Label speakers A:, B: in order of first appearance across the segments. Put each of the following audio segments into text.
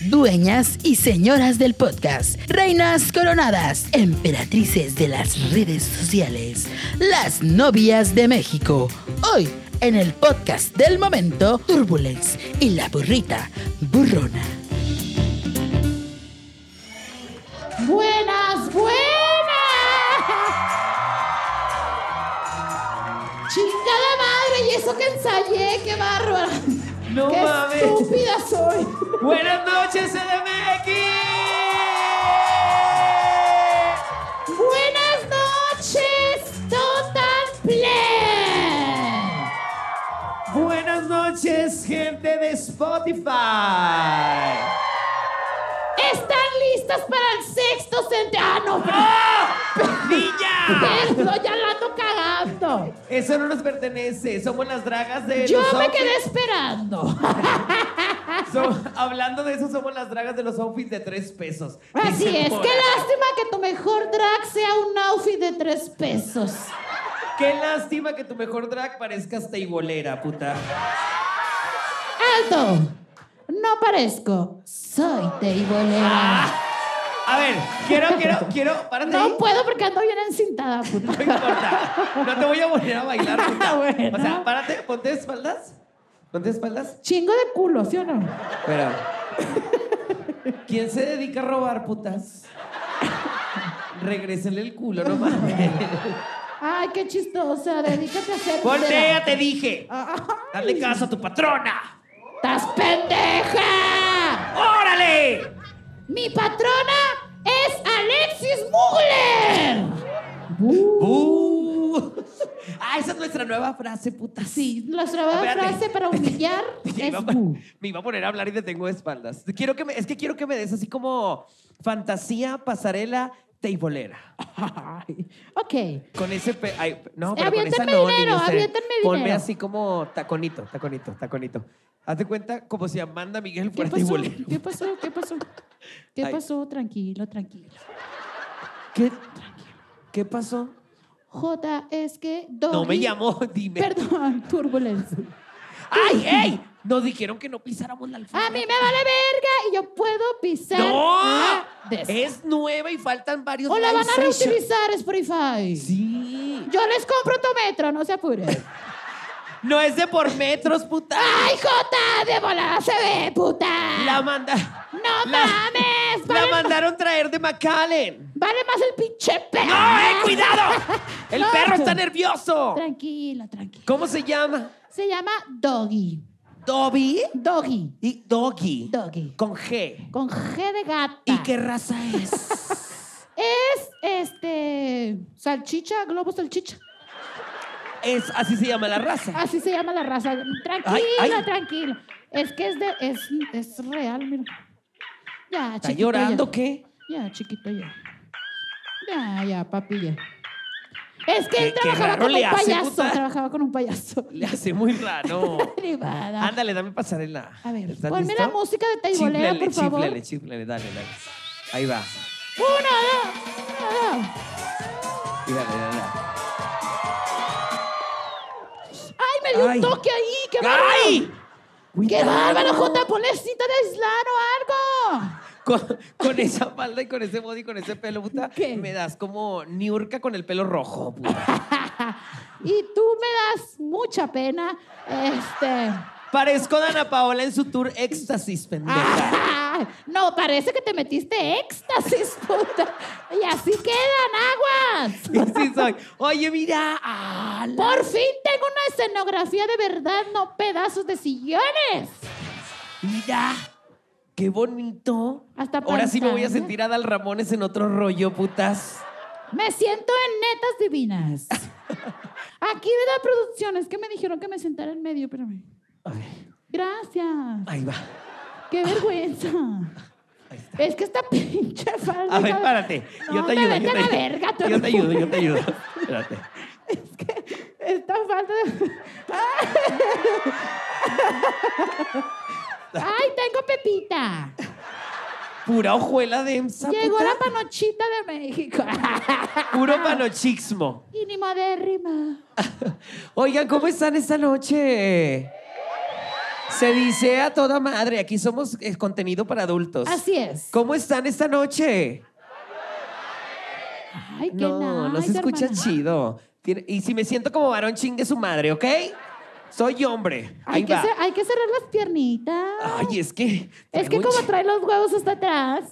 A: dueñas y señoras del podcast, reinas coronadas, emperatrices de las redes sociales, las novias de México. Hoy, en el podcast del momento, Turbulence y la burrita burrona.
B: Buenas, buenas. Chingada madre, y eso que ensayé, qué bárbara.
C: No
B: qué
C: mames.
B: estúpida soy.
C: Buenas noches, CDMX.
B: Buenas noches, Total Play.
C: Buenas noches, gente de Spotify.
B: ¿Están listas para el sexto centeno?
C: Ah. ¡Niña!
B: Perdón, ya la ando cagando.
C: Eso no nos pertenece. Somos las dragas de
B: Yo
C: los
B: me
C: outfits.
B: quedé esperando.
C: So- hablando de eso, somos las dragas de los outfits de tres pesos.
B: Así
C: Dicen
B: es, qué
C: por-
B: lástima que tu mejor drag sea un outfit de tres pesos.
C: Qué lástima que tu mejor drag parezcas teibolera, puta.
B: ¡Alto! No parezco, soy teibolera.
C: Ah. A ver, quiero, quiero, quiero. Párate ahí.
B: No puedo porque ando bien encintada, puta.
C: No importa. No te voy a volver a bailar. puta.
B: Bueno.
C: O sea, párate, ponte de espaldas. Ponte de espaldas.
B: Chingo de culo, ¿sí o no?
C: Espera. ¿Quién se dedica a robar, putas? Regrésenle el culo, no mames.
B: Ay, qué chistosa, dedícate a hacer.
C: Voltea, te dije.
B: ¡Ay!
C: Dale caso a tu patrona.
B: ¡Estás pendeja!
C: ¡Órale!
B: Mi patrona es Alexis Mugler.
C: ¡Uh! Ah, esa es nuestra nueva frase, putas.
B: Sí, nuestra nueva
C: Espérate.
B: frase para humillar
C: Me
B: es
C: iba, a pon-
B: bu.
C: me iba a poner a hablar y te tengo de espaldas. Quiero que me- es que quiero que me des así como fantasía, pasarela, teibolera.
B: Ay, Ok.
C: Con ese... pe- ay, no, pero con esa
B: Aviéntenme
C: no,
B: dinero,
C: niña, usted.
B: aviéntenme
C: Ponme
B: dinero.
C: así como taconito, taconito, taconito. Hazte cuenta como si Amanda Miguel
B: ¿Qué
C: fuera
B: pasó?
C: teibolera.
B: ¿Qué pasó? ¿Qué pasó? ¿Qué
C: Ay.
B: pasó? Tranquilo, tranquilo.
C: ¿Qué, ¿Qué pasó?
B: J es que
C: No me
B: Dory-
C: llamó, dime.
B: Perdón, turbulencia.
C: ¡Ay, ey! Nos dijeron que no pisáramos la alfombra.
B: A mí me vale verga y yo puedo pisar.
C: ¡No!
B: la Ah, des-
C: Es nueva y faltan varios
B: O la
C: live
B: van a
C: sessions.
B: reutilizar, Spotify.
C: Sí.
B: Yo les compro tu metro, no se apuren.
C: No es de por metros, puta.
B: ¡Ay, Jota! ¡De volada se ve, puta!
C: La manda.
B: ¡No
C: la-
B: mames!
C: La
B: Vale,
C: mandaron traer de McAllen.
B: vale más el pinche Ah. perro.
C: ¡No, eh! ¡Cuidado! El
B: No.
C: perro está nervioso.
B: Tranquilo, tranquilo.
C: ¿Cómo se llama?
B: Se llama Doggy.
C: Dobby
B: Doggy.
C: y Doggy.
B: Doggy.
C: Con G.
B: Con G de gata.
C: ¿Y qué raza es?
B: Es este. Salchicha, globo salchicha.
C: es así se llama la raza.
B: Así se llama la raza. Tranquilo,
C: Ay, ay.
B: tranquilo. Es que es de. Es, es real, mira. Ya,
C: ¿Está
B: chiquito, ya.
C: llorando qué?
B: Ya, chiquito, ya. Ya, ya, papi, ya. Es que
C: Qué-
B: él
C: qué
B: trabajaba
C: raro
B: con un
C: le hace,
B: payaso.
C: puta.
B: Trabajaba con un payaso.
C: Le hace muy raro.
B: Privada.
C: Ándale, dame pasarela.
B: A ver,
C: ¿Estás
B: ponme
C: listo?
B: la música de Taibolera, por favor.
C: Chíflale, chíflale, dale, dale. Ahí va.
B: Una, dos, una, dos.
C: Y dale, dale, dale.
B: ¡Ay, me dio
C: Ay.
B: un toque ahí! ¡Qué bárbaro!
C: ¡Ay!
B: ¡Qué
C: Cuidado.
B: bárbaro, Jota! Ponle cita de aislado o algo.
C: Con, con esa falda y con ese body, con ese pelo, puta,
B: ¿Qué?
C: me das como niurca con el pelo rojo, puta.
B: Y tú me das mucha pena. Este.
C: Parezco Dana Paola en su tour Éxtasis, pendeja.
B: ¡Ah! No, parece que te metiste éxtasis, puta. Y así quedan aguas.
C: Y así soy. Oye, mira. ah, la-
B: Por fin tengo una escenografía de verdad, no pedazos de sillones.
C: Mira. Qué bonito.
B: Hasta
C: Ahora sí me voy a
B: pantalla.
C: sentir a Dal Ramones en otro rollo, putas.
B: Me siento en netas divinas. Aquí de la producción, es que me dijeron que me sentara en medio, pero
C: A ver,
B: Gracias.
C: ahí va.
B: Qué vergüenza.
C: Ahí está.
B: Es que esta pinche falda.
C: A ver, párate.
B: No,
C: yo te
B: te
C: ayudo.
B: vete
C: yo,
B: a
C: te
B: la
C: ayudo.
B: verga, tú
C: yo te
B: no
C: ayudo, yo
B: puedes.
C: te ayudo. Espérate.
B: Es que esta falda. de- Ay, tengo pepita.
C: Pura hojuela de emsa,
B: Llegó
C: puta.
B: la Ah. panochita de México.
C: Puro panochixmo.
B: y ni modérrima.
C: Oigan, ¿cómo están esta noche? Se dice a toda madre, aquí somos eh, contenido para adultos.
B: Así es.
C: ¿Cómo están esta noche?
B: Ay, qué
C: No, no se
B: nice,
C: escucha
B: hermana.
C: chido. Tiene- y si me siento como varón, chingue su madre, ¿ok? Soy hombre. Ahí
B: Hay que,
C: va.
B: cer- hay que cerrar las piernitas.
C: Ay, es que.
B: es que
C: traigo un
B: como
C: chi-
B: trae los huevos hasta atrás.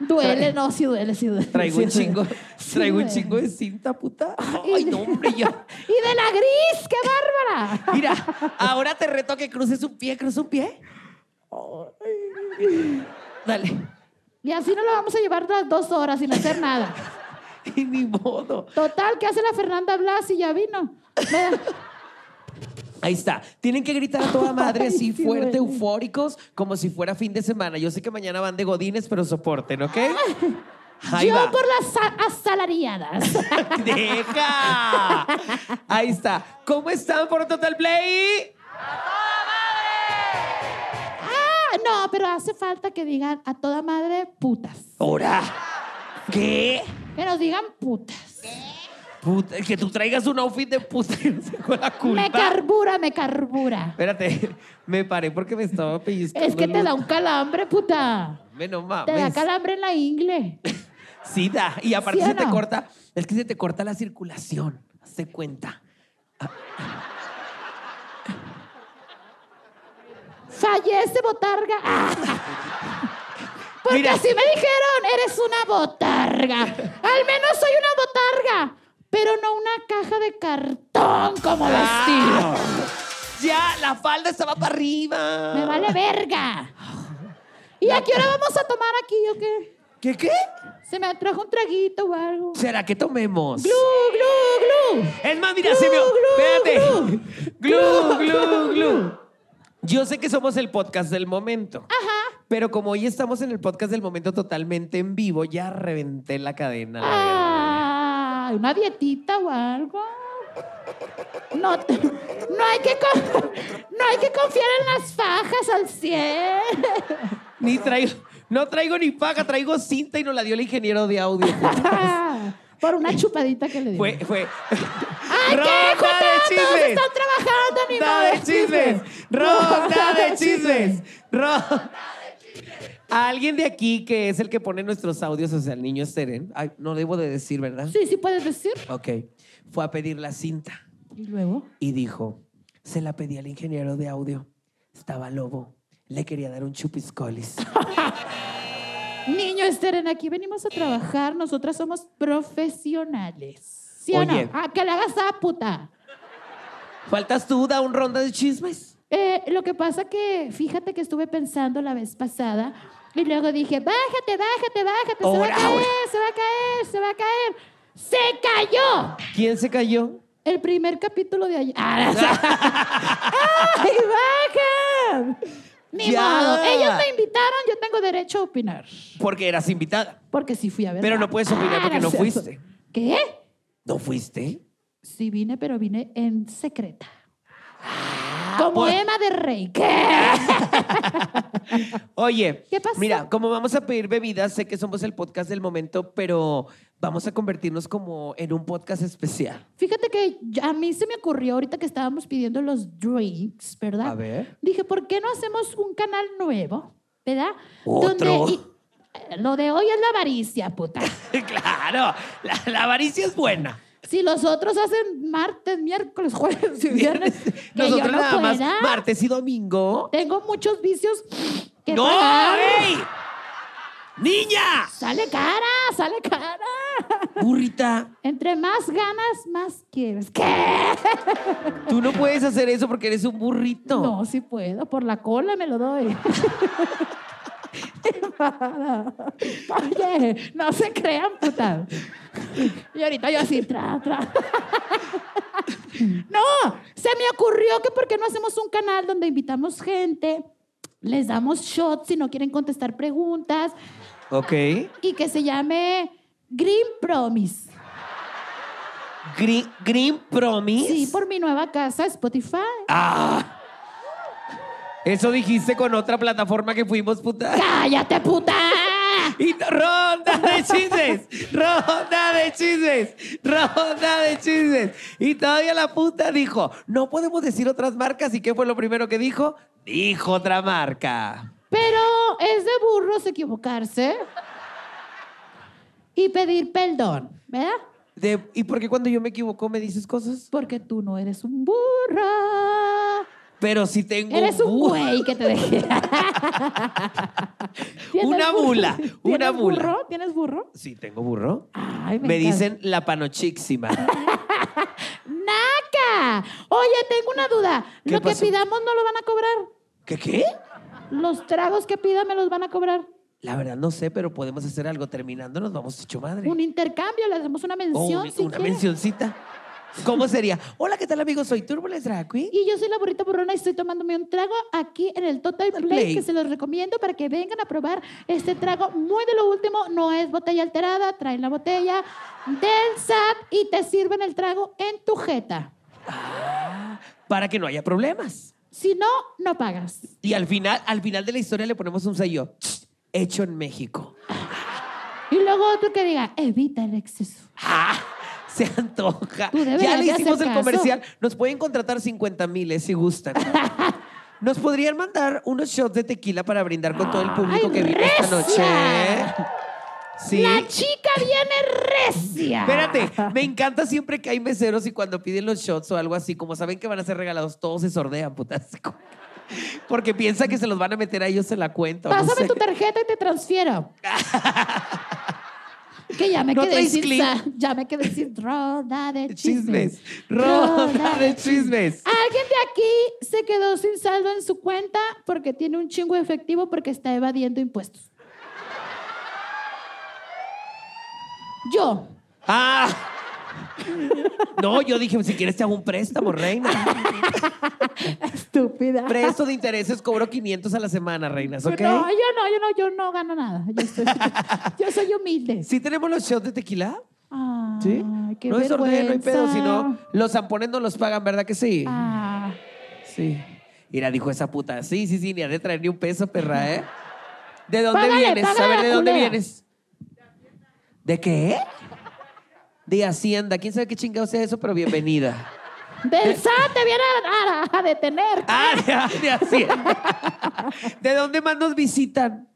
B: Duele, no, sí duele, sí duele.
C: Traigo
B: sí
C: un
B: duele.
C: chingo,
B: Sí
C: traigo un
B: duele.
C: chingo de cinta, puta. Ay, no, hombre, ya.
B: Y de la gris, qué bárbara.
C: Mira, ahora te reto a que cruces un pie, cruza un pie. Dale.
B: Y así nos lo vamos a llevar las dos horas sin hacer nada.
C: Y ni modo.
B: Total, ¿qué hace la Fernanda Blas y ya vino? Me-
C: Ahí está. Tienen que gritar a toda madre así
B: Ay, sí duele.
C: fuerte, eufóricos, como si fuera fin de semana. Yo sé que mañana van de godines, pero soporten, ¿ok? Ahí
B: Yo
C: va.
B: por las sa- asalariadas.
C: ¡Deja! Ahí está. ¿Cómo están por Total Play?
B: Ah, no, pero hace falta que digan a toda madre putas.
C: ¡Hora! ¿Qué?
B: Que nos digan putas.
C: Puta, que tú traigas un outfit de puta y no sé con la culpa.
B: Me carbura, me carbura.
C: Espérate, me paré porque me estaba pellizcando.
B: Es que te
C: el-
B: da un calambre, puta.
C: Menos
B: Te da
C: mames.
B: calambre en la ingle.
C: Sí, da. Y aparte
B: ¿Sí o
C: se te
B: no?
C: corta, es que se te corta la circulación. Hazte cuenta.
B: Fallece botarga. Ah. Porque
C: Mira.
B: así me dijeron, eres una botarga. Al menos soy una botarga, pero no una caja de cartón como
C: Ah.
B: vestido.
C: Ya, la falda estaba para arriba.
B: Me vale verga. ¿Y a qué hora vamos a tomar aquí o qué?
C: ¿Qué qué?
B: Se me trajo un traguito o algo.
C: ¿Será que tomemos?
B: Glu, glu, glu.
C: Es más, mira, se me. Espérate. Glu, glu, glu. Yo sé que somos el podcast del momento.
B: Ah.
C: Ajá. Pero como hoy estamos en el podcast del momento totalmente en vivo, ya reventé la cadena. la verdad.
B: Ah, una dietita o algo. No, te- no, hay que con- no hay que confiar en las fajas al 100.
C: Ni traigo. No traigo ni paga, traigo cinta y nos la dio el ingeniero de audio.
B: Ah, Por una chupadita que le di.
C: Fue, fue.
B: ¡Ay,
C: Ronda
B: qué hijo,
C: de
B: Todos
C: chismes.
B: están trabajando, ni modo.
C: ¡Ronda de chismes! ¡Ronda de chismes! ¡Ronda Alguien de aquí que es el que pone nuestros audios, o sea, el niño Seren, ay, no debo de decir, ¿verdad?
B: Sí, sí puedes decir.
C: Ok, fue a pedir la cinta
B: Y luego.
C: y dijo, se la pedí al ingeniero de audio, estaba lobo, le quería dar un chupiscolis.
B: Niño Esteren, aquí venimos a trabajar. Nosotras somos profesionales. ¿Sí o
C: Oye.
B: no? Ah, que le hagas a puta.
C: ¿Faltas tú, da un ronda de chismes?
B: Eh, lo que pasa que, fíjate que estuve pensando la vez pasada y luego dije, bájate, bájate, bájate, se va a
C: Ahora,
B: caer,
C: ahora.
B: se va a caer, se va a caer. ¡Se cayó!
C: ¿Quién se cayó?
B: El primer capítulo de ayer. Ah, no. ¡Ay, baja! Ni
C: Ya.
B: modo. Ellos me invitaron, yo tengo derecho a opinar.
C: Porque eras invitada.
B: Porque sí fui a ver.
C: Pero no puedes opinar
B: Ah,
C: porque no
B: es cierto.
C: fuiste.
B: ¿Qué?
C: ¿No fuiste?
B: Sí vine, pero vine en secreta. Como
C: pues-
B: Emma de Rey. ¿Qué?
C: Oye,
B: ¿Qué pasó?
C: mira, como vamos a pedir bebidas, sé que somos el podcast del momento, pero vamos a convertirnos como en un podcast especial.
B: Fíjate que ya- a mí se me ocurrió ahorita que estábamos pidiendo los drinks, ¿verdad?
C: A ver.
B: Dije, ¿por qué no hacemos un canal nuevo? ¿Verdad?
C: Otro.
B: y- eh, lo de hoy es la avaricia, puta.
C: claro, la, la avaricia es buena.
B: Si los otros hacen martes, miércoles, jueves y viernes, que
C: Nosotros
B: yo no
C: nada más,
B: pueda.
C: martes y domingo.
B: Tengo muchos vicios que
C: ¡No!
B: pagar.
C: ¡Ey! ¡Niña!
B: Sale cara, sale cara.
C: Burrita,
B: Entre más ganas, más quieres. ¿Qué?
C: tú no puedes hacer eso porque eres un burrito.
B: No, sí puedo. Por la cola me lo doy. Oye, no se crean, puta. Y ahorita yo así, tra, tra. No, se me ocurrió que por qué no hacemos un canal donde invitamos gente, les damos shots si no quieren contestar preguntas
C: Ok.
B: y que se llame Green Promise.
C: Green, Green Promise.
B: Sí, por mi nueva casa, Spotify.
C: Ah. Eso dijiste con otra plataforma que fuimos, puta.
B: ¡Cállate, puta!
C: Y t- ronda de chismes, ronda de chismes, ronda de chismes. Y todavía la puta dijo, no podemos decir otras marcas. ¿Y qué fue lo primero que dijo? Dijo otra marca.
B: Pero es de burros equivocarse y pedir perdón, ¿verdad?
C: De- ¿Y por qué cuando yo me equivoco me dices cosas?
B: Porque tú no eres un burro.
C: Pero si tengo
B: Eres un
C: bu-
B: güey que te dejé. ¿Tienes
C: Una
B: burro?
C: mula, una
B: ¿Tienes
C: mula.
B: burro? ¿Tienes burro?
C: Sí, tengo burro.
B: Ay, me,
C: Me
B: encanta.
C: dicen la panochíxima.
B: ¡Naca! Oye, tengo una duda.
C: ¿Qué
B: Lo
C: pasó?
B: que pidamos no lo van a cobrar.
C: ¿Qué qué?
B: Los tragos que pida me los van a cobrar.
C: La verdad no sé, pero podemos hacer algo. Terminando nos vamos hecho madre.
B: Un intercambio, le hacemos una
C: Oh,
B: mención.
C: un-
B: si
C: una
B: quiere.
C: mencioncita. ¿Cómo sería? Hola, ¿qué tal amigos? Soy Turbulence Drag Queen.
B: Y yo soy la burrita burrona y estoy tomándome un trago aquí en el Total Play,
C: Play.
B: que se los recomiendo para que vengan a probar este trago muy de lo último. No es botella alterada, traen la botella del SAT y te sirven el trago en tu jeta.
C: Para que no haya problemas.
B: Si no, no pagas.
C: Y al final, al final de la historia le ponemos un sello. "Ch, Hecho en México.
B: Y luego otro que diga, evita el exceso.
C: ¡Ah! Se antoja.
B: Tú
C: Ya
B: deberías
C: le
B: de hacer
C: hicimos el
B: caso.
C: comercial. Nos pueden contratar 50 mil eh, si gustan. Nos podrían mandar unos shots de tequila para brindar con todo el público
B: ¡Ay,
C: que vino esta
B: recia!
C: noche. Sí.
B: La chica viene recia.
C: Espérate, me encanta siempre que hay meseros y cuando piden los shots o algo así, como saben que van a ser regalados, todos se sordean, putas. Porque piensa que se los van a meter a ellos en la cuenta. o no
B: Pásame
C: sé.
B: tu tarjeta y te transfiero. que ya me
C: ¿No
B: quedé
C: traes
B: sin
C: clip?
B: sa- ya me quedé sin ronda de chismes.
C: Chismes. Ronda de chismes.
B: Alguien de aquí se quedó sin saldo en su cuenta porque tiene un chingo de efectivo porque está evadiendo impuestos. Yo.
C: Ah. No, yo dije, si quieres te hago un préstamo, reina.
B: Estúpida.
C: Presto de intereses cobro 500 a la semana, reinas, ¿ok?
B: No, yo no, yo no, yo no gano nada. Yo, soy- yo soy humilde.
C: ¿Sí tenemos los shots de tequila?
B: Ay,
C: ¿Sí?
B: qué
C: no es sorteo, no hay pedo,
B: vergüenza.
C: sino los zampones no los pagan, ¿verdad que sí?
B: Ah,
C: Sí. Mira, dijo esa puta. Sí, sí, sí, ni ha de traer ni un peso, perra, ¿eh? ¿De dónde
B: Págale,
C: vienes?
B: págale
C: a ver,
B: a la
C: ¿de dónde
B: culera.
C: vienes? ¿De qué? De Hacienda. ¿Quién sabe qué chingados es eso? Pero bienvenida.
B: del SAT te viene a, a- a detener.
C: Ah, de, ah, de Hacienda. ¿De dónde más nos visitan?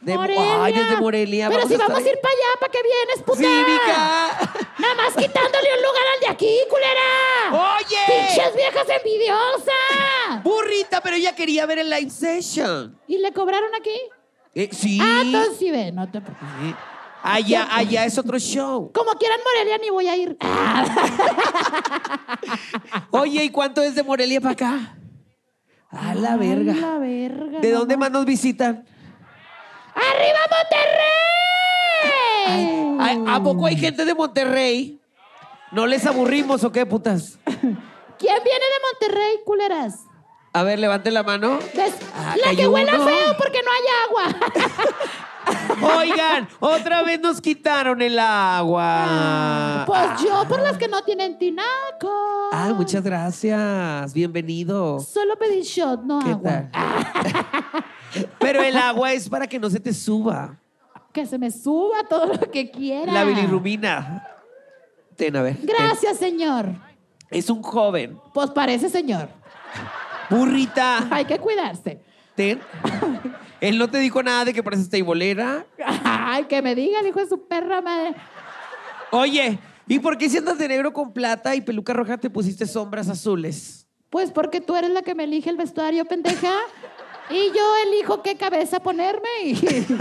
C: De,
B: Morelia.
C: Ay, desde Morelia.
B: Pero si
C: estar
B: vamos a
C: ahí.
B: ir para allá, ¿para qué vienes, puta?
C: ¡Sí, mica!
B: Nada más quitándole un lugar al de aquí, culera.
C: ¡Oye!
B: ¡Pinches viejas envidiosas!
C: ¡Burrita! Pero ella quería ver el live session.
B: ¿Y le cobraron aquí?
C: Eh, sí.
B: Ah, entonces sí ve, no te preocupes.
C: Sí. Allá, allá es otro show.
B: Como quieran Morelia, ni voy a ir. Ah,
C: Oye, ¿y cuánto es de Morelia para acá? A la
B: a
C: verga.
B: la verga.
C: ¿De
B: no
C: dónde
B: mames.
C: más nos visitan?
B: ¡Arriba Monterrey!
C: Ay, ah. ¿A poco hay gente de Monterrey? ¿No les aburrimos o qué, putas?
B: ¿Quién viene de Monterrey, culeras?
C: A ver, levante la mano.
B: Des-
C: Ah,
B: la que
C: cayó
B: huela
C: uno.
B: feo porque no hay agua.
C: Oigan, otra vez nos quitaron el agua.
B: Pues yo por las que no tienen tinaco.
C: Ah, Ay, ah, muchas gracias. Bienvenido.
B: Solo pedí shot, no
C: ¿Qué
B: agua.
C: tal? Pero el agua es para que no se te suba
B: Que se me suba todo lo que quiera.
C: la bilirrubina. Ten, a ver. ten.
B: Gracias, señor.
C: Es un joven.
B: Pues parece, señor.
C: Burrita.
B: Hay que cuidarse.
C: Ten. Él no te dijo nada de que pareces teibolera.
B: Ay, que me diga el hijo de su perra madre.
C: Oye, ¿y por qué si andas de negro con plata y peluca roja te pusiste sombras azules?
B: Pues porque tú eres la que me elige el vestuario, pendeja. Y yo elijo qué cabeza ponerme. Y...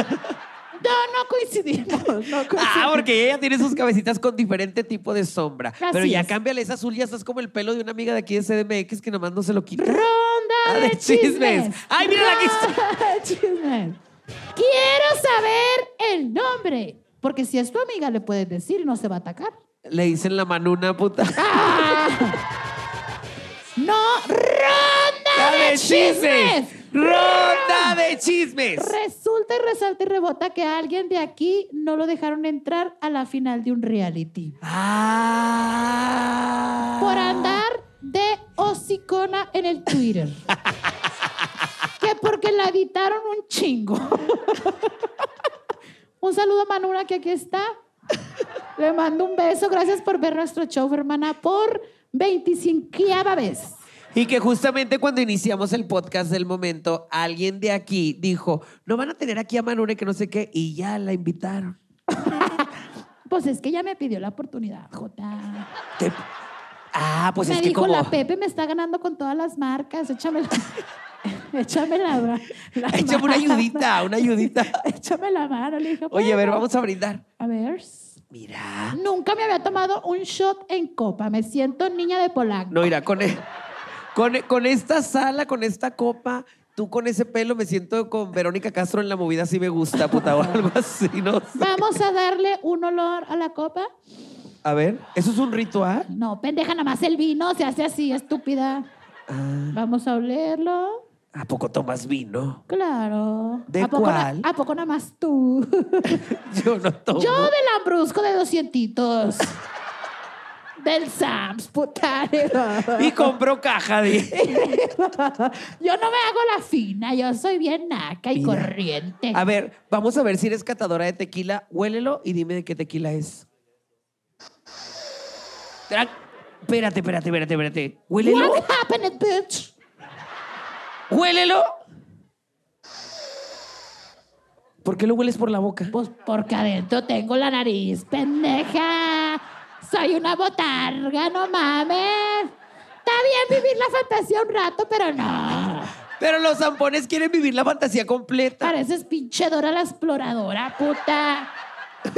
B: No, no coincidimos. No coincidimos.
C: Ah, porque ella tiene sus cabecitas con diferente tipo de sombra.
B: Así
C: Pero ya
B: es.
C: cámbiale esa azul, ya estás como el pelo de una amiga de aquí de CDMX que nomás no se lo quita. Ah,
B: Ronda de,
C: de chismes. Ay, mira la que está.
B: Ronda de chismes. Quiero saber el nombre. Porque si es tu amiga, le puedes decir y no se va a atacar.
C: Le dicen la manuna, puta.
B: No, ronda
C: ¡Ronda
B: de, chismes.
C: ¡Ronda de chismes!
B: Resulta y resalta y rebota que a alguien de aquí no lo dejaron entrar a la final de un reality.
C: Ah.
B: Por andar de hocicona en el Twitter. que porque la editaron un chingo. un saludo a Manura que aquí está. Le mando un beso. Gracias por ver nuestro show, hermana, por 25 vez.
C: Y que justamente cuando iniciamos el podcast del momento, alguien de aquí dijo, no van a tener aquí a Manure que no sé qué, y ya la invitaron.
B: Pues es que ya me pidió la oportunidad, Jota.
C: Te- Ah, pues
B: me
C: es que
B: dijo,
C: como...
B: la Pepe me está ganando con todas las marcas. Échame la... Échame la, la
C: Échame una
B: mano.
C: ayudita, una ayudita.
B: Échame la mano, le dije.
C: Oye, a ver,
B: bueno.
C: vamos a brindar.
B: A ver.
C: Mira.
B: Nunca me había tomado un shot en copa. Me siento niña de Polanco.
C: No, mira, con, e- con, e- con esta sala, con esta copa, tú con ese pelo me siento con Verónica Castro en la movida si me gusta, puta, o algo así, ¿no?
B: Vamos a darle un olor a la copa.
C: A ver, ¿eso es un ritual?
B: No, pendeja, nada más el vino se hace así, estúpida.
C: Ah,
B: Vamos a olerlo.
C: ¿A poco tomas vino?
B: Claro.
C: ¿De
B: ¿A poco na-
C: cuál?
B: ¿A poco nada más tú?
C: Yo no tomo.
B: Yo del Ambrusco de 200. del Sams, puta.
C: Y compro caja de...
B: Yo no me hago la fina, yo soy bien naca y
C: Mira.
B: corriente.
C: A ver, vamos a ver si eres catadora de tequila. Huélelo y dime de qué tequila es. Tra- Espérate, espérate, espérate, espérate. Huélelo.
B: What happened, bitch?
C: Huélelo. ¿Por qué lo hueles por la boca?
B: Pues porque adentro tengo la nariz, pendeja. Soy una botarga, no mames. Está bien vivir la fantasía un rato, pero no.
C: Pero los zampones quieren vivir la fantasía completa.
B: Pareces pinche Dora la exploradora, puta.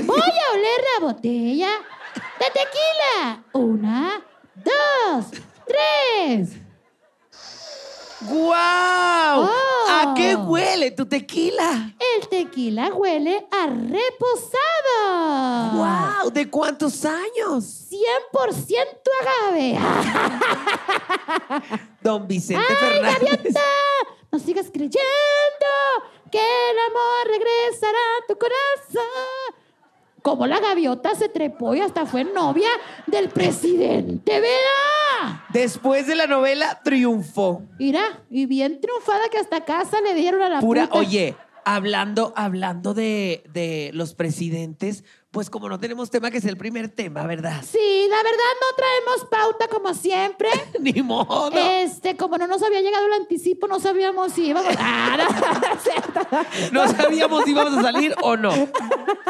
B: Voy a oler la botella de tequila. Una, dos, tres.
C: ¡Guau! ¿A
B: Oh.
C: qué huele tu tequila?
B: El tequila huele a reposado.
C: ¡Guau! ¿De cuántos años?
B: 100% agave.
C: Don Vicente
B: ¡Ay,
C: Fernández.
B: gaviota! No sigas creyendo que el amor regresará a tu corazón. Como la gaviota se trepó y hasta fue novia del presidente, ¿verdad?
C: Después de la novela triunfó.
B: Mira, y bien triunfada que hasta casa le dieron a la
C: Pura,
B: puta.
C: oye, hablando, hablando de, de los presidentes, pues como no tenemos tema, que es el primer tema, ¿verdad?
B: Sí, la verdad no traemos pauta como siempre.
C: Ni modo.
B: Este, como no nos había llegado el anticipo, no sabíamos si íbamos. Ah, no, no es cierto.
C: No sabíamos si íbamos a salir o no.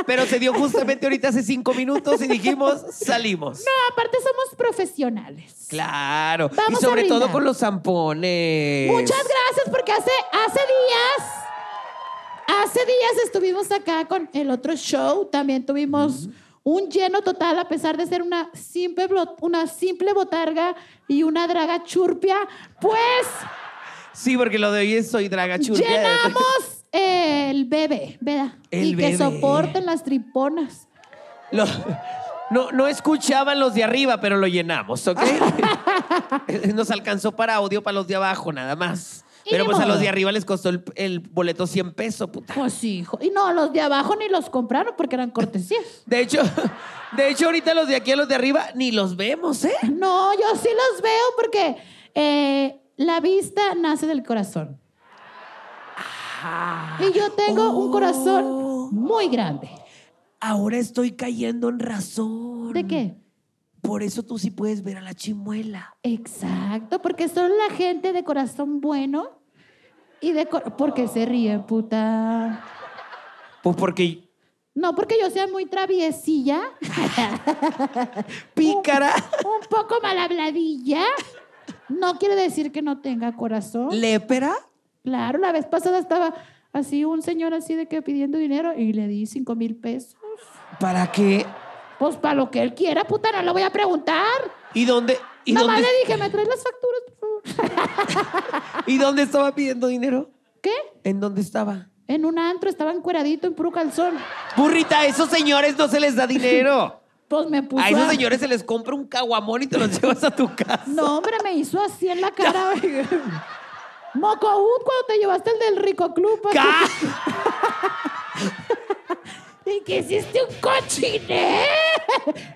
C: Pero se dio justamente ahorita hace cinco minutos y dijimos, salimos.
B: No, aparte somos profesionales.
C: Claro. y
B: Vamos a
C: sobre todo
B: brindar.
C: con los zampones.
B: Muchas gracias porque hace, hace días, hace días estuvimos acá con el otro show, también tuvimos un lleno total a pesar de ser una simple, blo- una simple botarga y una draga churpia, pues
C: Sí, porque lo de hoy es soy draga churria.
B: llenamos el bebé, ¿verdad?
C: El
B: y
C: bebé.
B: que soporten las triponas.
C: Lo- no, no escuchaban los de arriba, pero lo llenamos, ¿ok? Nos alcanzó para audio para los de abajo, nada más.
B: Y
C: Pero
B: ni
C: pues a los
B: modo.
C: de arriba les costó el, el boleto 100 pesos, puta.
B: Pues hijo, y no, los de abajo ni los compraron porque eran cortesías.
C: De hecho, de hecho, ahorita los de aquí a los de arriba ni los vemos, ¿eh?
B: No, yo sí los veo porque eh, la vista nace del corazón. Y yo tengo un
C: Oh.
B: corazón muy grande.
C: Ahora estoy cayendo en razón.
B: ¿De qué?
C: Por eso tú sí puedes ver a la chimuela.
B: Exacto, porque son la gente de corazón bueno y de... cor- porque se ríen, puta.
C: Pues porque
B: No, porque yo sea muy traviesilla,
C: pícara
B: un poco mal habladilla. No quiere decir que no tenga corazón.
C: lépera.
B: Claro, la vez pasada estaba así un señor así de que pidiendo dinero y le di cinco mil pesos.
C: ¿Para qué?
B: Pues para lo que él quiera, puta, no le voy a preguntar.
C: ¿Y dónde? ¿Y
B: Mamá
C: dónde,
B: le dije, ¿me traes las facturas, por favor?
C: ¿Y dónde estaba pidiendo dinero?
B: ¿Qué?
C: ¿En dónde estaba?
B: En un antro estaba encueradito en puro calzón.
C: Burrita, a esos señores no se les da dinero.
B: Pues me puso.
C: A esos señores se les compra un caguamón y te los llevas a tu casa.
B: No, hombre, me hizo así en la cara. Mocoud, cuando te llevaste el del Rico Club. pa-
C: ¡Ca!
B: Y que hiciste un cochine.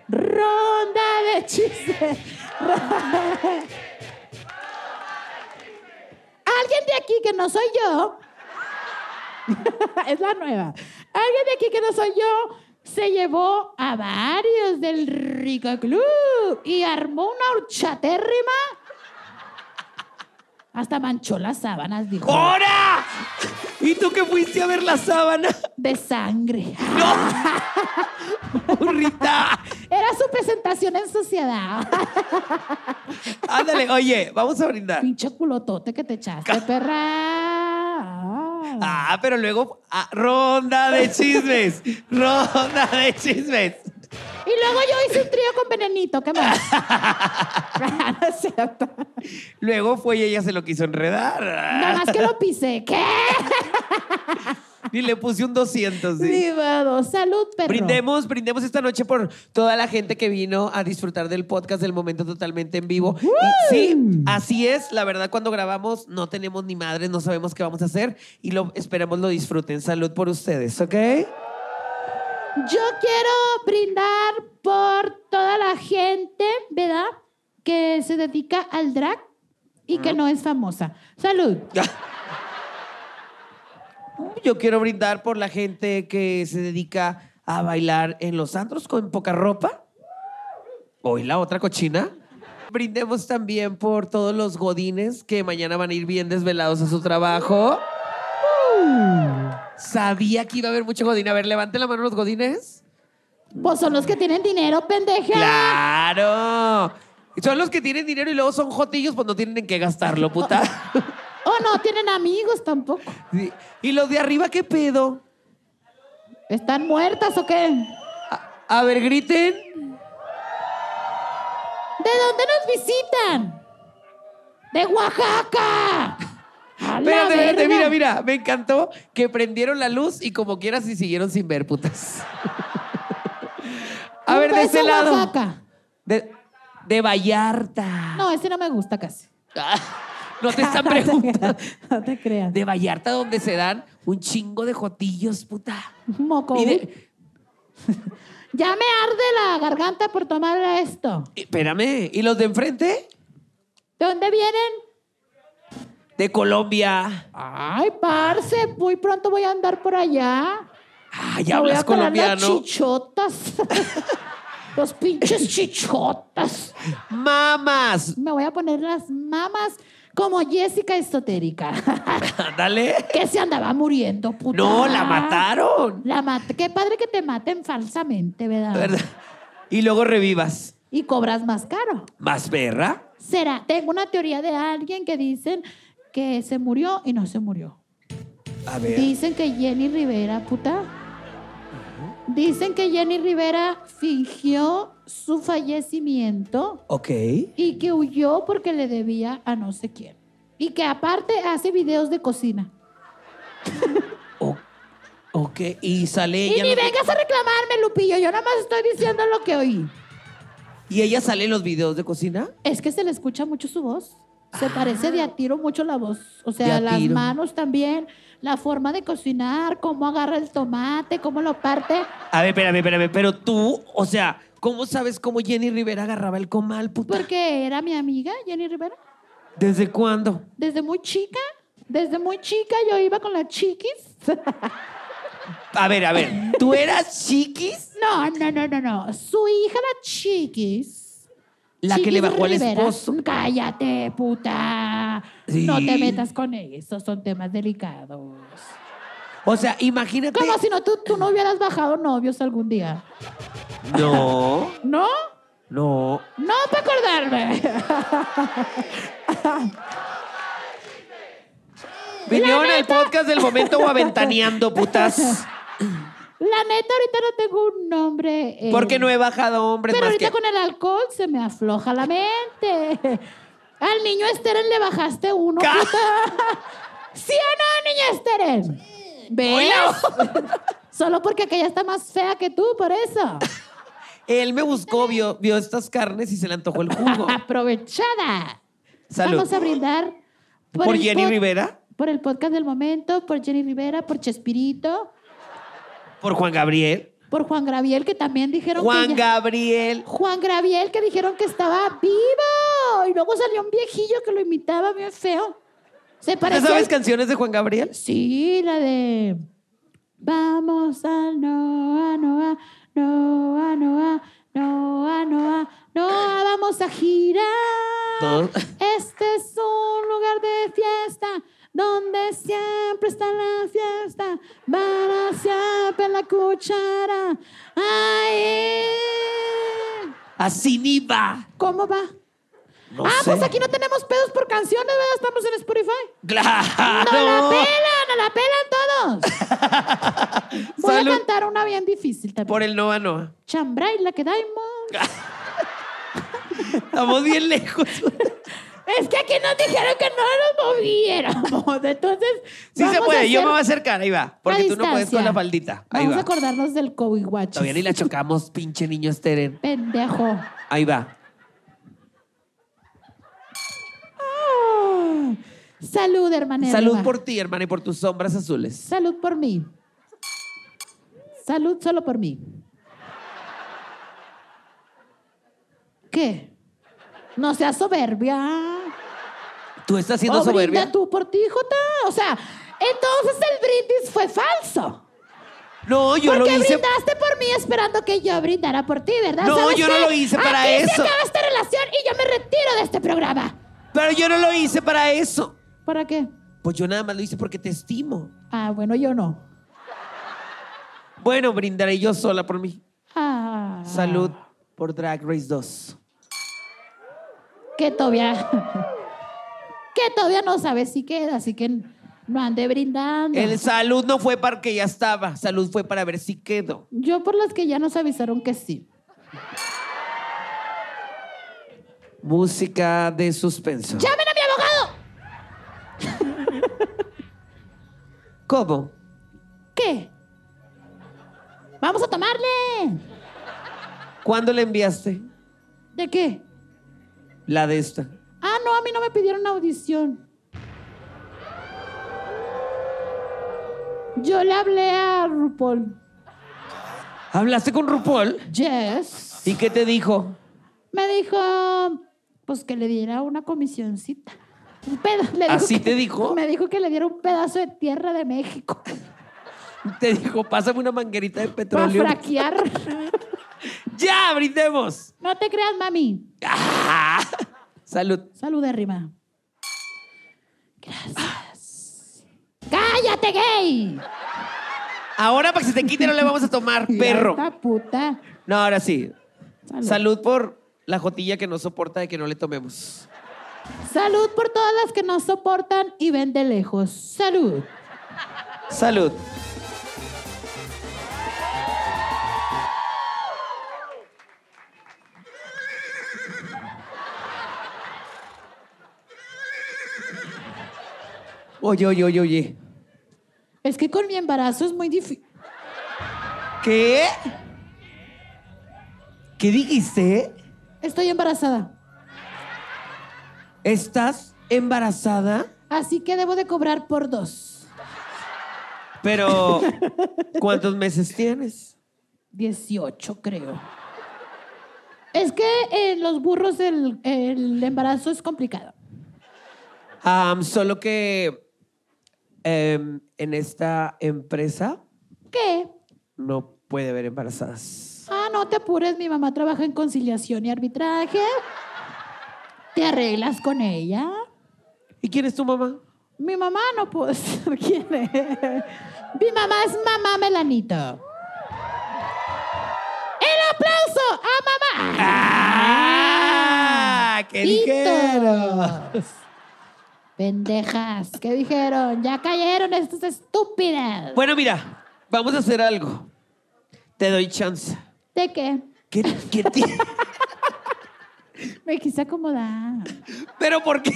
B: Ronda de chistes. Alguien alguien de aquí que no soy yo, es la nueva, alguien de aquí que no soy yo, se llevó a varios del rico club y armó una horchatérrima. Hasta manchó las sábanas, dijo.
C: ¡Hora! ¿Y tú que fuiste a ver la sábana?
B: De sangre.
C: ¡Rita!
B: Era su presentación en sociedad.
C: Ándale, oye, vamos a brindar.
B: Pinche culotote que te echaste, perra. Ah.
C: Ah, pero luego, ah, ronda de chismes. Ronda de chismes.
B: Y luego yo hice un trío con Venenito, ¿qué más? Ah, no es cierto.
C: Luego fue y ella se lo quiso enredar.
B: Nada más que lo pisé. ¿Qué?
C: Y le puse un 200. sí.
B: Ni modo. Salud, perro.
C: Brindemos, brindemos esta noche por toda la gente que vino a disfrutar del podcast del momento totalmente en vivo. Y sí, así es. La verdad, cuando grabamos no tenemos ni madres, no sabemos qué vamos a hacer y lo esperemos lo disfruten. Salud por ustedes, ¿ok?
B: Yo quiero brindar por toda la gente, ¿verdad? Que se dedica al drag y que no es famosa. Salud.
C: Yo quiero brindar por la gente que se dedica a bailar en los antros con poca ropa. Hoy la otra cochina. Brindemos también por todos los godines que mañana van a ir bien desvelados a su trabajo. Sabía que iba a haber mucho godín. A ver, levanten la mano los godines.
B: Pues son los que tienen dinero, pendeja.
C: ¡Claro! Son los que tienen dinero y luego son jotillos, pues no tienen en qué gastarlo, puta.
B: O no tienen amigos tampoco.
C: Sí. ¿Y los de arriba qué pedo?
B: ¿Están muertas o qué? ¿De
C: A, a ver, griten.
B: dónde nos visitan? ¡De Oaxaca! ¡A la
C: Espérate, espérate,
B: verga!
C: mira, mira. Me encantó que prendieron la luz y como quieras y siguieron sin ver, putas. A
B: Un
C: ver, de
B: beso
C: ese lado.
B: Oaxaca.
C: De, de Vallarta.
B: No, ese no me gusta casi.
C: Ah, no te están preguntando.
B: no te creas.
C: De Vallarta, donde se dan un chingo de jotillos, puta.
B: Moco.
C: Y de-
B: uy. Ya me arde la garganta por tomar esto.
C: espérame, ¿y los de enfrente?
B: ¿De dónde vienen?
C: De Colombia.
B: Ay, parce, muy pronto voy a andar por allá.
C: Ah, ya
B: Me voy
C: hablas
B: a colar Las
C: colombiano.
B: chichotas. Los pinches chichotas.
C: Mamas.
B: Me voy a poner las mamas como Jessica esotérica.
C: Dale.
B: que se andaba muriendo, puta.
C: No, la mataron.
B: La mat- Qué padre que te maten falsamente, ¿verdad?
C: ¿Verdad? Y luego revivas.
B: Y cobras más caro.
C: Más perra.
B: Será, tengo una teoría de alguien que dicen que se murió y no se murió.
C: A ver.
B: Dicen que Jenny Rivera, puta. Dicen que Jenny Rivera fingió su fallecimiento
C: Ok.
B: y que huyó porque le debía a no sé quién. Y que aparte hace videos de cocina.
C: O- ok. Y sale
B: Y
C: ella.
B: ni
C: en los-
B: vengas a reclamarme, Lupillo. Yo nada más estoy diciendo lo que oí.
C: ¿Y ella sale en los videos de cocina?
B: Es que se le escucha mucho su voz. Se parece de a tiro mucho la voz. O
C: Ah. De
B: sea,
C: a
B: las
C: tiro.
B: manos también, la forma de cocinar, cómo agarra el tomate, cómo lo parte.
C: A ver, espérame, espérame. Pero tú, o sea, ¿cómo sabes cómo Jenny Rivera agarraba el comal, puta?
B: Porque era mi amiga, Jenny Rivera.
C: ¿Desde cuándo?
B: Desde muy chica, desde muy chica yo iba con las chiquis.
C: A ver, a ver. ¿Tú eras chiquis?
B: No, no, no, no, no. Su hija, la chiquis.
C: La que le
B: Chiquis
C: bajó al
B: Rivera.
C: esposo.
B: Cállate, puta.
C: Sí.
B: No te metas con eso, son temas delicados.
C: O sea, imagínate.
B: Como si no tú, tú no hubieras bajado novios algún día.
C: No,
B: ¿No?
C: no.
B: No, para acordarme.
C: Vinieron al podcast del momento o aventaneando, putas.
B: La neta, ahorita no tengo un nombre. eh,
C: Porque no he bajado hombres
B: Pero
C: más
B: ahorita
C: que.
B: con el alcohol se me afloja la mente. Al niño Esteren le bajaste uno.
C: Ca-
B: puta. ¿Sí o no, niño Esteren? ¿Ves? Solo porque aquella está más fea que tú, por eso.
C: Él me buscó, vio, vio estas carnes y se le antojó el jugo.
B: Aprovechada.
C: Salud.
B: Vamos a brindar
C: ¿Por,
B: el
C: Jenny
B: pod-
C: Rivera?
B: Por el podcast del momento, por Jenny Rivera, por Chespirito,
C: ¿Por Juan Gabriel?
B: por Juan Graviel, que también dijeron que.
C: Juan
B: ya-
C: Gabriel.
B: Juan Graviel, que dijeron que estaba vivo. Y luego salió un viejillo que lo imitaba bien feo. Se
C: ¿Te
B: parece.
C: sabes
B: al-
C: canciones de Juan Gabriel?
B: Sí, la de. Vamos al Noa, Noa, Noa, Noa, Noa, Noa, Noa, vamos a girar.
C: Todo.
B: Este es un lugar de fiesta donde siempre está la fiesta. Para siempre la cuchara. Ahí.
C: Así ni va.
B: ¿Cómo va?
C: No
B: ah,
C: sé.
B: pues aquí no tenemos pedos por canciones, ¿verdad? Estamos en Spotify.
C: Claro.
B: ¡No la pelan! ¡No la pelan todos! Voy
C: Salud.
B: a cantar una bien difícil también.
C: Por el Noa Noa.
B: Chambray, la que daimos.
C: Estamos bien lejos.
B: Es que aquí nos dijeron que no nos moviéramos. Entonces.
C: Sí se
B: vamos
C: puede,
B: a
C: yo
B: hacer
C: me voy a acercar, ahí va. Porque
B: a
C: tú no puedes
B: distancia.
C: con la faldita. Ahí
B: vamos a
C: va.
B: acordarnos del COVID Watch.
C: Todavía ni la chocamos, pinche niño Steren.
B: Pendejo.
C: Ahí va.
B: Ah. Salud, hermanero.
C: Salud por ti, hermana, y por tus sombras azules.
B: Salud por mí. Salud solo por mí. ¿Qué? No seas soberbia.
C: Tú estás siendo
B: O
C: soberbia.
B: Oh, brinda tú por ti, Jota. O sea, entonces el brindis fue falso.
C: No, yo lo
B: Porque
C: hice.
B: brindaste por mí esperando que yo brindara por ti, ¿verdad?
C: No,
B: ¿Sabes
C: yo no
B: qué?
C: lo hice para
B: Aquí se
C: eso.
B: acaba esta relación y yo me retiro de este programa.
C: Pero yo no lo hice para eso.
B: ¿Para qué?
C: Pues yo nada más lo hice porque te estimo.
B: Ah, bueno, yo no.
C: Bueno, brindaré yo sola por mí.
B: Ah.
C: Salud por Drag Race 2.
B: que todavía que todavía no sabe si queda, así que no ande brindando.
C: El salud no fue para que ya estaba. Salud fue para ver si quedó.
B: Yo por las que ya nos avisaron que sí.
C: Música de suspenso.
B: ¡Llamen a mi abogado!
C: ¿Cómo?
B: ¿Qué? Vamos a tomarle.
C: ¿Cuándo le enviaste?
B: ¿De qué?
C: La de esta.
B: Ah, no, a mí no me pidieron audición. Yo le hablé a RuPaul.
C: ¿Hablaste con RuPaul?
B: Yes.
C: ¿Y qué te dijo?
B: Me dijo, pues que le diera una comisioncita. Un peda- le
C: ¿Así
B: que-
C: te dijo?
B: Me dijo que le diera un pedazo de tierra de México
C: Te dijo, pásame una manguerita de
B: para
C: petróleo.
B: fraquear.
C: ¡Ya, brindemos!
B: no te creas, mami.
C: ¡Ah! Salud.
B: Salud, Rima. Gracias. ¡Cállate, gay!
C: Ahora para que se te quite no le vamos a tomar, perro.
B: Esta puta.
C: No, ahora sí.
B: Salud.
C: Salud por la jotilla que no soporta de que no le tomemos.
B: Salud por todas las que nos soportan y ven de lejos. Salud.
C: Salud. Oye, oye, oye, oye.
B: Es que con mi embarazo es muy difícil.
C: ¿Qué? ¿Qué dijiste?
B: Estoy embarazada.
C: ¿Estás embarazada?
B: Así que debo de cobrar por dos.
C: Pero, ¿cuántos meses tienes?
B: 18, creo. Es que en los burros el, el embarazo es complicado.
C: Am, solo que em, en esta empresa
B: ¿Qué?
C: no puede haber embarazadas.
B: Ah, no te apures, mi mamá trabaja en conciliación y arbitraje. Te arreglas con ella.
C: ¿Y quién es tu mamá?
B: Mi mamá no puedo saber quién es. Mi mamá es mamá Melanito. ¡El aplauso a mamá!
C: ¡Ah! ¡Qué ligero!
B: Pitos. Pendejas, ¿qué dijeron? Ya cayeron estas estúpidas.
C: Bueno, mira, vamos a hacer algo. Te doy chance.
B: ¿De qué?
C: ¿Qué, qué ti-
B: Me quise acomodar.
C: ¿Pero por qué?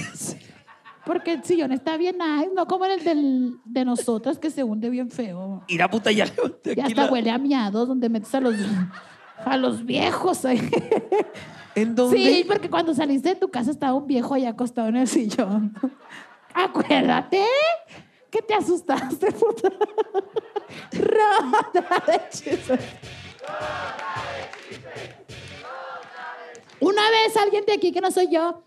B: Porque el sillón está bien nice, no como en el del- de nosotras que se hunde bien feo.
C: Ir a puta ya levanté
B: Y
C: aquí
B: hasta
C: la-
B: huele a miados donde metes a los, a los viejos. ahí.
C: ¿En dónde?
B: Sí, porque cuando saliste de tu casa estaba un viejo ahí acostado en el sillón. Acuérdate que te asustaste, puta. Ronda de hechizos. Una vez alguien de aquí que no soy yo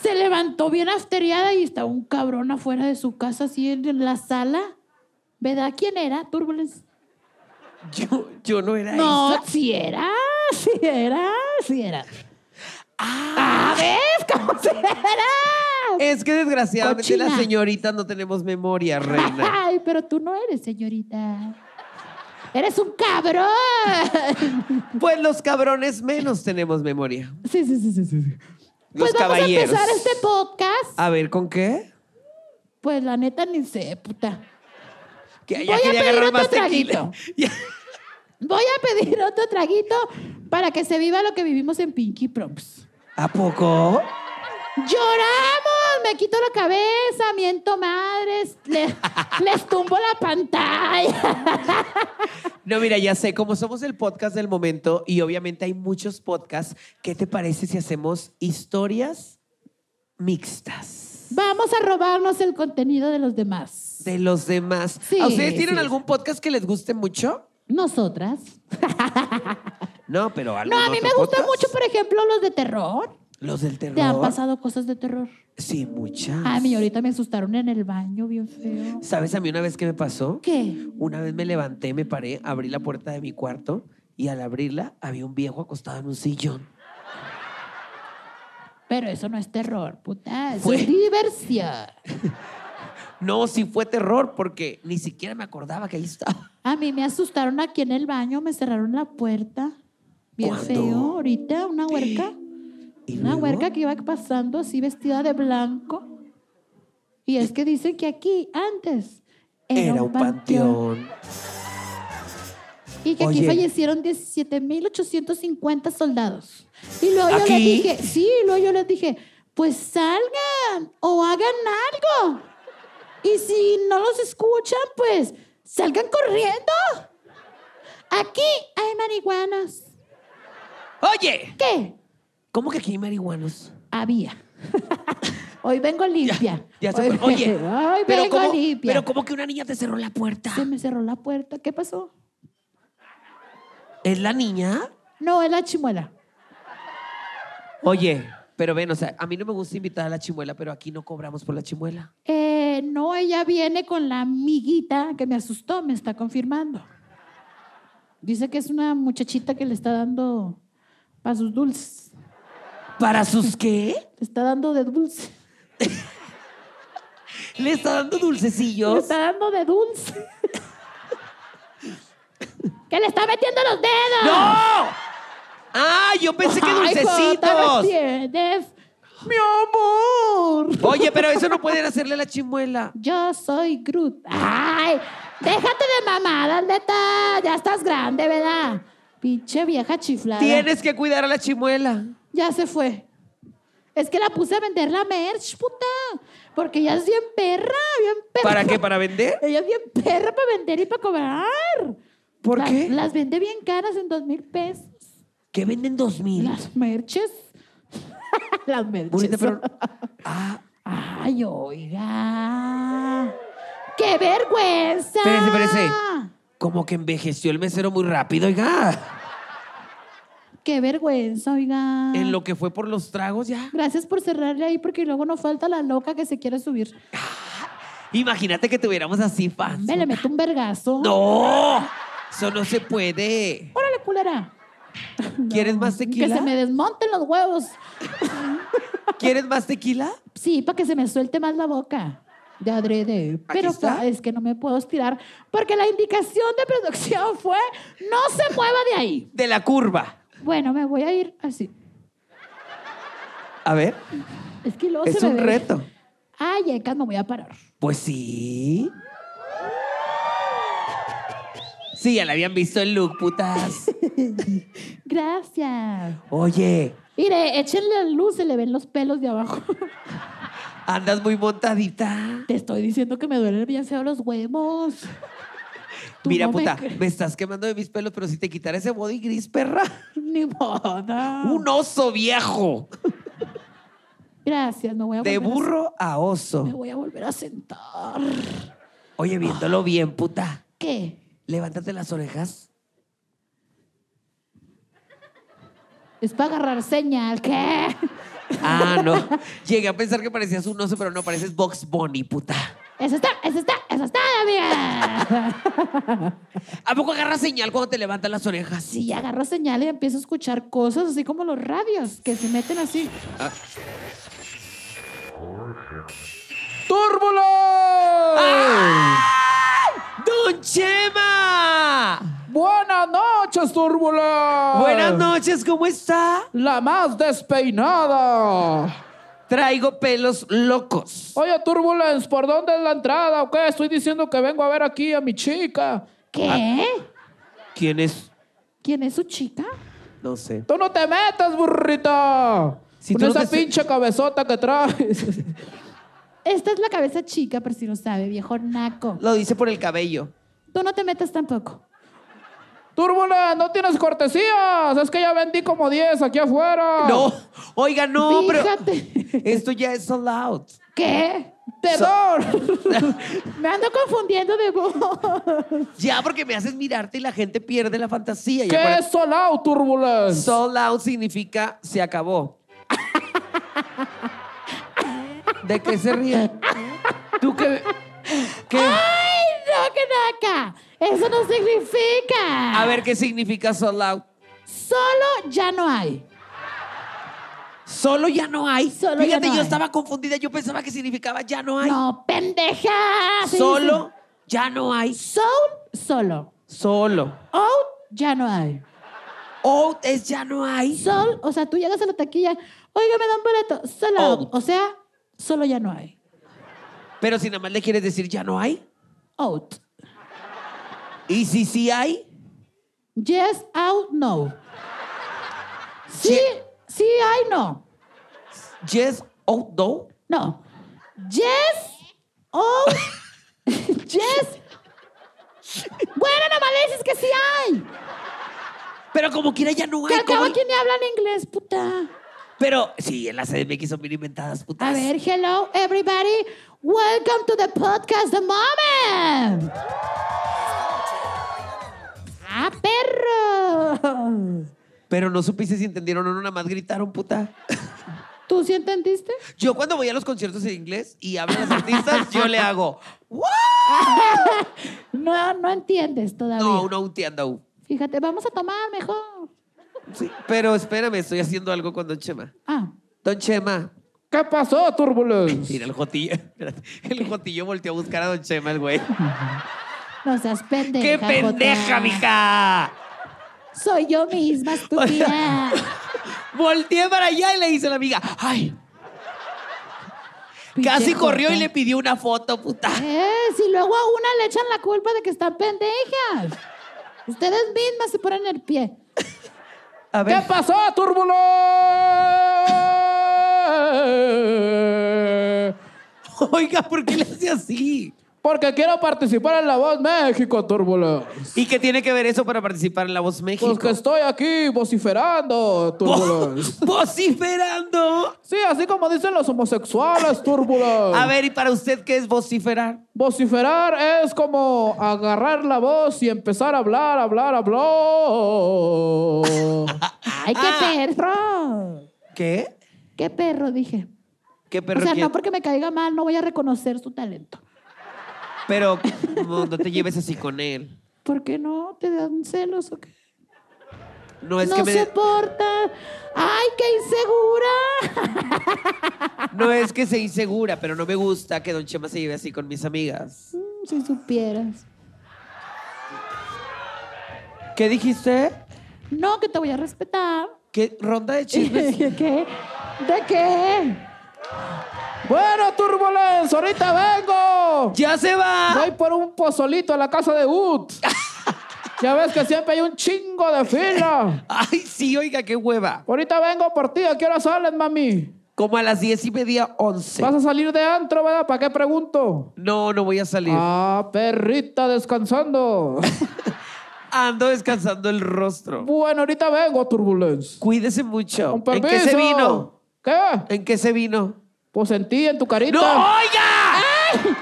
B: Se levantó bien asteriada y estaba un cabrón afuera de su casa, así en la sala. ¿Verdad quién era? Turbulence.
C: Yo, yo no era
B: No,
C: esa.
B: si era, si era, si era. Ah, ¿ves cómo se era?
C: Es que desgraciadamente
B: Cochina.
C: las señoritas no tenemos memoria, reina.
B: Ay, pero tú no eres señorita. Eres un cabrón.
C: Pues los cabrones menos tenemos memoria.
B: Sí, sí, sí, sí, sí. sí.
C: Los
B: pues vamos a
C: caballeros.
B: empezar este podcast.
C: A ver, ¿con qué?
B: Pues la neta ni sé, puta.
C: Que
B: Voy a
C: quería
B: pedir
C: agarrar
B: otro
C: más tequila.
B: traguito.
C: Ya.
B: Voy a pedir otro traguito para que se viva lo que vivimos en Pinky Proms.
C: ¿A poco?
B: ¡Lloramos! Me quito la cabeza, miento madres, le- les tumbo la pantalla.
C: No, mira, ya sé, como somos el podcast del momento y obviamente hay muchos podcasts, ¿qué te parece si hacemos historias mixtas
B: Vamos a robarnos el contenido de los demás.
C: de los demás?
B: Sí,
C: ¿A ustedes tienen
B: sí.
C: algún podcast que les guste mucho?
B: Nosotras.
C: No, pero algún
B: No, a mí
C: otro
B: me gustan
C: podcast.
B: mucho, por ejemplo, los de terror.
C: Los del terror.
B: ¿Te han pasado cosas de terror?
C: Sí, muchas.
B: A mí ahorita me asustaron en el baño, bien feo.
C: ¿Sabes a mí una vez qué me pasó?
B: ¿Qué?
C: Una vez me levanté, me paré, abrí la puerta de mi cuarto y al abrirla había un viejo acostado en un sillón.
B: Pero eso no es terror, puta. Eso
C: Fue-
B: es diversión.
C: No, sí fue terror porque ni siquiera me acordaba que ahí estaba.
B: A mí me asustaron aquí en el baño, me cerraron la puerta. Bien
C: ¿Cuándo?
B: feo. Ahorita, una huerca.
C: ¿Y
B: Una
C: luego?
B: huerca que iba pasando así vestida de blanco. Y es que dicen que aquí, antes, era,
C: Era un panteón.
B: Y que aquí
C: Oye.
B: fallecieron 17.850 soldados. Y luego yo
C: ¿Aquí?
B: les dije, sí, y luego yo les dije, pues salgan o hagan algo. Y si no los escuchan, pues salgan corriendo. Aquí hay marihuanas.
C: Oye,
B: ¿Qué?
C: ¿cómo que aquí hay marihuanos?
B: Había. Hoy vengo limpia.
C: Ya se
B: Hoy-
C: fue. Oye,
B: hoy
C: pero,
B: vengo
C: ¿cómo,
B: limpia.
C: pero ¿cómo que una niña te cerró la puerta?
B: Se me cerró la puerta. ¿Qué pasó?
C: ¿Es la niña?
B: No, es la chimuela.
C: Oye, pero ven, o sea, a mí no me gusta invitar a la chimuela, pero aquí no cobramos por la chimuela.
B: Eh, no, ella viene con la amiguita que me asustó, me está confirmando. Dice que es una muchachita que le está dando para sus dulces.
C: ¿Para sus qué?
B: Le está dando de dulce.
C: ¿Le está dando
B: Le
C: dulcecillos?
B: está dando de dulce. que le está metiendo los dedos.
C: ¡No! ¡Ah! Yo pensé que
B: Ay, Jota,
C: dulcecitos.
B: me tienes, Mi amor.
C: Oye, pero eso no pueden hacerle a la chimuela.
B: Yo soy Groot. ¡Ay! Déjate de mamadas, neta. Ya estás grande, ¿verdad? Pinche vieja chiflada.
C: Tienes que cuidar a la chimuela.
B: Ya se fue. Es que la puse a vender la merch, puta. Porque ella es bien perra, bien perra.
C: ¿Para qué? ¿Para vender?
B: Ella es bien perra para vender y para cobrar.
C: ¿Por
B: La-
C: qué?
B: Las vende bien caras en dos mil pesos.
C: ¿Qué venden dos mil?
B: Las merches. las merches.
C: Bonita, pero. Ah,
B: Ay, oiga. ¡Qué vergüenza!
C: Espérese, espérese. como que envejeció el mesero muy rápido,
B: Ah.
C: oiga.
B: ¡Qué vergüenza, oiga!
C: En lo que fue por los tragos ya.
B: Gracias por cerrarle ahí porque luego no falta la loca que se quiere subir.
C: Imagínate que tuviéramos así fans.
B: Me le meto un vergazo.
C: ¡No! Eso no se puede.
B: ¡Órale, culera!
C: ¿Quieres más
B: Que
C: tequila?
B: se me desmonten los huevos.
C: ¿Quieres más tequila?
B: Sí, para que se me suelte más la boca. De adrede. Pero
C: está.
B: fa- es que no me puedo estirar porque la indicación de producción fue no se mueva de ahí.
C: De la curva.
B: Bueno, me voy a ir así.
C: A ver.
B: Es que luego
C: Es
B: se me
C: un
B: ve.
C: reto.
B: Ay, Ecas, me voy a parar.
C: Pues sí. Sí, ya le habían visto el look, putas.
B: Gracias.
C: Oye,
B: Mire, échenle luz, se le ven los pelos de abajo.
C: andas muy montadita.
B: Te estoy diciendo que me duelen bien feo los huevos. Tú
C: Mira,
B: no me
C: puta, me,
B: cre-
C: estás quemando de mis pelos, pero si te quitara ese body gris, perra.
B: Ni modo.
C: Un oso viejo.
B: Gracias, me voy a
C: De
B: volver a-
C: burro a
B: Me
C: oso.
B: voy a volver a sentar.
C: Oye, viéndolo bien, puta.
B: ¿Qué?
C: Levántate las orejas.
B: Es para agarrar señal, ¿qué?
C: Ah, no. Llegué a pensar que parecías un oso, pero no, pareces Box Bunny, puta.
B: Eso está, eso está, eso está, amiga.
C: ¿A poco agarras señal cuando te levantan las orejas?
B: Sí, agarro señal y empiezo a escuchar cosas así como los radios que se meten así.
C: ¡Túrbulo! ¡Ah! ¡Don Chema!
D: Buenas noches, Turbula.
C: Buenas noches, ¿cómo está?
D: La más despeinada.
C: Traigo pelos locos.
D: Oye, Turbulence, ¿por dónde es la entrada o qué? Estoy diciendo que vengo a ver aquí a mi chica.
B: ¿Qué?
C: Ah. ¿Quién es?
B: ¿Quién es su chica?
C: No sé.
D: Tú no te metas, burrita.
C: Si tú
D: Con
C: no
D: esa
C: te-
D: pinche cabezota que traes.
B: Esta es la cabeza chica, por si no sabe, viejo naco.
C: Lo dice por el cabello.
B: Tú no te metas tampoco.
D: Turbulence, no tienes cortesías. Es que ya vendí como 10 aquí afuera.
C: No, oiga, no,
B: Fíjate.
C: pero esto ya es all out.
B: ¿Qué?
D: Perdón.
B: Me ando confundiendo de voz.
C: Ya porque me haces mirarte y la gente pierde la fantasía. Y
D: ¿Qué
C: acuérdate,
D: es solao, Turbulence?
C: Sold out significa se acabó. ¿De qué se ríe? ¿Tú qué? qué?
B: ¡Ay, no, que naca! Eso no significa.
C: A ver, ¿qué significa sold out?
B: Solo ya no hay.
C: Solo ya no hay.
B: Solo ya
C: Fíjate,
B: no
C: yo
B: hay.
C: estaba confundida. Yo pensaba que significaba ya no hay.
B: No, pendeja. Se
C: Solo ya no hay.
B: dice Soul, solo.
C: Solo.
B: Out, ya no hay.
C: Out es ya no hay.
B: Sol, o sea, tú llegas a la taquilla. Oiga, me da un boleto. Solo
C: Out.
B: out. O sea, solo ya no hay.
C: Pero si nada más le quieres decir ya no hay.
B: Out.
C: Y si sí hay,
B: Yes, out, no. Sí, sí, hay, no.
C: yes, out, no.
B: No. Yes. Oh. yes. Bueno, no me dices que sí hay.
C: Pero como quiera ya no
B: Que
C: hay.
B: al cabo
C: ¿cómo?
B: aquí ni hablan inglés, puta.
C: Pero sí, en la CDMX son bien inventadas, putas.
B: A ver, hello, everybody. Welcome to the podcast The Moment. ¡Ah, perro!
C: Pero no supiste si entendieron o no, nada más gritaron, puta.
B: ¿Tú sí entendiste?
C: Yo cuando voy a los conciertos en inglés y hablan los artistas, yo le hago, "What?"
B: No, no entiendes todavía.
C: No, no entiendo.
B: Fíjate, vamos a tomar mejor.
C: Sí, pero espérame, estoy haciendo algo con Don Chema.
B: Ah,
C: Don Chema.
D: ¿Qué pasó, Turbulence?
C: Mira, el jotillo. espérate, El jotillo volteó a buscar a Don Chema, el güey.
B: no seas pendeja.
C: ¡Qué
B: Jota.
C: pendeja, mija!
B: Soy yo misma, estúpida.
C: Volteé para allá y le hice a la amiga, ¡ay!
B: Pinche
C: Casi corrió
B: Jota.
C: y le pidió una foto, puta.
B: Eh, si luego a una le echan la culpa de que están pendejas. Ustedes mismas se ponen el pie.
C: A
D: ¿Qué
C: ver.
D: pasó, Turbulence?
C: Oiga, ¿por qué le hace así?
D: Porque quiero participar en La Voz México, Turbulence.
C: ¿Y qué tiene que ver eso para participar en La Voz México?
D: Pues que estoy aquí vociferando, Turbulence.
C: Vo- ¡Vociferando!
D: Sí, así como dicen los homosexuales, Turbulence.
C: A ver, ¿y para usted qué es vociferar?
D: Vociferar es como agarrar la voz y empezar a hablar, hablar, hablar.
B: Ay, qué
C: Ah.
B: perro.
C: ¿Qué?
B: Qué perro, dije.
C: ¿Qué perro
B: o sea,
C: quiere?
B: no porque me caiga mal, no voy a reconocer su talento.
C: Pero no, no te lleves así con él.
B: ¿Por qué no? ¿Te dan celos o qué?
C: No es
B: no
C: que me...
B: soporta. Ay, qué insegura.
C: No es que sea insegura, pero no me gusta que Don Chema se lleve así con mis amigas.
B: Mm, si supieras.
C: ¿Qué dijiste?
B: No, que te voy a respetar.
C: ¿Qué ronda de chismes?
B: ¿De qué? ¿De qué?
D: bueno, Turbulence, ahorita vengo.
C: ¡Ya se va!
D: Voy por un pozolito a la casa de Ut. Ya ves que siempre hay un chingo de fila.
C: Ay, sí, oiga, qué hueva.
D: Ahorita vengo por ti. ¿A qué hora sales, mami?
C: Como a las diez y media, once.
D: ¿Vas a salir de antro, verdad? ¿Para qué pregunto?
C: No, no voy a salir.
D: Ah, perrita descansando.
C: Ando descansando el rostro.
D: bueno, ahorita vengo, Turbulence.
C: Cuídese mucho.
D: Con
C: ¿En
D: permiso.
C: qué se vino?
D: ¿Qué?
C: ¿En qué se vino?
D: Pues en ti, en tu
C: ¡No,
D: carita.
C: oiga!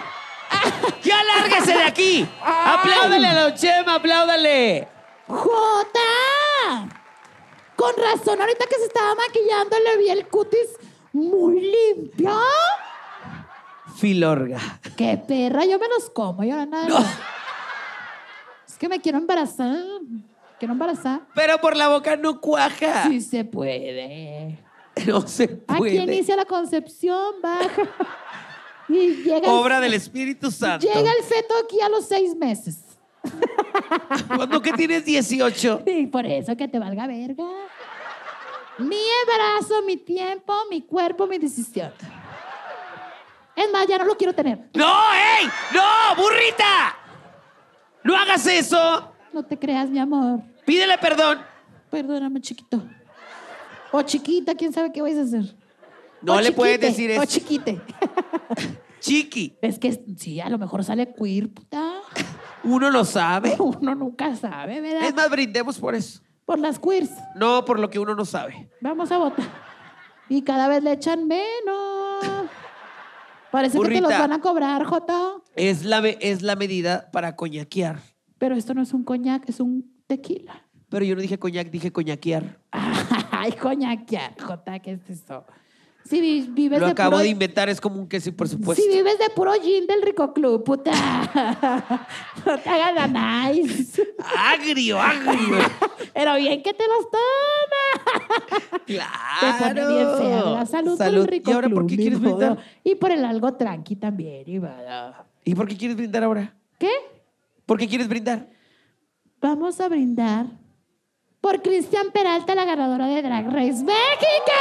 C: ¡Ya lárguese de aquí!
D: ¡Ay!
C: ¡Apláudale a Don Chema, apláudale!
B: ¡Jota! Con razón, ahorita que se estaba maquillando le vi el cutis muy limpia.
C: Filorga.
B: ¡Qué perra! Yo me los como, yo nada. Es que me quiero embarazar. Quiero embarazar.
C: Pero por la boca no cuaja.
B: Sí se puede.
C: No se
B: Aquí
C: Ah. puede.
B: inicia la concepción, baja. Y llega
C: Obra
B: el,
C: del Espíritu Santo.
B: Llega el feto aquí a los seis meses.
C: Cuando que tienes 18.
B: Y por eso que te valga verga. Mi embarazo, mi tiempo, mi cuerpo, mi decisión. Es más, ya no lo quiero tener.
C: ¡No, ey! ¡No, burrita! ¡No hagas eso!
B: No te creas, mi amor.
C: Pídele perdón.
B: Perdóname, chiquito. O chiquita, quién sabe qué vais a hacer.
C: No
B: O
C: le puedes
B: Oh, chiquite,
C: decir
B: O
C: eso.
B: chiquite.
C: Chiqui,
B: Es que sí, a lo mejor sale queer, puta.
C: uno no sabe.
B: Uno nunca sabe, ¿verdad?
C: Es más, brindemos por eso.
B: Por las queers.
C: No por lo que uno no sabe.
B: Vamos a votar. Y cada vez le echan menos. Parece que te
C: Burrita.
B: los van a cobrar, Jota.
C: Es la, ve- es la medida para coñaquear.
B: Pero esto no es un coñac, es un tequila.
C: Pero yo no dije coñac, dije coñaquear.
B: Ay, coñaquear, Jota, ¿qué es eso? Si vi- vives
C: Lo
B: de
C: acabo
B: puro,
C: de inventar, pues. es como un queso, por supuesto.
B: Si vives de puro gin del rico club, puta. no te hagas la nice.
C: Agrio, agrio.
B: Pero bien que te los tomas.
C: claro.
B: Te pone bien fea. ¿verdad? Salud, por el rico
C: ¿Y ahora por
B: Club,
C: qué
B: ni
C: quieres
B: modo.
C: brindar?
B: Y por el algo tranqui también. y va.
C: ¿Y por qué quieres brindar ahora?
B: ¿Qué?
C: ¿Por qué quieres brindar?
B: Vamos a brindar por Cristian Peralta, la ganadora de Drag Race México.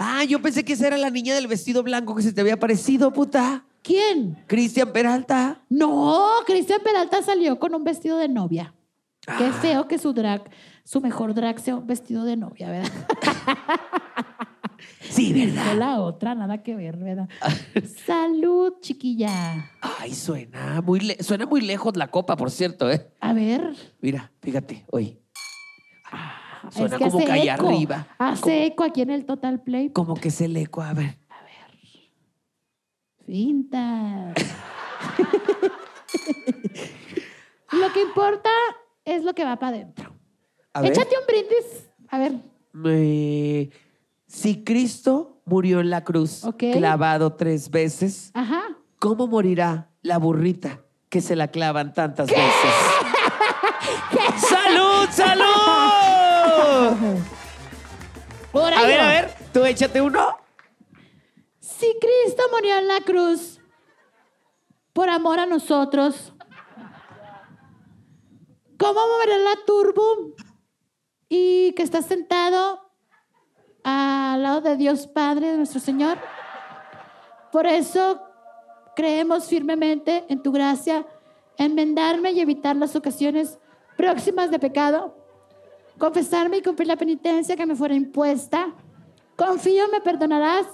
C: Ah, yo pensé que esa era la niña del vestido blanco que se te había aparecido, puta.
B: ¿Quién?
C: Cristian Peralta.
B: No, Cristian Peralta salió con un vestido de novia.
C: Ah.
B: Qué feo que su drag, su mejor drag sea un vestido de novia, ¿verdad?
C: Sí,
B: No
C: ¿verdad?
B: la otra, nada que ver, ¿verdad? Salud, chiquilla.
C: Ay, suena muy, le- suena muy lejos la copa, por cierto, ¿eh?
B: A ver.
C: Mira, fíjate, oye. Ah, Suena
B: es que
C: como
B: hace
C: que allá
B: eco.
C: arriba.
B: Hace eco aquí en el Total Play.
C: Como que se le ecua, a ver.
B: Finta. lo que importa es lo que va para adentro.
C: A ver.
B: Échate un brindis. A ver.
C: Eh, si Cristo murió en la cruz,
B: Ok.
C: clavado tres veces,
B: Ajá.
C: ¿cómo morirá la burrita que se la clavan tantas veces? ¡Salud, salud!
B: Por
C: A ver, a ver, tú échate uno.
B: Si Cristo murió en la cruz por amor a nosotros, ¿cómo moverá la turbo? Y que está sentado al lado de Dios Padre, de nuestro Señor. Por eso creemos firmemente en tu gracia, enmendarme y evitar las ocasiones próximas de pecado, confesarme y cumplir la penitencia que me fuera impuesta. Confío, me perdonarás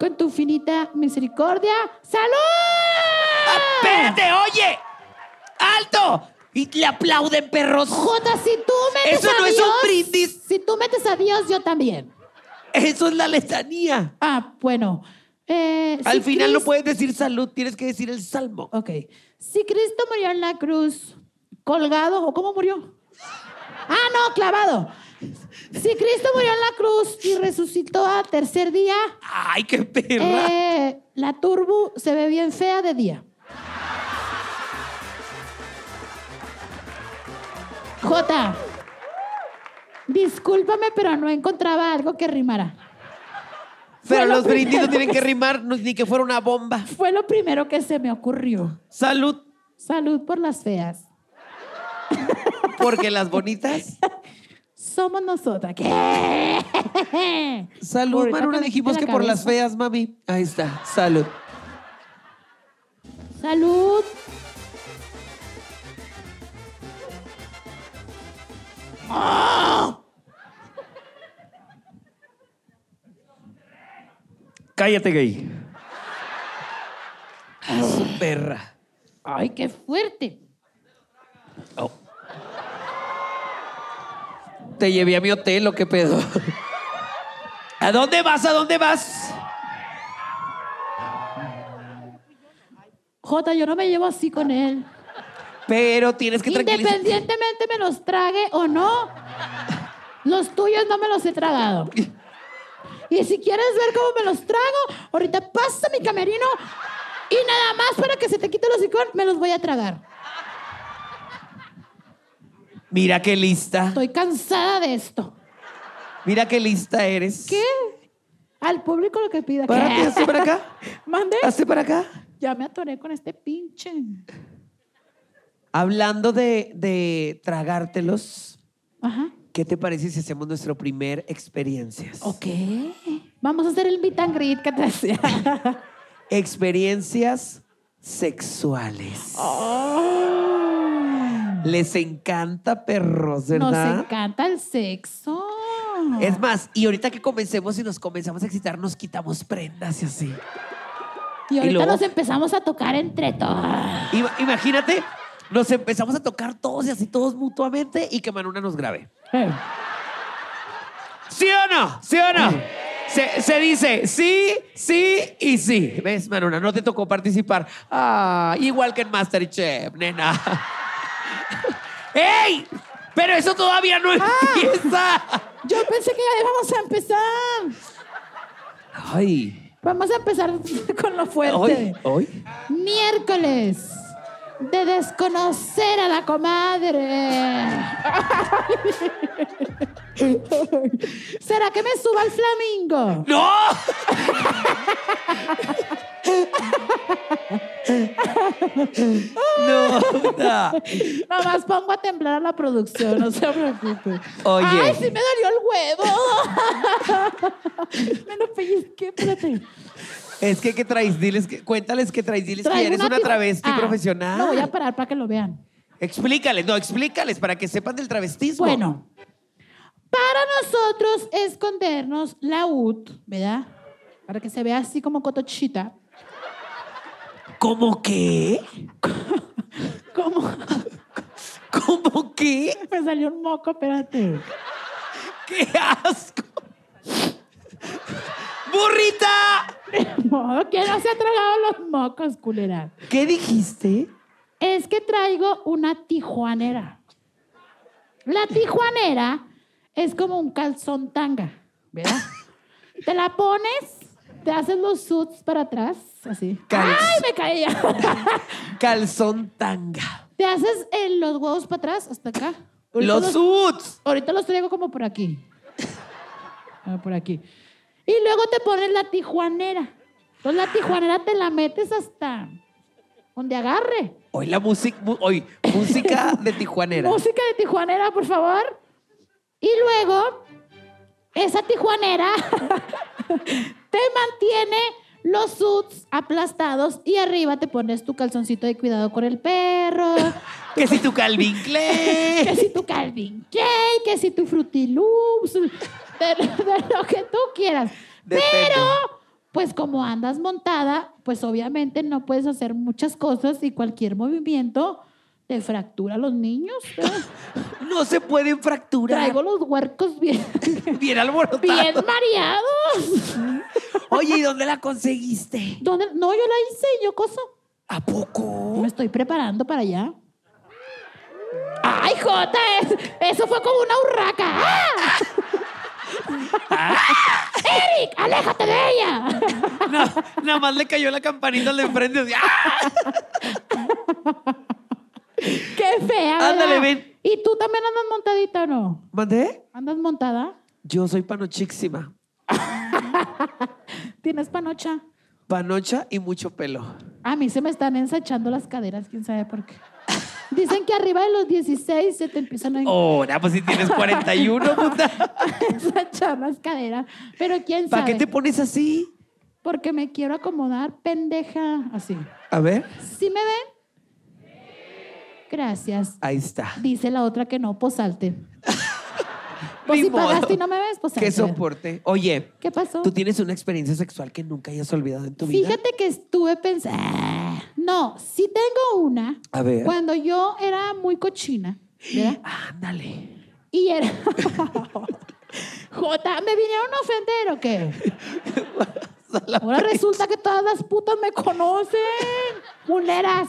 B: con tu finita misericordia. ¡Salud!
C: ¡Espérate, oye! ¡Alto! Y le aplauden, perros.
B: Jota, si tú metes
C: Eso
B: a
C: no es
B: Dios,
C: un brindis.
B: Si tú metes a Dios, yo también.
C: Eso es la letanía.
B: Ah, bueno. eh,
C: Al
B: si
C: final no
B: Cristo-
C: puedes decir salud, tienes que decir el salmo.
B: Ok. Si Cristo murió en la cruz, colgado, ¿o cómo murió? Ah, no, clavado. Si Cristo murió en la cruz y resucitó al tercer día,
C: ¡Ay, qué perra!
B: eh, la turbo se ve bien fea de día. Jota, discúlpame, pero no encontraba algo que rimara.
C: Pero
B: fue lo
C: los brindis no
B: primero
C: tienen
B: que
C: que rimar no- ni que fuera una bomba.
B: Fue lo primero que se me ocurrió.
C: Salud,
B: Salud por las feas.
C: porque las bonitas.
B: Somos nosotras. ¿Qué?
C: Salud,
B: Ahorita
C: Maruna,
B: que me
C: dijimos que
B: quite la
C: por las
B: cabeza.
C: feas, mami. Ahí está, salud.
B: Salud.
C: Cállate, gay. A su perra.
B: Ay, qué fuerte.
C: Te llevé a mi hotel, ¿o qué pedo? ¿A dónde vas? ¿A dónde vas?
B: Jota, yo no me llevo así con él.
C: Pero tienes que tranquilizar.
B: Independientemente me los trague o no, los tuyos no me los he tragado. Y si quieres ver cómo me los trago, ahorita pasa mi camerino y nada más para que se te quite el hocicón, me los voy a tragar.
C: Mira qué lista.
B: Estoy cansada de esto.
C: Mira qué lista eres.
B: ¿Qué? Al público lo que pida.
C: Párate,
B: ¿Qué? ¿Eh?
C: hazte para acá.
B: Mande.
C: Hazte para acá.
B: Ya me atoré con este pinche.
C: Hablando de, de tragártelos,
B: Ajá.
C: ¿qué te parece si hacemos nuestro primer experiencias?
B: Ok. Vamos a hacer el meet and greet que te decía.
C: Experiencias sexuales.
B: Oh.
C: Les encanta perros,
B: Nos
C: ¿verdad?
B: encanta el sexo.
C: Es más, y ahorita que comencemos y nos comenzamos a excitar, nos quitamos prendas y así.
B: y ahorita
C: luego-
B: nos empezamos a tocar entre todos.
C: Ima- imagínate, nos empezamos a tocar todos y así todos mutuamente y que Manuna nos grabe.
D: Eh,
C: ¿Sí o no? ¿Sí o no? Se, se dice sí, sí y sí. ¿Ves, Manuna? No te tocó participar. Ah, igual que en Masterchef, nena. ¡Ey! Pero eso todavía no empieza.
B: Yo pensé que ya íbamos a empezar.
C: Ay.
B: Vamos a empezar con lo fuerte.
C: Hoy, hoy.
B: Miércoles de desconocer a la comadre. ¿Será que me suba al flamingo?
C: ¡No! no, puta.
B: Nomás pongo a temblar a la producción, no se preocupe.
C: Oye.
B: ¡Ay, sí me dolió el huevo! me lo pellizqué, espérate.
C: Es que, ¿qué traes? Diles que, cuéntales que traes. Diles que
B: Traigo
C: eres una
B: tip-
C: travesti
B: Ah,
C: profesional.
B: Lo voy a parar para que lo vean.
C: Explícales, no, explícales para que sepan del travestismo.
B: Bueno, para nosotros escondernos la UT, ¿verdad? Para que se vea así como cotochita.
C: ¿Cómo qué?
B: Como...
C: ¿Cómo qué?
B: Me salió un moco, espérate.
C: ¡Qué asco! ¡Burrita!
B: De modo que no se ha tragado los mocos, culera.
C: ¿Qué dijiste?
B: Es que traigo una tijuanera. La tijuanera es como un calzón tanga, ¿verdad? te la pones, te haces los suits para atrás, así.
C: Calz-
B: ¡Ay, me caía!
C: Calzón tanga.
B: te haces eh, los huevos para atrás hasta acá. Ahorita
C: Los suits.
B: Ahorita los traigo como por aquí. Ah, por aquí. Y luego te pones la tijuanera. Entonces la tijuanera te la metes hasta donde agarre.
C: Hoy la música, hoy música de tijuanera.
B: Música de tijuanera, por favor. Y luego, esa tijuanera te mantiene los suits aplastados y arriba te pones tu calzoncito de cuidado con el perro.
C: que si tu Calvin
B: que
C: Klein.
B: si tu Calvin Klein, que si tu Frutiloops, de, lo- de lo que tú quieras.
C: Depende.
B: Pero, pues como andas montada, pues obviamente no puedes hacer muchas cosas y cualquier movimiento te fractura a los niños. ¿no?
C: no se pueden fracturar.
B: Traigo los huercos bien,
C: Bien alborotado.
B: bien mareados.
C: Oye, ¿y dónde la conseguiste?
B: ¿Dónde? No, yo la hice, yo coso.
C: ¿A poco?
B: Me estoy preparando para allá. ¡Ay, Jota! es- Eso fue como una urraca. ¡Ah!
C: Ah.
B: ¡Eric! ¡Aléjate de ella!
C: Na- nada más le cayó la campanita al de enfrente. así, ¡ah!
B: ¡Qué fea! ¿verdad?
C: Ándale, ven.
B: ¿Y tú también andas montadita o no?
C: ¿Mandé?
B: ¿Andas montada?
C: Yo soy panochíxima.
B: ¿Tienes panocha?
C: Panocha y mucho pelo.
B: A mí se me están ensachando las caderas, quién sabe por qué. Dicen que arriba de los 16 se te empiezan a
C: Oh, na, pues si tienes 41, puta.
B: ensachar las caderas. Pero quién
C: ¿Para
B: sabe.
C: qué te pones así?
B: Porque me quiero acomodar, pendeja. Así.
C: A ver,
B: ¿Sí me ven? Gracias.
C: ahí está.
B: Dice la otra que no, pues salte. Pues
C: Ni
B: si pagaste y
C: modo.
B: no me ves, pues salte.
C: Qué soporte. Oye,
B: ¿Qué pasó?
C: tú tienes una experiencia sexual que nunca hayas olvidado en tu vida.
B: Fíjate que estuve pensando. No, sí tengo una.
C: A ver.
B: Cuando yo era muy cochina, ¿verdad?
C: Ándale.
B: Y era. Jota, ¿me vinieron a ofender o qué? Ahora resulta que todas las putas me conocen. Culeras.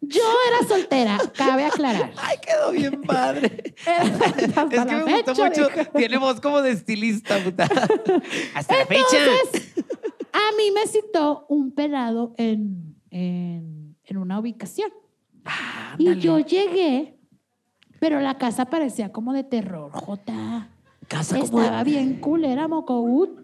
B: Yo era soltera, cabe aclarar.
C: Ay, quedó bien padre.
B: Hasta
C: Es que
B: la
C: me gustó
B: fecha,
C: mucho.
B: dijo.
C: Tiene voz como de estilista, puta. Hasta la fecha.
B: Entonces, a mí me citó un pelado en, en, en una ubicación.
C: Ah,
B: y yo llegué, pero la casa parecía como de terror, Jota.
C: Casa como de-
B: Estaba bien cool, era mocogut.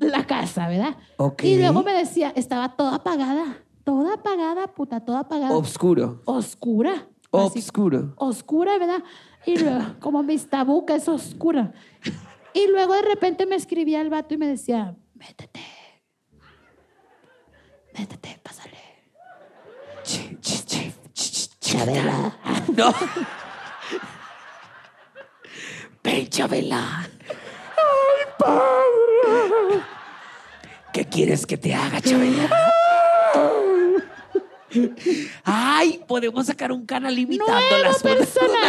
B: la casa, ¿verdad?
C: Ok.
B: Y luego me decía, estaba toda apagada, toda apagada, puta, toda apagada.
C: Obscuro.
B: oscura.
C: Ah,
B: así
C: Obscuro.
B: oscura, ¿verdad? Y luego, como mis tabuca es oscura. Y luego de repente me escribía el vato y me decía, métete. Métete, pásale.
C: Ch- ch- ch- ch- ch-
B: Chabela.
C: No. Ven, Chabela. Ay, padre. ¿Qué quieres que te haga, Chabela? Ay, podemos sacar un canal imitando
B: Nuevo
C: las personajes.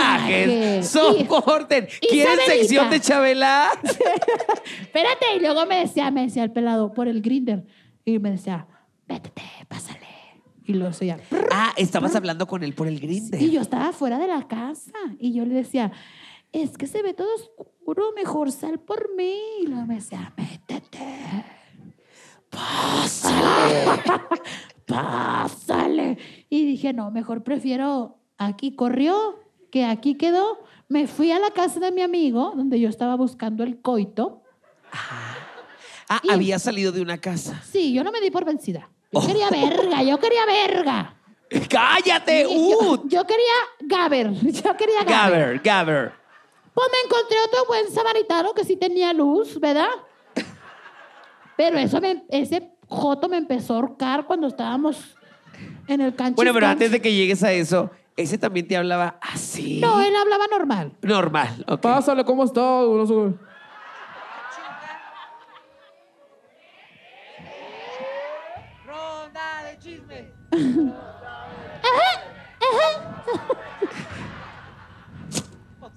B: personaje.
C: Soporten.
B: Y-
C: ¿Quieren
B: Isabelita.
C: sección de Chabela?
B: Espérate. Y luego me decía, me decía el pelado por el grinder. Y me decía, métete, pásale. Y luego decía,
C: Ah, estabas hablando con él por el grinder.
B: y yo estaba fuera de la casa. Y yo le decía, es que se ve todo oscuro, mejor sal por mí. Y luego me decía, métete. pásale. Y dije, no, mejor prefiero aquí corrió que aquí quedó. Me fui a la casa de mi amigo, donde yo estaba buscando el coito.
C: Ah,
B: Y-
C: había salido de una casa.
B: Sí, yo no me di por vencida. Yo quería verga, yo quería verga.
C: ¡Cállate!
B: Y
C: ¡Uh!
B: yo, yo quería Gaber, yo quería Gaber.
C: Gaber, Gaber.
B: Pues me encontré otro buen samaritano que sí tenía luz, ¿verdad? Pero eso me- ese joto me empezó a ahorcar cuando estábamos en el canchis
C: Bueno, pero
B: canchis.
C: antes de que llegues a eso, ese también te hablaba así.
B: No, él hablaba normal.
C: Normal, ok.
D: Pásale, ¿cómo está? No sé.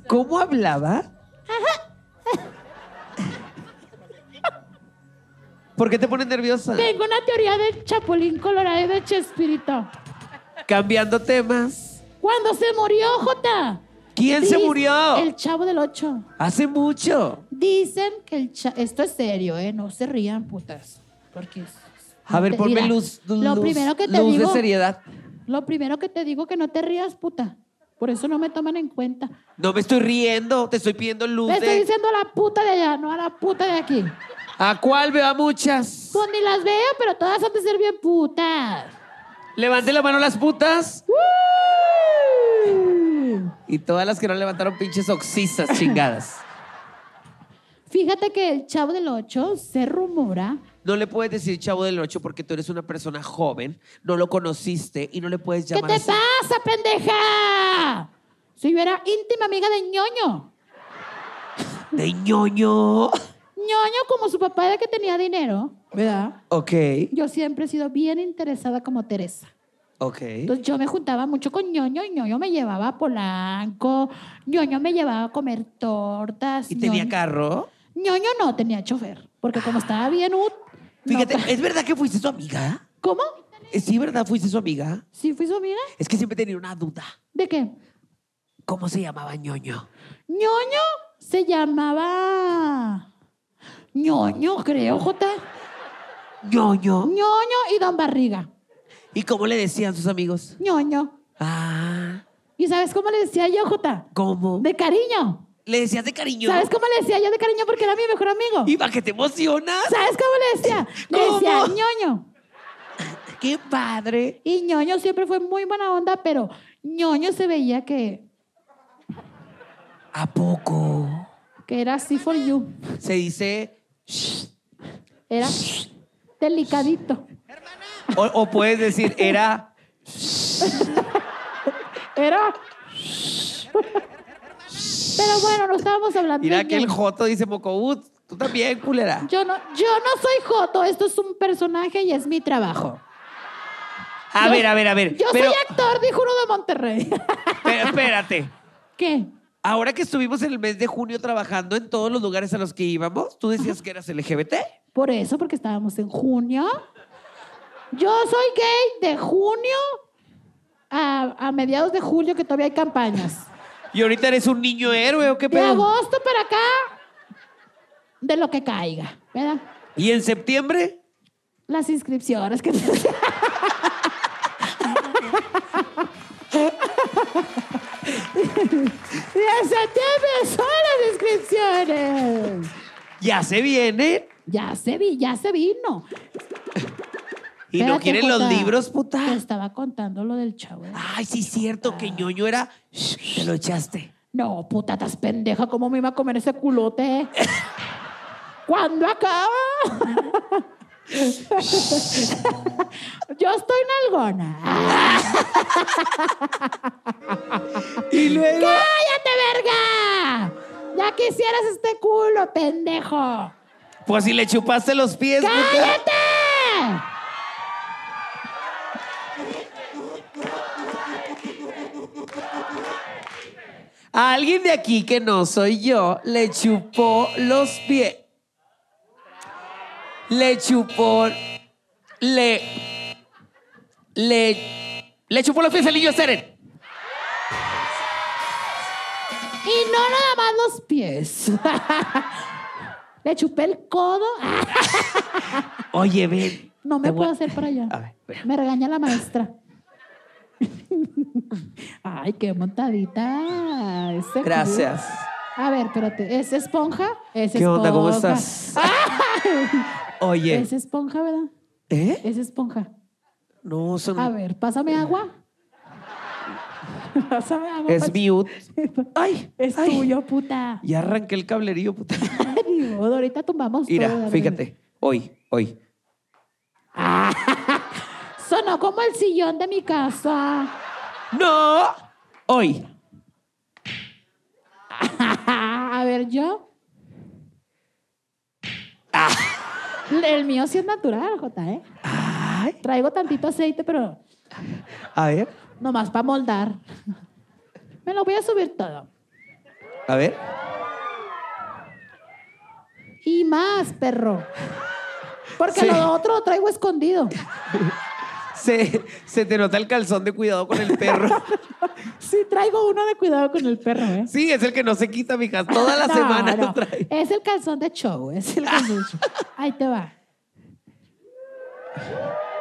C: ¿Cómo hablaba? ¿Por qué te pones nerviosa?
B: Tengo una teoría del Chapulín Colorado y de Chespirito.
C: Cambiando temas.
B: Cuando se murió, Jota.
C: ¿Quién se
B: Dice-
C: murió?
B: El chavo del 8.
C: Hace mucho.
B: Dicen que el chavo. Esto es serio, ¿eh? No se rían, putas. Porque. es-
C: A ver,
B: Pues Mira,
C: ponme luz, luz.
B: Lo primero que te
C: luz
B: digo.
C: de seriedad.
B: Lo primero que te digo que no te rías, puta. Por eso no me toman en cuenta.
C: No me estoy riendo, te estoy pidiendo luz
B: Le estoy
C: de.
B: diciendo a la puta de allá, no a la puta de aquí.
C: ¿A cuál veo a muchas?
B: Pues ni las veo, pero todas han de ser bien putas.
C: Levante la mano las putas. Y todas las que no levantaron pinches oxisas chingadas.
B: Fíjate que el chavo del 8 se rumora
C: No le puedes decir chavo del 8 porque tú eres una persona joven, no lo conociste y no le puedes
B: ¿Qué
C: llamar
B: te
C: así.
B: pasa, pendeja? Si yo era íntima amiga de ñoño.
C: De ñoño.
B: ñoño, como su papá era que tenía dinero, ¿verdad?
C: Ok,
B: Yo siempre he sido bien interesada como Teresa.
C: ok.
B: Entonces yo me juntaba mucho con ñoño y ñoño me llevaba a Polanco, ñoño me llevaba a comer tortas.
C: ¿Y tenía
B: Ñoño-
C: carro?
B: ñoño no tenía chofer, porque como estaba bien ut. no
C: Fíjate, eh.
B: ca-
C: ¿es verdad que fuiste su amiga?
B: ¿Cómo?
C: Eh, Sí, ¿verdad? Fuiste su amiga.
B: ¿Sí fui su amiga?
C: Es que siempre tenía una duda.
B: ¿De qué?
C: ¿Cómo se llamaba ñoño?
B: ñoño se llamaba. ñoño, creo, Jota.
C: ñoño.
B: ñoño y don Barriga.
C: ¿Y cómo le decían sus amigos?
B: ñoño.
C: Ah,
B: ¿Y sabes cómo le decía yo, Jota?
C: ¿cómo?
B: De cariño.
C: ¿Le decías de cariño?
B: ¿Sabes cómo le decía yo de cariño? Porque era mi mejor amigo.
C: Iba, que te emocionas.
B: ¿Sabes cómo le decía? Le
C: ¿Cómo?
B: decía ñoño.
C: ¡Qué padre!
B: Y ñoño siempre fue muy buena onda, pero ñoño se veía que,
C: ¿A poco?
B: que era así for you.
C: Se dice... "Shh".
B: Era delicadito.
C: O, o puedes decir, era...
B: Era. Pero bueno, no estábamos hablando
C: Mira
B: de
C: que el
B: ñoño.
C: Joto dice Mocout. Tú también, culera.
B: Yo no, yo no soy Joto, esto es un personaje y es mi trabajo.
C: A
B: Yo-
C: ver, a ver, a ver.
B: Yo
C: pero,
B: soy actor, dijo uno de Monterrey.
C: pero espérate.
B: ¿Qué?
C: Ahora que estuvimos en el mes de junio trabajando en todos los lugares a los que íbamos, tú decías que eras LGBT.
B: Por eso, porque estábamos en junio. Yo soy gay de junio a, a mediados de julio, que todavía hay campañas.
C: ¿Y ahorita eres un niño héroe o qué
B: De
C: pedo?
B: agosto para acá, de lo que caiga, ¿verdad?
C: ¿Y en septiembre?
B: Las inscripciones que Y en septiembre son las inscripciones.
C: Ya se viene.
B: Ya se vi, ya se vino.
C: Y no
B: Espérate,
C: quieren los
B: Jota.
C: libros, puta.
B: Te estaba contando lo del chavo. ¿eh?
C: Ay, sí, cierto, que ñoño era. Shh, Te lo echaste.
B: No, puta, estás pendeja. ¿Cómo me iba a comer ese culote? ¿Cuándo acaba? Yo estoy nalgona.
C: Y luego.
B: ¡Cállate, verga! Ya quisieras este culo, pendejo.
C: Pues si le chupaste los pies, puta.
B: ¡Cállate!
C: A alguien de aquí que no soy yo le chupó los pies. Le chupó. Le. Le. Le chupó los pies al niño Seren.
B: Y no nada más los pies. Le chupé el codo.
C: Oye, ven.
B: No me
C: Te voy-
B: puedo hacer para allá.
C: A ver, espera.
B: Me regaña la maestra. Ay, qué montadita. Ese
C: Gracias.
B: culo. A ver, espérate. ¿Es esponja? Es
C: ¿Qué onda? ¿Cómo
B: esponja. Ah,
C: estás? Oye.
B: Es esponja, ¿verdad?
C: ¿Eh?
B: Es esponja.
C: No, son.
B: A ver, pásame agua. Pásame agua.
C: Es mute.
B: Pach-
C: Ay,
B: Es
C: ay.
B: tuyo, puta.
C: Ya arranqué el cablerío, puta.
B: Ni modo, ahorita tumbamos todo.
C: Mira,
B: a ver.
C: fíjate. Hoy, hoy.
B: Sonó como el sillón de mi casa.
C: ¡No! Hoy.
B: a ver, yo. Ah. El mío sí es natural, Jota, ¿eh?
C: Ay.
B: Traigo tantito aceite, pero
C: A ver,
B: nomás para moldar. Me lo voy a subir todo.
C: a ver.
B: Y más, perro. Porque
C: Sí.
B: lo otro lo traigo escondido.
C: Se, se te nota el calzón de cuidado con el perro.
B: Sí, traigo uno de cuidado con el perro, ¿eh?
C: Sí, es el que no se quita, mijas. Toda la
B: No,
C: semana
B: no.
C: lo trae.
B: Es el calzón de show, es el calzón de show. Ahí te va.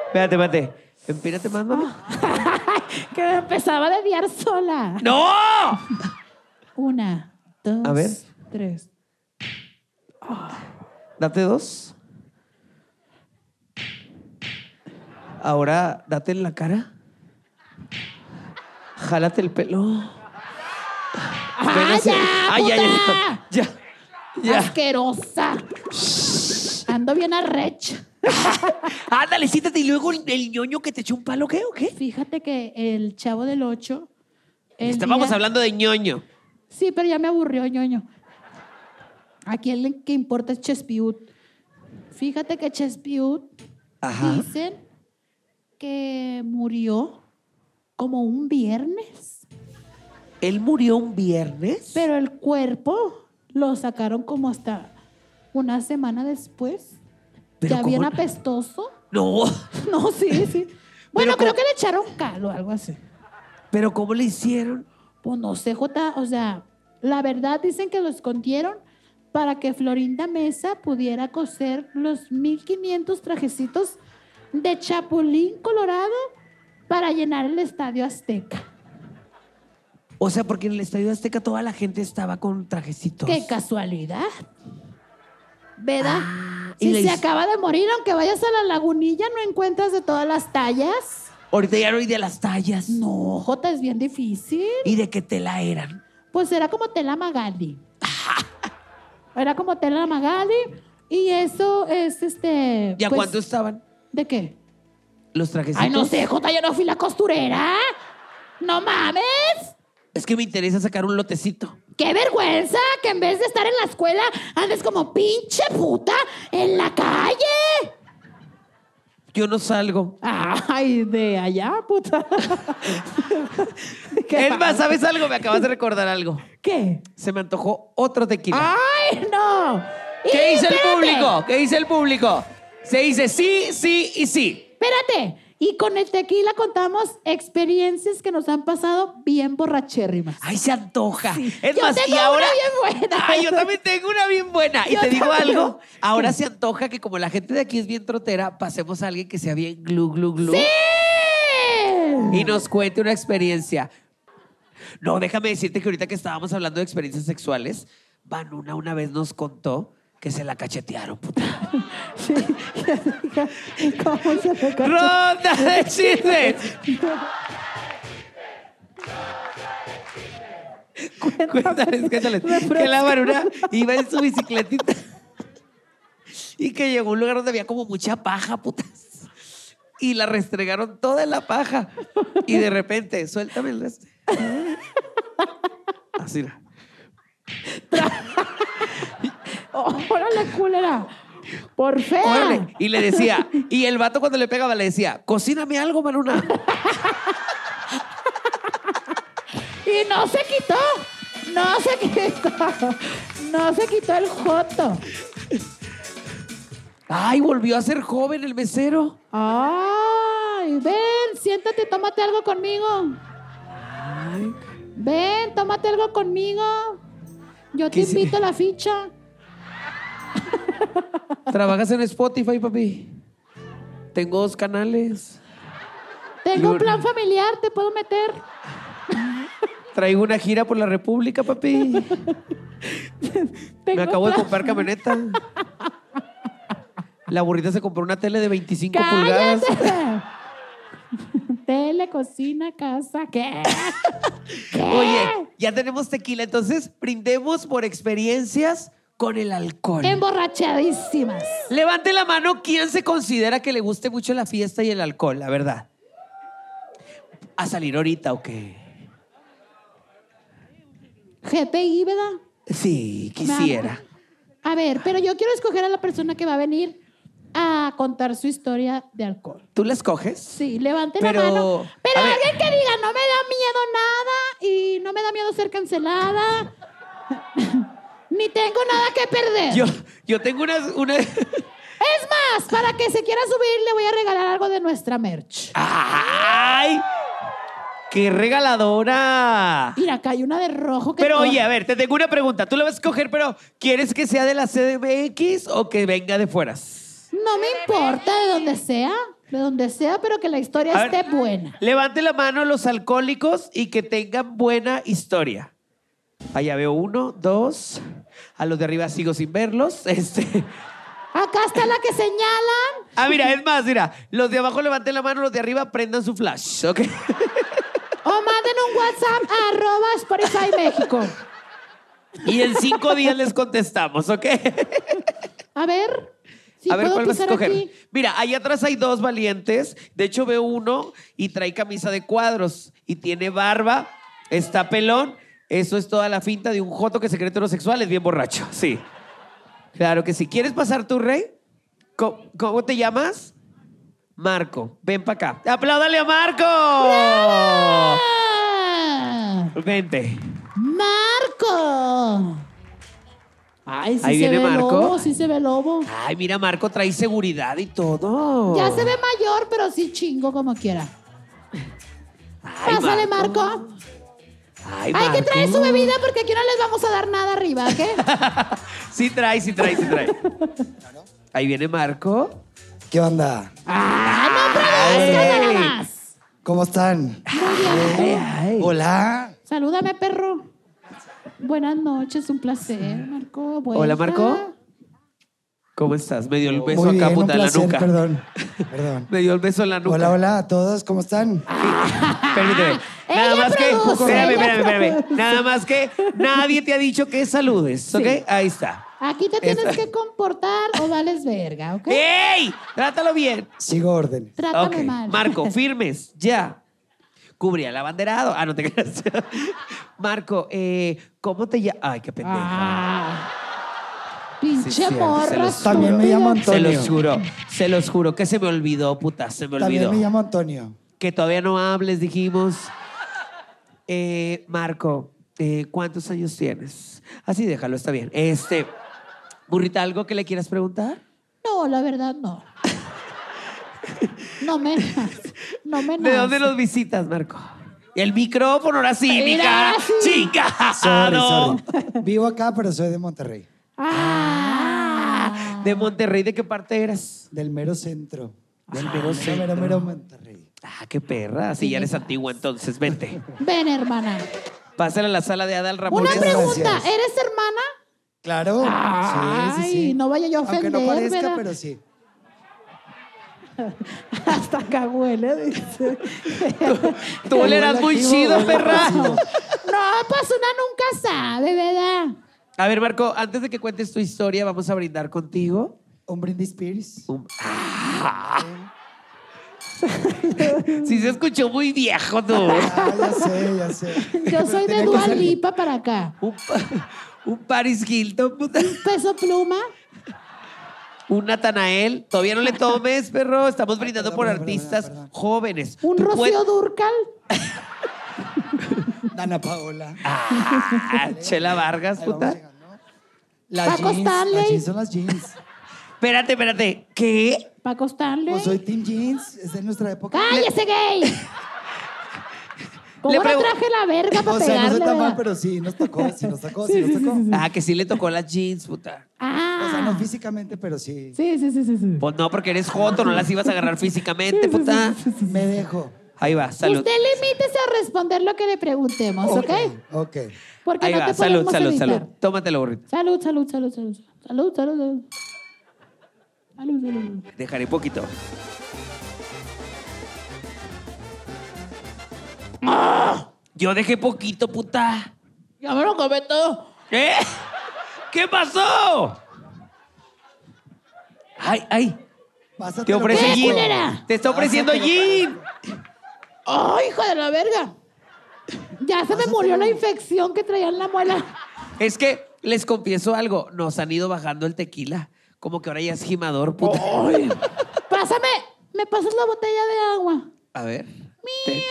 C: Espérate, espérate. Empírate más, mami.
B: que me empezaba a dediar sola.
C: ¡No!
B: Una, dos,
C: A ver.
B: tres.
C: Date dos. Ahora, date en la cara. Jálate el pelo.
B: ¡Ah,
C: Espérate.
B: ya,
C: Ay, ya,
B: puta!
C: ya, ya, ya.
B: ¡Asquerosa! Ando bien arrecha.
C: Ándale, siéntate y luego el, el ñoño que te echó un palo, ¿qué o qué?
B: Fíjate que el chavo del 8.
C: Estábamos hablando de ñoño.
B: Sí, pero ya me aburrió, ñoño. ¿A quién le que importa es Chespiut? Fíjate que Chespiut
C: Ajá.
B: dicen que murió como un viernes,
C: Él murió un viernes.
B: pero el cuerpo lo sacaron como hasta una semana después.
C: Pero
B: ya
C: ¿cómo?
B: bien apestoso.
C: No.
B: No, sí, sí. Bueno,
C: Pero
B: creo
C: con-
B: que le echaron cal o algo así.
C: Pero ¿cómo le hicieron?
B: Pues no sé, Jota, o sea, la verdad dicen que lo escondieron para que Florinda Mesa pudiera coser los 1500 trajecitos de Chapulín Colorado para llenar el Estadio Azteca.
C: O sea, porque en el Estadio Azteca toda la gente estaba con trajecitos.
B: ¡Qué casualidad! ¿Verdad?
C: Ah, y
B: si
C: le
B: se
C: hizo-
B: acaba de morir, aunque vayas a la lagunilla, no encuentras de todas las tallas.
C: Ahorita ya no hay de las tallas.
B: No, Jota, es bien difícil.
C: ¿Y de qué tela eran?
B: Pues era como tela Magali. Era como tela Magali. Y eso es este.
C: ¿Y a
B: pues,
C: cuánto estaban
B: ¿De qué?
C: los trajecitos?
B: Ay, no sé, Jota, yo no fui la costurera. ¡No mames!
C: Es que me interesa sacar un lotecito.
B: ¡Qué vergüenza! Que en vez de estar en la escuela, andes como pinche puta en la calle.
C: Yo no salgo.
B: Ay, de allá, puta. ¿Qué
C: Es más, ¿sabes algo? Me acabas de recordar algo.
B: ¿Qué?
C: Se me antojó otro tequila.
B: ¡Ay, no!
C: ¿Qué
B: Ah, Y
C: dice el
B: espérate.
C: público? ¿Qué dice el público? Se dice sí, sí y sí.
B: espérate. Y con el tequila contamos experiencias que nos han pasado bien borrachérrimas.
C: Ay, se antoja. Es
B: Yo
C: más,
B: tengo
C: y ahora.
B: una bien buena.
C: Ay, yo también tengo una bien buena. Y
B: Yo
C: te digo
B: también.
C: algo. Ahora se antoja que, como la gente de aquí es bien trotera, pasemos a alguien que sea bien glu, glu, glu. Y nos cuente una experiencia. No, déjame decirte que ahorita que estábamos hablando de experiencias sexuales, Vanuna una vez nos contó que se la cachetearon, puta.
B: Sí. ¿Cómo se le cachó?
C: ¡Ronda de chistes! Cuéntales, cuéntales. Que la varuna iba en su bicicletita y que llegó a un lugar donde había como mucha paja, putas. Y la restregaron toda en la paja. Y de repente, suéltame el este. Así era.
B: Órale, culera. Por fea.
C: Órale. Y le decía, y el vato cuando le pegaba le decía, cocíname algo, Maruna.
B: Y no se quitó. No se quitó. No se quitó el joto.
C: Ay, volvió a ser joven el mesero.
B: Ay, ven, siéntate, tómate algo conmigo. Ven, tómate algo conmigo. Yo te
C: ¿Qué se-
B: invito a la ficha.
C: Trabajas en Spotify, papi. Tengo dos canales.
B: Tengo un
C: Yo-
B: plan familiar, te puedo meter.
C: Traigo una gira por la República, papi.
B: Tengo
C: Me
B: un
C: acabo de
B: plan-
C: comprar camioneta. La burrita se compró una tele de 25 pulgadas.
B: ¡Cállate! Tele, cocina, casa, ¿qué? ¿Qué?
C: Oye, ya tenemos tequila, entonces brindemos por experiencias con el alcohol.
B: Emborrachadísimas.
C: Levante la mano quien se considera que le guste mucho la fiesta y el alcohol, la verdad. ¿A salir ahorita o qué?
B: GTI, ¿verdad?
C: Sí, quisiera.
B: A ver, pero yo quiero escoger a la persona que va a venir a contar su historia de alcohol.
C: ¿Tú la escoges?
B: Sí, levante
C: Pero-
B: la mano. Pero
C: a ver.
B: alguien que diga, no me da miedo nada y no me da miedo ser cancelada. Ni tengo nada que perder.
C: Yo, yo tengo unas, una...
B: Es más, para que se quiera subir, le voy a regalar algo de nuestra merch.
C: ¡Ay! ¡Qué regaladora!
B: Mira, acá hay una de rojo que.
C: Pero
B: todo-
C: oye, a ver, te tengo una pregunta. Tú la vas a escoger, pero ¿quieres que sea de la CDMX o que venga de fuera?
B: No me importa de donde sea, de donde sea, pero que la historia
C: A ver,
B: esté buena.
C: Levante la mano los alcohólicos y que tengan buena historia. Allá veo uno, dos. A los de arriba sigo sin verlos. Este.
B: Acá está la que señalan.
C: Ah, mira, es más, mira. Los de abajo levanten la mano, los de arriba prendan su flash, ¿ok?
B: O manden un WhatsApp a arroba Spotify México.
C: Y en cinco días les contestamos, ¿ok?
B: A ver. Si
C: a ver
B: puedo
C: cuál vas a
B: pisar
C: escoger.
B: aquí.
C: Mira, allá atrás hay dos valientes. De hecho, veo uno y trae camisa de cuadros y tiene barba, está pelón. Eso es toda la finta de un joto que se cree heterosexual, es bien borracho. Sí. Claro que sí. ¿Quieres pasar tu rey? Co- ¿Cómo, te llamas? Marco. Ven para acá. ¡Apláudale a Marco!
B: Ah,
C: Vente.
B: Marco. Ay, sí
C: Ahí
B: se
C: viene
B: ve
C: Marco.
B: lobo, sí se ve lobo.
C: Ay, mira, Marco trae seguridad y todo.
B: Ya se ve mayor, pero sí chingo como quiera.
C: Ay,
B: Pásale, Marco.
C: Ay,
B: Hay que traer su
C: Marco.
B: bebida porque aquí no les vamos a dar nada arriba, ¿ok?
C: Sí trae, sí trae, sí trae. Ahí viene Marco.
E: ¿Qué onda?
B: Ay, nada
C: Ay.
B: más.
E: ¿Cómo están? Hola.
B: Salúdame, perro. Buenas noches, un placer, Marco. Vuelta.
C: Hola, Marco. ¿Cómo estás? Me dio el beso
E: Muy
C: acá,
E: bien, un
C: puta, en la
E: placer,
C: nuca.
E: perdón. Perdón.
C: Me dio el beso en la nuca.
E: Hola, hola a todos, ¿cómo están?
C: Permíteme.
B: Ah, ella
C: Nada más que.
B: produce,
C: Espérame,
B: ella
C: espérame, espérame. Nada más que nadie te ha dicho que saludes, ¿ok?
B: Sí.
C: Ahí está.
B: Aquí te tienes que comportar o vales verga, ¿ok?
C: ¡Ey! Trátalo bien.
E: Sigo orden.
B: Trátame
C: Eh, Ok.
B: mal.
C: Marco, firmes, ya. Cubría el abanderado. Ah, no te creas. Marco, eh, ¿cómo te llamas? Ay, qué pendeja.
B: Ah. Pinche
C: Sí, cierto, se
B: morra.
C: los-
E: También me
B: estúpida.
E: llamo
C: Se
E: Antonio.
C: los juro, se los juro que se me olvidó, puta, se me olvidó.
E: También me llamo Antonio.
C: Que todavía no hables, dijimos. Eh, Marco, eh, ¿cuántos años tienes? Así déjalo, está bien. Este, burrita, ¿algo que le quieras preguntar?
B: No, la verdad no. No me No me
C: ¿De dónde los visitas, Marco? El micrófono, ahora sí, mi
B: Mira,
C: cara.
B: sí.
C: Chica.
E: Sorry,
C: Ah, no.
E: sorry. Vivo acá, pero soy de Monterrey,
B: Ah.
C: De Monterrey, ¿de qué parte eras?
E: del mero centro. Del
C: Ah,
E: mero,
C: centro.
E: mero, mero Monterrey.
C: Ah, qué perra. Sí, ya eres antigua, entonces vente.
B: Ven, hermana.
C: Pásala a la sala de Adal Ramón.
B: Una
E: Muchas
B: pregunta,
E: gracias.
B: ¿eres hermana?
E: Claro. sí, sí, sí.
B: Ay, no vaya yo a
E: Aunque no
B: ofender,
E: parezca,
B: ¿verdad?
E: pero sí.
B: Hasta cahuele, dice.
C: Tú le eras muy
E: Activo,
C: chido,
E: huele
C: perra.
E: activo.
B: No, pues una nunca sabe, ¿verdad?
C: A ver, Marco, antes de que cuentes tu historia, vamos a brindar contigo.
E: Un brindis Pierce.
C: Un- Ah. Sí, se escuchó muy viejo, tú.
E: Ah, ya sé, ya sé.
B: Yo soy de
E: Tenía que
B: Dua
E: salir.
B: Lipa para acá.
C: Un, pa- un Paris Hilton, puta.
B: Peso pluma.
C: Un Natanael. Todavía no le tomes, perro. Estamos brindando
E: perdón,
C: por
E: perdón,
C: artistas
E: perdón, perdón.
C: jóvenes.
B: Un
E: Pues,
C: Tú puedes-
B: Rocío Durcal.
E: Dana Paola.
C: Ah, Chela Vargas,
E: Ahí vamos
C: puta.
E: llegando. Las
B: Paco
E: jeans.
B: Stanley.
E: Las jeans son las jeans.
C: Espérate, espérate. ¿Qué?
B: Paco Stanley.
E: Pues soy Team Jeans, es de nuestra época.
B: ¡Cállese, gay! ¿Cómo
C: Le
B: no
C: pregun-
B: traje la verga para
E: O sea, no
B: pegarle?
E: sé tan mal,
B: verdad?
E: pero sí, nos tocó, sí nos tocó, sí, nos tocó.
C: Ah, que sí le tocó las jeans, puta.
B: Ah.
E: O sea, no físicamente, pero sí.
B: Sí, sí, sí, sí. sí.
C: Pues no, porque eres joto, no las ibas a agarrar físicamente, puta.
E: Me dejo.
C: Ahí va, salud.
B: Usted limítese a responder lo que le preguntemos, ¿ok?
E: Pues, Ok.
B: Porque
C: Ahí
B: no
C: va,
B: te
C: salud,
B: podemos
C: salud,
B: evitar.
C: salud. Tómatelo, burrito.
B: Salud, salud, salud, salud. Salud, salud, salud. Salud, salud, salud.
C: Dejaré poquito. ¡Ah! Yo dejé poquito, puta.
B: Ya me lo comé todo.
C: ¿Qué? ¿Qué pasó? Ay, ay.
E: Pásatelo
C: Te ofrece
E: por-
B: ¿Qué,
C: gin.
B: culera? Ah,
C: Te está ofreciendo gin.
B: ¡Oh, hijo de la verga! Ya se me murió la infección que traía en la muela.
C: Es que les confieso algo, nos han ido bajando el tequila. Como que ahora ya es gimador, puta.
B: Pásame, me pasas la botella de agua.
C: A ver. Te-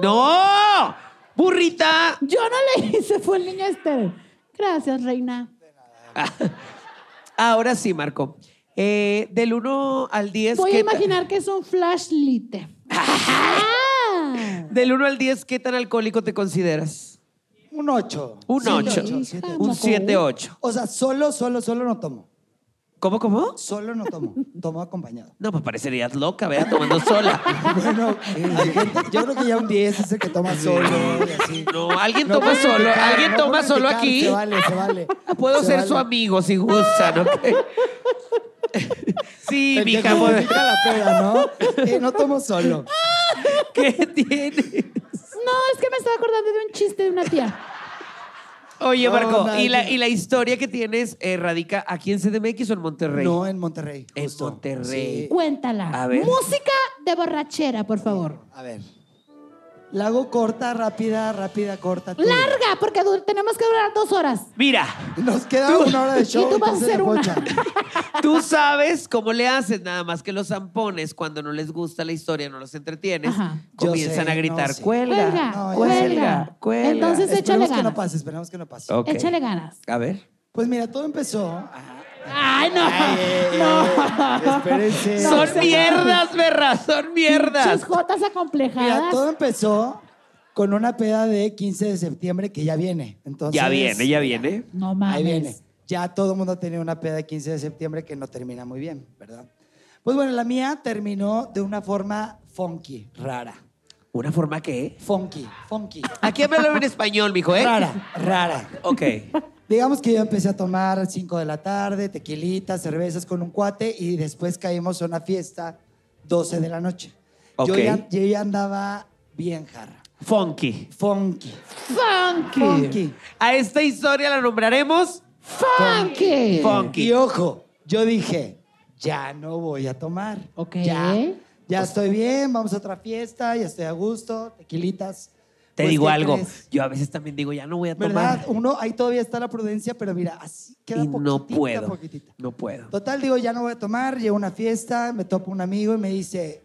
C: ¡No! ¡Burrita!
B: Yo no le hice, fue el niño Esther. Gracias, reina.
C: Ahora sí, Marco. Eh, del 1 al 10.
B: Voy a
C: ¿qué ta-
B: imaginar que es un flashlight. Ah,
C: Del 1 al 10, ¿qué tan alcohólico te consideras?
E: Un 8.
C: Un 8.
B: ocho, siete,
C: Un
B: ocho.
C: 7-8.
E: O sea, solo, solo, solo no tomo.
C: ¿Cómo, cómo?
E: Solo no tomo. Tomo acompañado.
C: No, pues parecerías loca, vea, tomando sola.
E: Bueno, eh, hay gente- yo creo que ya un 10 es el que toma solo y así.
C: No, alguien
E: No
C: toma
E: puedo
C: solo.
E: criticar,
C: Alguien
E: no
C: toma
E: puedo
C: solo
E: criticar,
C: aquí.
E: Se vale, se vale.
C: Puedo
E: Se
C: ser
E: vale.
C: su amigo si gustan, ¿ok? Sí,
E: El que
C: mija, pues,
E: justifica la peda, ¿no? Eh, no tomo solo.
C: ¿qué tiene?
B: No, es que me estaba acordando de un chiste de una tía.
C: Oye,
E: No,
C: Marco, ¿y
E: nadie.
C: la, y la historia que tienes eh, radica aquí en CDMX o en Monterrey?
E: No, eh. en Monterrey.
C: En
E: justo.
C: Monterrey.
E: Sí.
B: Cuéntala.
C: A ver.
B: Música de borrachera, por favor.
E: A ver. La hago corta, rápida, rápida, corta. tú.
B: Larga, porque du- tenemos que durar dos horas.
C: Mira,
E: Nos queda una hora de show.
B: Y tú vas a
E: entonces
B: hacer
E: la
B: una.
E: pocha.
C: tú sabes cómo le haces, nada más que los zampones cuando no les gusta la historia, no los entretienes,
B: Ajá.
E: Yo
C: comienzan
E: sé,
C: a gritar,
E: no, sí.
C: cuelga,
B: Cuelga,
C: cuelga,
E: No, ya
C: cuelga,
B: cuelga". Entonces- échale
E: Esperemos que
B: ganas.
E: no pase, esperemos que no pase.
C: Ok.
B: Échale ganas.
C: A ver.
E: Pues mira, todo empezó. Ajá.
B: Ay, no.
C: eh,
E: Espérense.
C: son mierdas, berra, son
B: Pinches
C: mierdas.
B: jotas
E: Mira,
B: acomplejadas.
E: todo empezó con una peda de 15 de septiembre que ya viene. Entonces,
C: Ya viene, ya viene.
B: No mames.
E: Ahí viene. Ya todo el mundo ha tenido una peda de 15 de septiembre que no termina muy bien, ¿verdad? Pues bueno, la mía terminó de una forma funky, rara.
C: ¿Una forma que?
E: Funky, funky.
C: Aquí hablo en español, mijo, ¿eh?
E: Rara, rara.
C: Ok.
E: Digamos que yo empecé a tomar 5 de la tarde, tequilitas, cervezas con un cuate y después caímos a una fiesta 12 de la noche. Yo,
C: Ok.
E: ya, yo ya andaba bien jarra.
C: Funky.
E: Funky.
B: Funky.
E: Funky.
C: A esta historia la nombraremos
B: Funky.
C: Funky.
E: Y ojo, yo dije, ya no voy a tomar.
B: Ok.
E: Ya, ya estoy bien, vamos a otra fiesta, ya estoy a gusto, tequilitas.
C: Te
E: Pues,
C: digo
E: ¿qué
C: algo.
E: crees?
C: Yo a veces también digo, ya no voy a tomar.
E: ¿Verdad? Uno, ahí todavía está la prudencia, pero mira, así queda
C: Y no
E: poquitita,
C: puedo.
E: poquitita.
C: No puedo.
E: Total, digo, ya no voy a tomar, llego a una fiesta, me topo un amigo y me dice,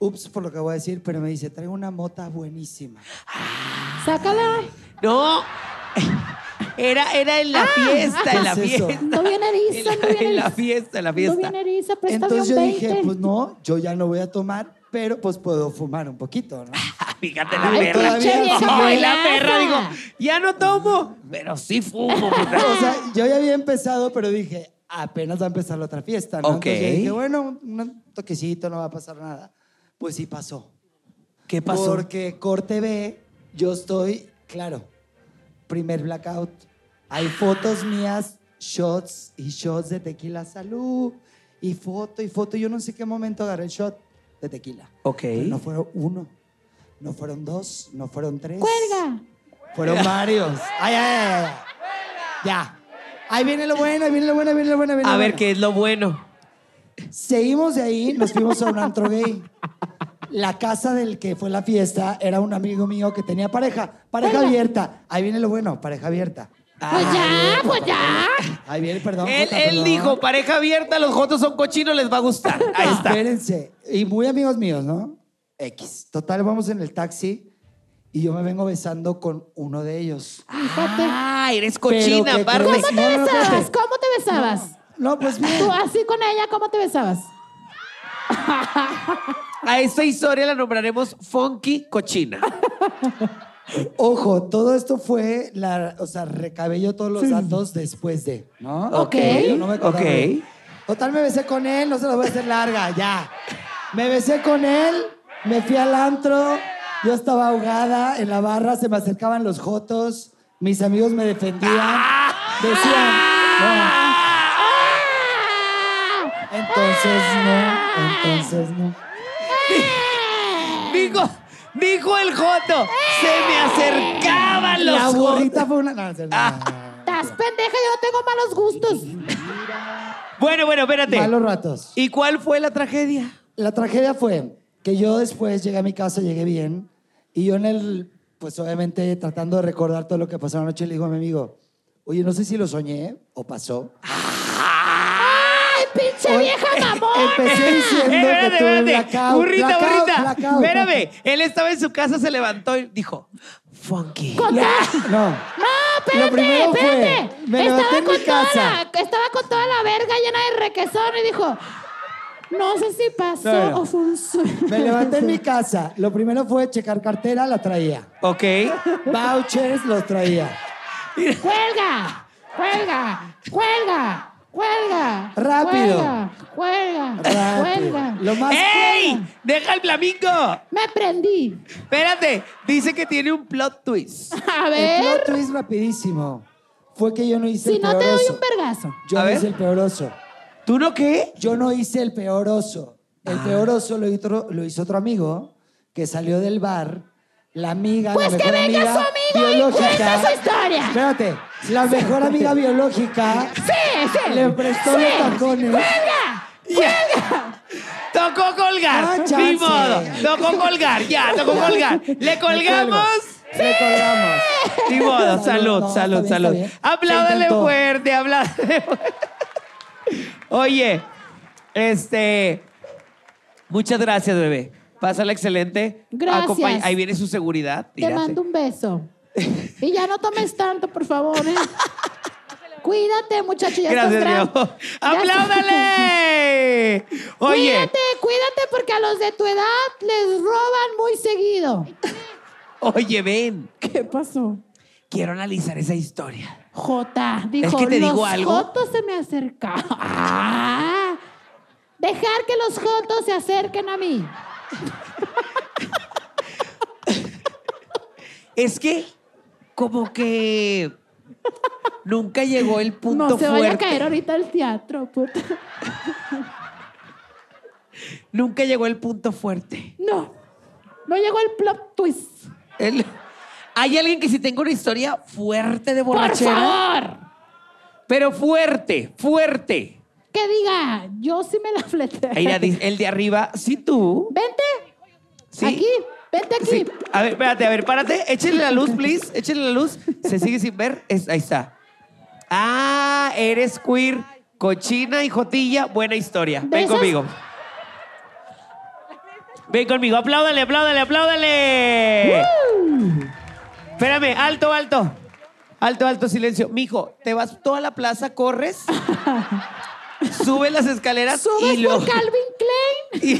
E: ups por lo que voy a decir, pero me dice, traigo una mota buenísima.
B: Sácala.
C: No. Era, era en la fiesta, en la
E: Ah. ¿qué es eso?
C: fiesta.
B: No viene
C: En
B: eriza,
C: la,
B: no viene
C: en la
B: eriza.
C: fiesta, en la
B: No
C: fiesta.
B: viene eriza, préstame
E: Entonces yo
B: un 20.
E: dije, pues no, yo ya no voy a tomar, pero pues puedo fumar un poquito, ¿no?
C: Ah, Fíjate la
E: Ay,
C: perra.
E: todavía
C: Ay,
E: sí.
C: la perra, digo,
B: Buenaza.
C: ya no tomo, pero sí fumo, pues, puta.
E: O sea, yo ya había empezado, pero dije, apenas va a empezar la otra fiesta, ¿no? Entonces yo
C: Ok.
E: dije, bueno, un, un toquecito, no va a pasar nada. Pues sí pasó.
C: ¿Qué
E: Porque corte B, yo estoy, claro, primer blackout. Hay fotos mías, shots y shots de tequila salud. Y foto y foto. Yo no sé qué momento agarré el shot de tequila.
C: Ok.
E: Pero no fueron uno, no fueron dos, no fueron tres.
B: Cuelga.
E: Fueron varios. Ay, ay, ay, ay. Ya. Ahí viene lo bueno, ahí viene lo bueno, ahí viene lo bueno. ahí viene
C: A
E: lo
C: ver
E: bueno.
C: qué es lo bueno.
E: Seguimos de ahí, nos fuimos a un antro gay. La casa del que fue la fiesta era un amigo mío que tenía pareja, pareja
B: Oiga.
E: abierta. Ahí viene lo bueno, pareja abierta. Ah,
C: Ah,
B: Pues ya, pues ya.
E: Ahí viene, perdón.
C: Él,
E: Jota,
C: él
E: perdón.
C: dijo, pareja abierta, los jotos son cochinos, les va a gustar. Ahí está.
E: Espérense. Y muy amigos míos, ¿no? X. Total, vamos en el taxi y yo me vengo besando con uno de ellos.
B: Fíjate.
C: Ah, eres cochina,
E: ¿qué
C: aparte.
E: crees?
B: ¿Cómo te
E: No, no, no,
B: besabas?
E: espérate.
B: ¿Cómo te besabas?
E: No, pues bien.
B: Tú así con ella, ¿cómo te besabas?
C: A esta historia la nombraremos Funky Cochina.
E: Ojo, todo esto fue, la, o sea, recabelló todos los datos después de, ¿no?
C: Ok,
E: Yo no me acordaba.
C: ok.
E: Total, me besé con él, no se la voy a hacer larga, ya. Me besé con él, me fui al antro, yo estaba ahogada en la barra, se me acercaban los jotos, mis amigos me defendían, decían, no. Entonces no, entonces no.
C: Dijo, dijo el joto, se me acercaban los
E: La
C: jotos. Ah,
E: burrita fue una... no, no, no, no, no.
B: Estás pendeja, yo no tengo malos gustos.
C: Bueno, bueno, espérate.
E: Malos ratos.
C: ¿Y cuál fue la tragedia?
E: La tragedia fue que yo después llegué a mi casa, llegué bien, y yo en el, pues obviamente tratando de recordar todo lo que pasó anoche, le digo a mi amigo, oye, no sé si lo soñé o pasó.
B: ¡Ay, pinche vieja mamón!
E: Empecé
C: Eh,
E: diciendo que
C: espérate,
E: tuve
C: espérate.
E: blackout,
C: burrita,
E: blackout,
C: burrita.
E: blackout.
C: Espérame. Él estaba en su casa, se levantó y dijo, Funky.
E: No,
B: No, espérate,
E: Lo primero fue,
B: espérate.
E: me levanté
B: estaba,
E: en
B: con
E: mi casa.
B: Toda la, estaba con toda la verga llena de requesón y dijo, no sé si pasó
E: No, no.
B: o fue un sueño.
E: me levanté en mi casa. Lo primero fue checar cartera, la traía.
C: Ok.
E: Vouchers, los traía.
B: ¡Cuelga! ¡Cuelga! ¡Cuelga! ¡Cuelga!
E: Rápido.
B: ¡Cuelga! ¡Cuelga!
E: Rápido.
B: ¡Cuelga!
E: Lo más...
C: ¡Ey! ¡Deja el flamingo!
B: Me prendí.
C: Espérate. Dice que tiene un plot twist.
B: A
E: El plot
B: ver,
E: twist rapidísimo fue que yo no hice
B: si
E: el
B: no
E: peor
B: te doy
E: oso.
B: un vergazo.
E: Yo
C: A
E: no
C: ver.
E: hice el peor oso.
C: ¿Tú no qué?
E: Yo no hice el peor oso. El
B: Ah.
E: peor oso lo hizo, otro, lo hizo otro amigo que salió del bar. La amiga,
B: Pues
E: la
B: que
E: mejor
B: venga
E: amiga
B: su amigo y
E: biológica.
B: cuenta su historia.
E: Espérate, la mejor amiga biológica
B: Sí, sí.
E: le prestó
B: Sí.
E: los tacones.
B: ¡Cuelga!
C: Tocó
E: Ah,
C: colgar.
E: chance.
C: Ni modo. Tocó colgar. Ya, tocó colgar. Le colgamos.
E: Le colgamos.
C: Ni modo. Salud,
E: Salud, no, está
C: salud,
E: bien,
C: salud.
E: está bien. Se
C: Apláudale
E: intentó.
C: fuerte, apláudale fuerte. Oye, este. Muchas gracias, bebé. Pásala excelente.
B: Gracias.
C: Acompañ- Ahí viene su seguridad.
B: Te
C: Mírate.
B: mando un beso. Y ya no tomes tanto, por favor. ¿eh? Cuídate, muchacho. Ya
C: Gracias, mi
B: estás gran-
C: amor.
B: Ya estás-
C: ¡Apláudale! Oye,
B: Cuídate, cuídate porque a los de tu edad les roban muy seguido.
C: oye, ven.
B: ¿Qué pasó?
C: Quiero analizar esa historia.
B: Jota, dijo,
C: que te
B: los
C: digo algo".
B: jotos se me acercaban. Ah, dejar que los jotos se acerquen a mí.
C: Es que, como que nunca llegó el punto
B: no se
C: fuerte.
B: vaya a caer ahorita el teatro, puta.
C: Nunca llegó el punto fuerte.
B: No, no llegó el plot twist.
C: El- Hay alguien que si tenga una historia fuerte de
B: ¡Por
C: borrachera.
B: favor!
C: Pero fuerte, fuerte.
B: Que diga, yo sí me la fleté.
C: Ahí la di- el de arriba, sí tú.
B: Vente,
C: Sí.
B: aquí, vente aquí.
C: Sí. A ver, espérate, a ver, párate. Échenle la luz, please. Échenle la luz. Se sigue sin ver. Es- ahí está. Ah, eres queer, cochina y jotilla. Buena historia.
B: ¿De
C: Ven
B: esas?
C: conmigo. Ven conmigo. Apláudale, apláudale, apláudale. Espérame, alto, alto. Alto, alto, silencio. Mijo, te vas toda la plaza, corres, sube las escaleras
B: Subes
C: y lo.
B: por Calvin Klein.
C: y-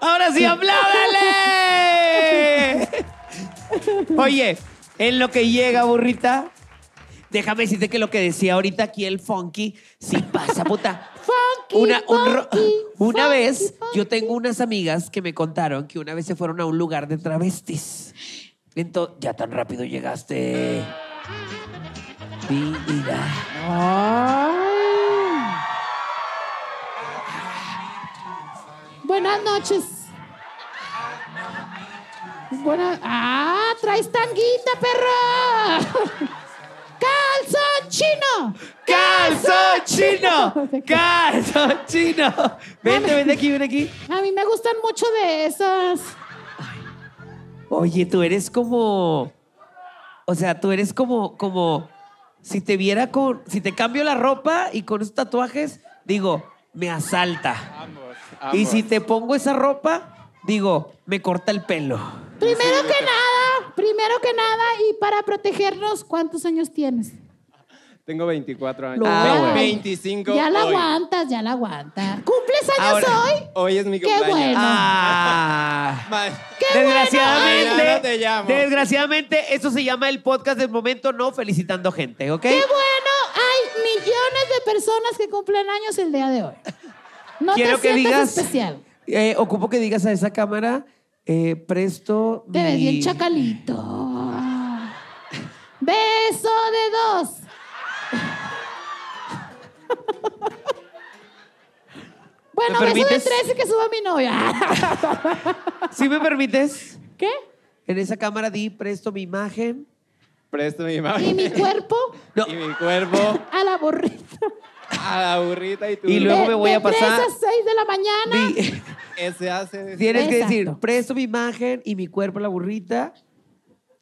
C: Ahora sí, apláudale. Oye, en lo que llega, burrita, déjame decirte que lo que decía ahorita aquí el funky, sí pasa, puta.
B: Funky,
C: Una, un ro-
B: funky,
C: una
B: funky,
C: vez, yo
B: funky.
C: tengo unas amigas que me contaron que una vez se fueron a un lugar de travestis. Entonces, ya tan rápido llegaste. Divina.
B: Buenas noches. Buena... ¡Ah! ¡Traes tanguita, perro! ¡Calzón chino!
C: ¡Calzón chino! ¡Calzón chino! Vente, vente aquí, ven aquí.
B: A mí me gustan mucho de esas.
C: Oye, tú eres como. O sea, tú eres como. como si te viera con. Si te cambio la ropa y con esos tatuajes, digo, me asalta. Y si te pongo esa ropa, digo, me corta el pelo.
B: Primero que nada, primero que nada, y para protegernos, ¿cuántos años tienes?
F: Tengo 24 años.
B: Lo
C: Ah,
B: aguantas.
C: bueno.
F: 25
B: Ya la
F: hoy.
B: aguantas, ya la aguantas. ¿Cumples años
C: Ahora- oh,
B: hoy?
F: Hoy es mi
B: Qué
F: cumpleaños.
B: bueno.
C: Ah.
F: Ma-
B: ¡Qué
C: Desgraciadamente,
F: bueno! Ay, no te llamo.
C: desgraciadamente, eso se llama el podcast del momento, no felicitando gente, ¿ok?
B: ¡Qué bueno! Hay millones de personas que cumplen años el día de hoy. No
C: Quiero
B: te
C: que
B: sientas
C: digas.
B: especial.
C: Eh, ocupo que digas a esa cámara, eh, presto.
B: Te ves
C: mi-
B: bien chacalito. Beso de dos. Bueno,
C: ¿Me
B: beso de
C: permites?
B: tres y que suba mi novia.
C: Si me permites,
B: ¿Qué?
C: en esa cámara di presto mi imagen.
F: Presto mi mano.
B: Y mi cuerpo
C: No,
F: Y mi cuerpo
B: a la borrita.
F: a la burrita y tú.
C: Y luego-
B: de,
C: me voy
B: de
C: a pasar-
B: tres a seis de la mañana.
C: di-
F: Ese hace.
C: tienes que
B: Exacto.
C: decir, presto mi imagen y mi cuerpo a la burrita.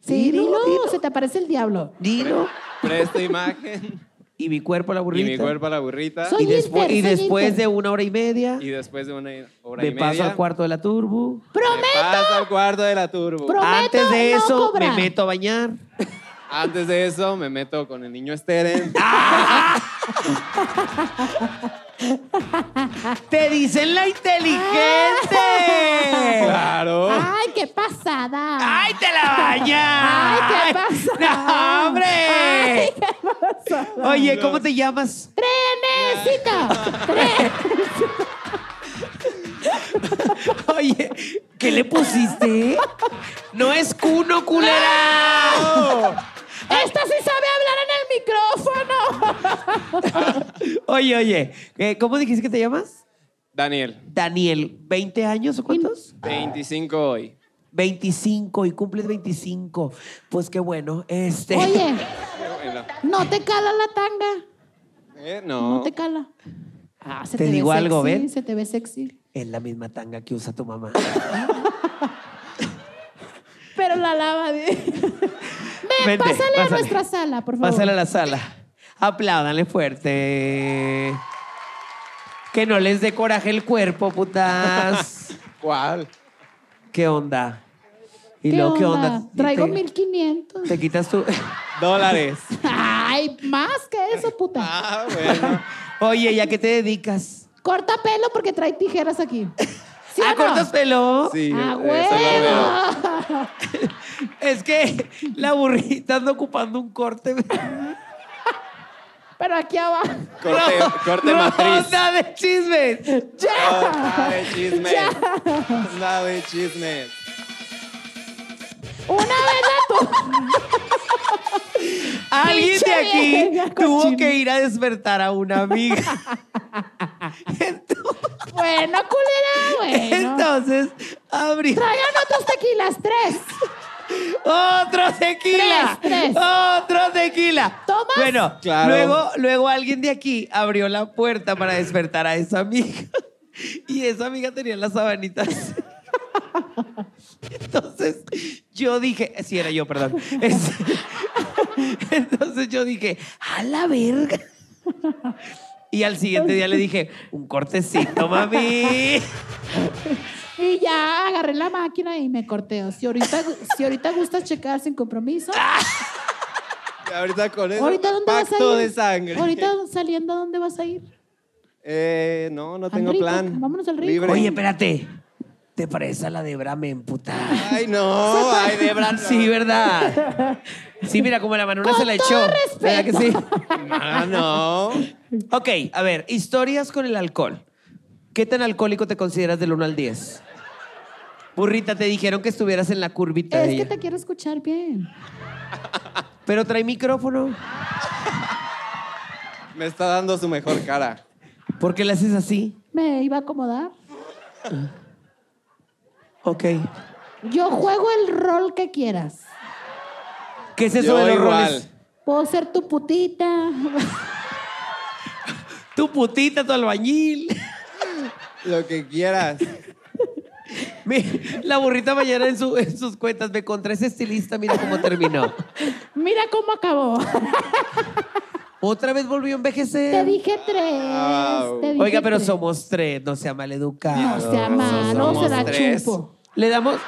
B: Sí,
C: Dilo,
B: dilo,
C: dilo.
B: se te aparece el diablo.
C: Dilo.
F: Presto imagen
C: Y mi cuerpo a la
F: y
C: burrita.
F: mi cuerpo a la burrita.
B: Soy-
C: Y después,
B: Inter,
C: y
B: soy
C: después
B: Inter.
C: de una hora y media,
F: Y después de una hora y
C: me
F: media.
C: paso al cuarto de la turbo.
F: Me paso al cuarto de la turbo.
B: Pro- Prometo
C: Antes de
B: no
C: eso,
B: cobrar.
C: me meto a bañar.
F: Antes de eso, me meto con el niño Steren.
C: ¡Te dicen
B: Ah.
C: la inteligente!
F: ¡Claro!
B: Ay, qué pasada.
C: Oh. ¡Ay, te la bañas!
B: Ay, qué
C: ¡No,
B: pasada.
C: hombre!
B: Ay,
C: Oye, ¿cómo te llamas?
B: Trenecito. Tre-
C: Oye, ¿qué le pusiste? ¡No es cuno, culera!
B: Esta sí sabe hablar en el micrófono.
C: Oye, oye, eh, ¿cómo dijiste que te llamas?
F: Daniel,
C: Daniel, ¿20 años o cuántos?
F: 25 hoy.
C: 25 y cumples 25. Pues qué bueno, este.
B: Oye,
F: Bueno,
B: no te cala la tanga.
F: eh,
B: No,
F: no.
B: te cala. Ah, se
C: Te
B: te, ve
C: digo algo,
B: sexy,
C: ¿ven?
B: Se te ve sexy.
C: Es la misma tanga que usa tu mamá.
B: Pero la lava. di- Ven,
C: Vente,
B: pásale,
C: pásale.
B: a nuestra sala, por favor.
C: Pásale a la sala. Apláudanle fuerte. Que no les dé coraje el cuerpo, putas.
F: ¿Cuál?
C: ¿Qué onda? ¿Y
B: ¿Qué
C: luego
B: onda?
C: qué onda?
B: Traigo
C: te,
B: 1500.
C: Te quitas tu.
F: Dólares.
B: Ay, más que eso, puta.
F: Ah, bueno.
C: Oye, ¿y a qué te dedicas?
B: Corta pelo porque trae tijeras aquí. ¿Sí
C: ¿A
B: o no?
C: Ah, cortas pelo?
F: Sí,
B: ¡A
F: yo- eh, soy barbero.
B: huevo!
C: Es que la burrita anda ocupando un corte.
B: Pero aquí abajo.
F: Corte, corte matriz.
C: Ronda de chismes. Ah.
F: Nada de chismes. Nada de chismes.
B: Una vez la tu...
C: Alguien de
B: Pinche
C: aquí
B: vieja
C: tuvo
B: cochina.
C: que ir a despertar a una amiga.
B: Bueno, culera, bueno.
C: Entonces, abrió.
B: Traigan otros tequilas, tres.
C: ¡Otro tequila!
B: Tres, tres.
C: ¡Otro tequila!
B: ¿Tomas?
C: Bueno,
F: Claro.
C: luego, luego alguien de aquí abrió la puerta para despertar a esa amiga. Y esa amiga tenía las sabanitas. Entonces, yo dije, si era yo, perdón. Es- Entonces yo dije, a la verga. Y al siguiente día le dije, un cortecito, mami.
B: Y ya agarré la máquina y me corteo. Si ahorita, si ahorita gustas checar sin compromiso.
F: Ahorita con eso.
B: ¿Ahorita dónde vas a ir?
F: Ah, pacto de sangre.
B: Ahorita saliendo, ¿a dónde vas a ir?
F: Eh, no, no tengo
B: rico,
F: plan.
B: vámonos al rico.
F: Libre.
C: Oye, espérate. ¿Te parece a la de Bramen, puta?
F: Ay, no. Ay, Debra. no.
C: Sí, ¿verdad? Sí, mira, como la Manuela
B: Con
C: se la
B: todo
C: echó. ¿Verdad que sí?
F: Ah, no.
C: Ok, a ver, historias con el alcohol. ¿Qué tan alcohólico te consideras del 1 al 10? Burrita, te dijeron que estuvieras en la curvita de
B: Es que
C: ella.
B: te quiero escuchar bien.
C: Pero trae micrófono.
F: Me está dando su mejor cara.
C: ¿Por qué le haces así?
B: Me iba a acomodar.
C: Ok.
B: Yo juego el rol que quieras.
C: ¿Qué es eso
F: Yo
C: de los
F: igual.
C: roles?
B: Puedo ser tu putita.
C: Tu putita, tu albañil.
F: Lo que quieras.
C: Mi- La burrita mañana en, su- en sus cuentas me contra ese estilista, mira cómo terminó.
B: Mira cómo acabó.
C: Otra vez volvió a
B: Te
F: Em,
C: envejecer.
B: dije tres.
F: Au.
B: te dije
C: Oiga, pero
B: tres.
C: somos tres, no sea
B: No
C: maleducado.
B: se ama, no
F: somos
B: se la
F: tres.
B: chupo.
C: Le damos.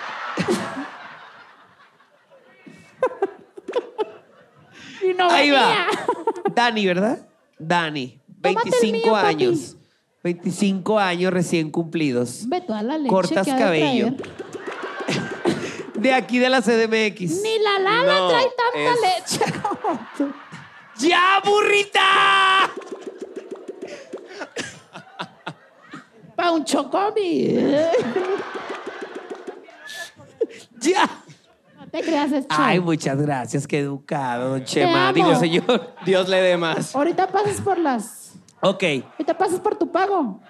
B: Y no
C: Ahí va.
B: venía.
C: Dani, ¿verdad? Dani,
B: Tómate el
C: 25
B: mío, papi.
C: años. 25 años recién cumplidos.
B: Ve toda la leche
C: Cortas
B: que ha de
C: cabello.
B: traer.
C: De aquí de la CDMX.
B: Ni la Lala
F: No,
B: trae tanta
F: es-
B: leche como tú.
C: ¡Ya, burrita!
B: Pa' un chocomi.
C: ¡Ya!
B: No te creas, es
C: Ay,
B: chavo.
C: muchas gracias. Qué educado, don Chema.
B: amo.
C: Digo, señor.
F: Dios le dé más.
B: Ahorita pasas por las.
C: Ok,
B: Ahorita pasas por tu pago.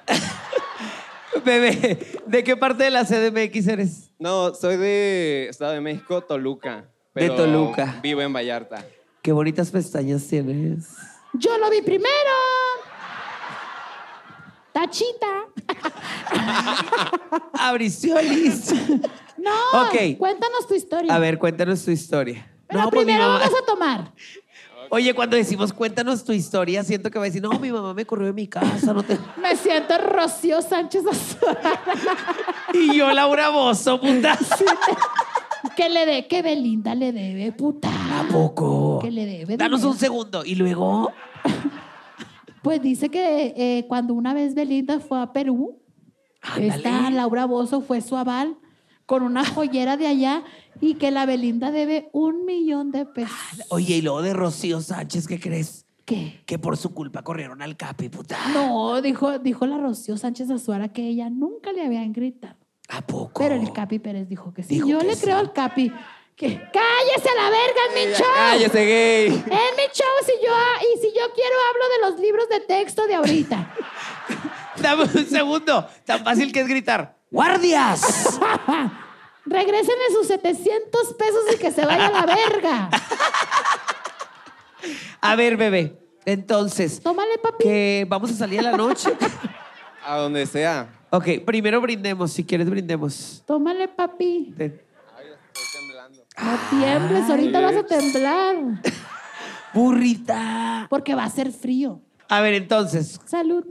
C: bebé, ¿de qué parte de la CDMX eres?
F: No, soy de Estado de México, Toluca.
C: De
F: pero
C: Toluca.
F: Vivo en Vallarta.
C: Qué bonitas pestañas tienes.
B: Yo lo vi primero. Tachita.
C: Abriciolis.
B: No.
C: Ok.
B: Cuéntanos tu historia.
C: A ver, cuéntanos tu historia.
B: Pero
C: pues mi
B: primero
C: mamá-
B: vamos a tomar.
C: Oye, cuando decimos cuéntanos tu historia, siento que va a decir, no, mi mamá me corrió de mi casa, no te...
B: Me siento Rocío Sánchez Azuara.
C: Y yo, Laura Bozo, puta.
B: Que le dé, que Belinda le debe, puta.
C: ¿A poco?
B: Que le debe
C: Danos
B: dinero.
C: un segundo. Y luego,
B: Pues dice que eh, cuando una vez Belinda fue a Perú, esta Laura Bozo fue su aval con una joyera de allá y que la Belinda debe un millón de pesos.
C: oye, y luego de Rocío Sánchez, ¿qué crees?
B: ¿Qué?
C: Que por su culpa corrieron al Capi, puta.
B: No, dijo, dijo la Rocío Sánchez Azuara que ella nunca le habían gritado.
C: ¿A poco?
B: Pero el Capi Pérez dijo que sí.
C: Dijo
B: Yo
C: que
B: le creo
C: sí.
B: al Capi. Que, ¡Cállese a la verga en mi show!
F: ¡Cállese, gay!
B: En mi show, si yo, y si yo quiero, hablo de los libros de texto de ahorita.
C: Dame un segundo. Tan fácil que es gritar. ¡Guardias!
B: Regrésenle sus 700 pesos y que se vaya a la verga.
C: A ver, bebé. Entonces,
B: Tómale, papi.
C: que vamos a salir a la noche.
F: A donde sea.
C: ok, primero brindemos. Si quieres, brindemos.
B: Tómale, papi.
C: Te-
B: No tiembles, ahorita vas a temblar.
C: Burrita.
B: Porque va a ser frío.
C: A ver, entonces.
B: Salud.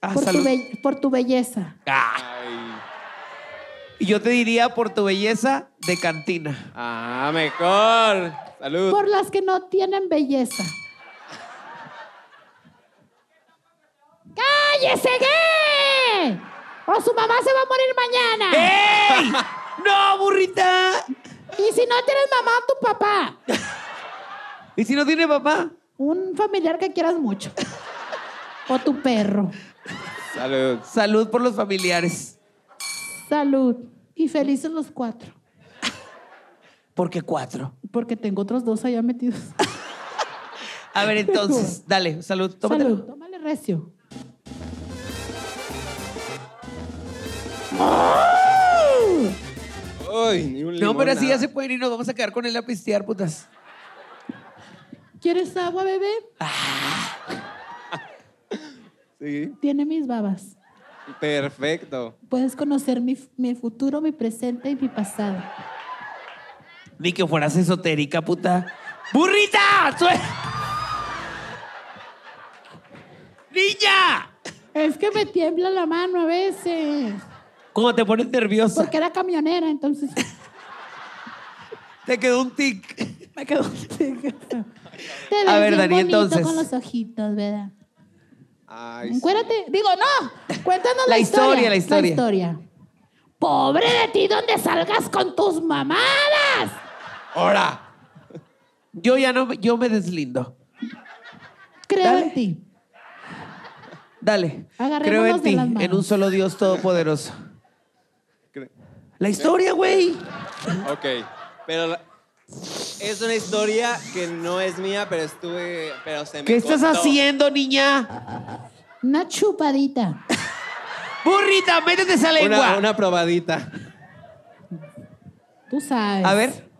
C: Ah,
B: por,
C: salud.
B: Tu be- por tu belleza.
C: Ah,
F: Ay.
C: y yo te diría por tu belleza de cantina.
F: Ah, mejor. Salud.
B: Por las que no tienen belleza. ¡Cállese, gay! O su mamá se va a morir mañana.
C: ¡Ey! ¡No, burrita!
B: Y si no tienes mamá, tu papá.
C: ¿Y si no tiene papá?
B: Un familiar que quieras mucho. O tu perro.
F: Salud.
C: Salud por los familiares.
B: Salud. Y felices los cuatro.
C: Porque cuatro.
B: Porque tengo otros dos allá metidos.
C: Ah, A ver, entonces, dale, salud. Tómatelo.
B: Salud. Tómale recio.
F: Uy, ni un limón,
C: No, pero así ya
F: nada.
C: se pueden ir, nos vamos a quedar con él a pistear, putas.
B: ¿Quieres agua, bebé?
F: Sí.
B: Tiene mis babas.
F: Perfecto.
B: Puedes conocer mi, mi futuro, mi presente y mi pasado.
C: Ni que fueras esotérica, puta. ¡Burrita! ¡Sue- ¡Niña!
B: Es que me tiembla la mano a veces.
C: Cuando te pones nerviosa,
B: Porque era camionera, entonces
C: te quedó un tic.
B: me quedó un tic. Te ves
C: Ah, A ver,
B: bien
C: Dani,
B: bonito
C: entonces.
B: con los ojitos, ¿verdad?
F: Ay, sí.
B: Encuérate. Digo, no. Cuéntanos la,
C: La historia, la historia.
B: Pobre de ti donde salgas con tus mamadas.
C: Ahora. Yo ya no, yo me deslindo.
B: Creo
C: Dale.
B: en ti.
C: Dale. Creo en
B: Agarrémonos de
C: ti,
B: las manos.
C: en un solo Dios todopoderoso.
F: Cre-
C: La historia, güey.
F: Ok, pero la- es una historia que no es mía, pero estuve, pero se me
C: ¿Qué estás
F: contó.
C: haciendo, niña?
B: Una chupadita.
C: Burrita, métete esa lengua.
F: Una, una probadita.
B: Tú sabes.
C: A ver.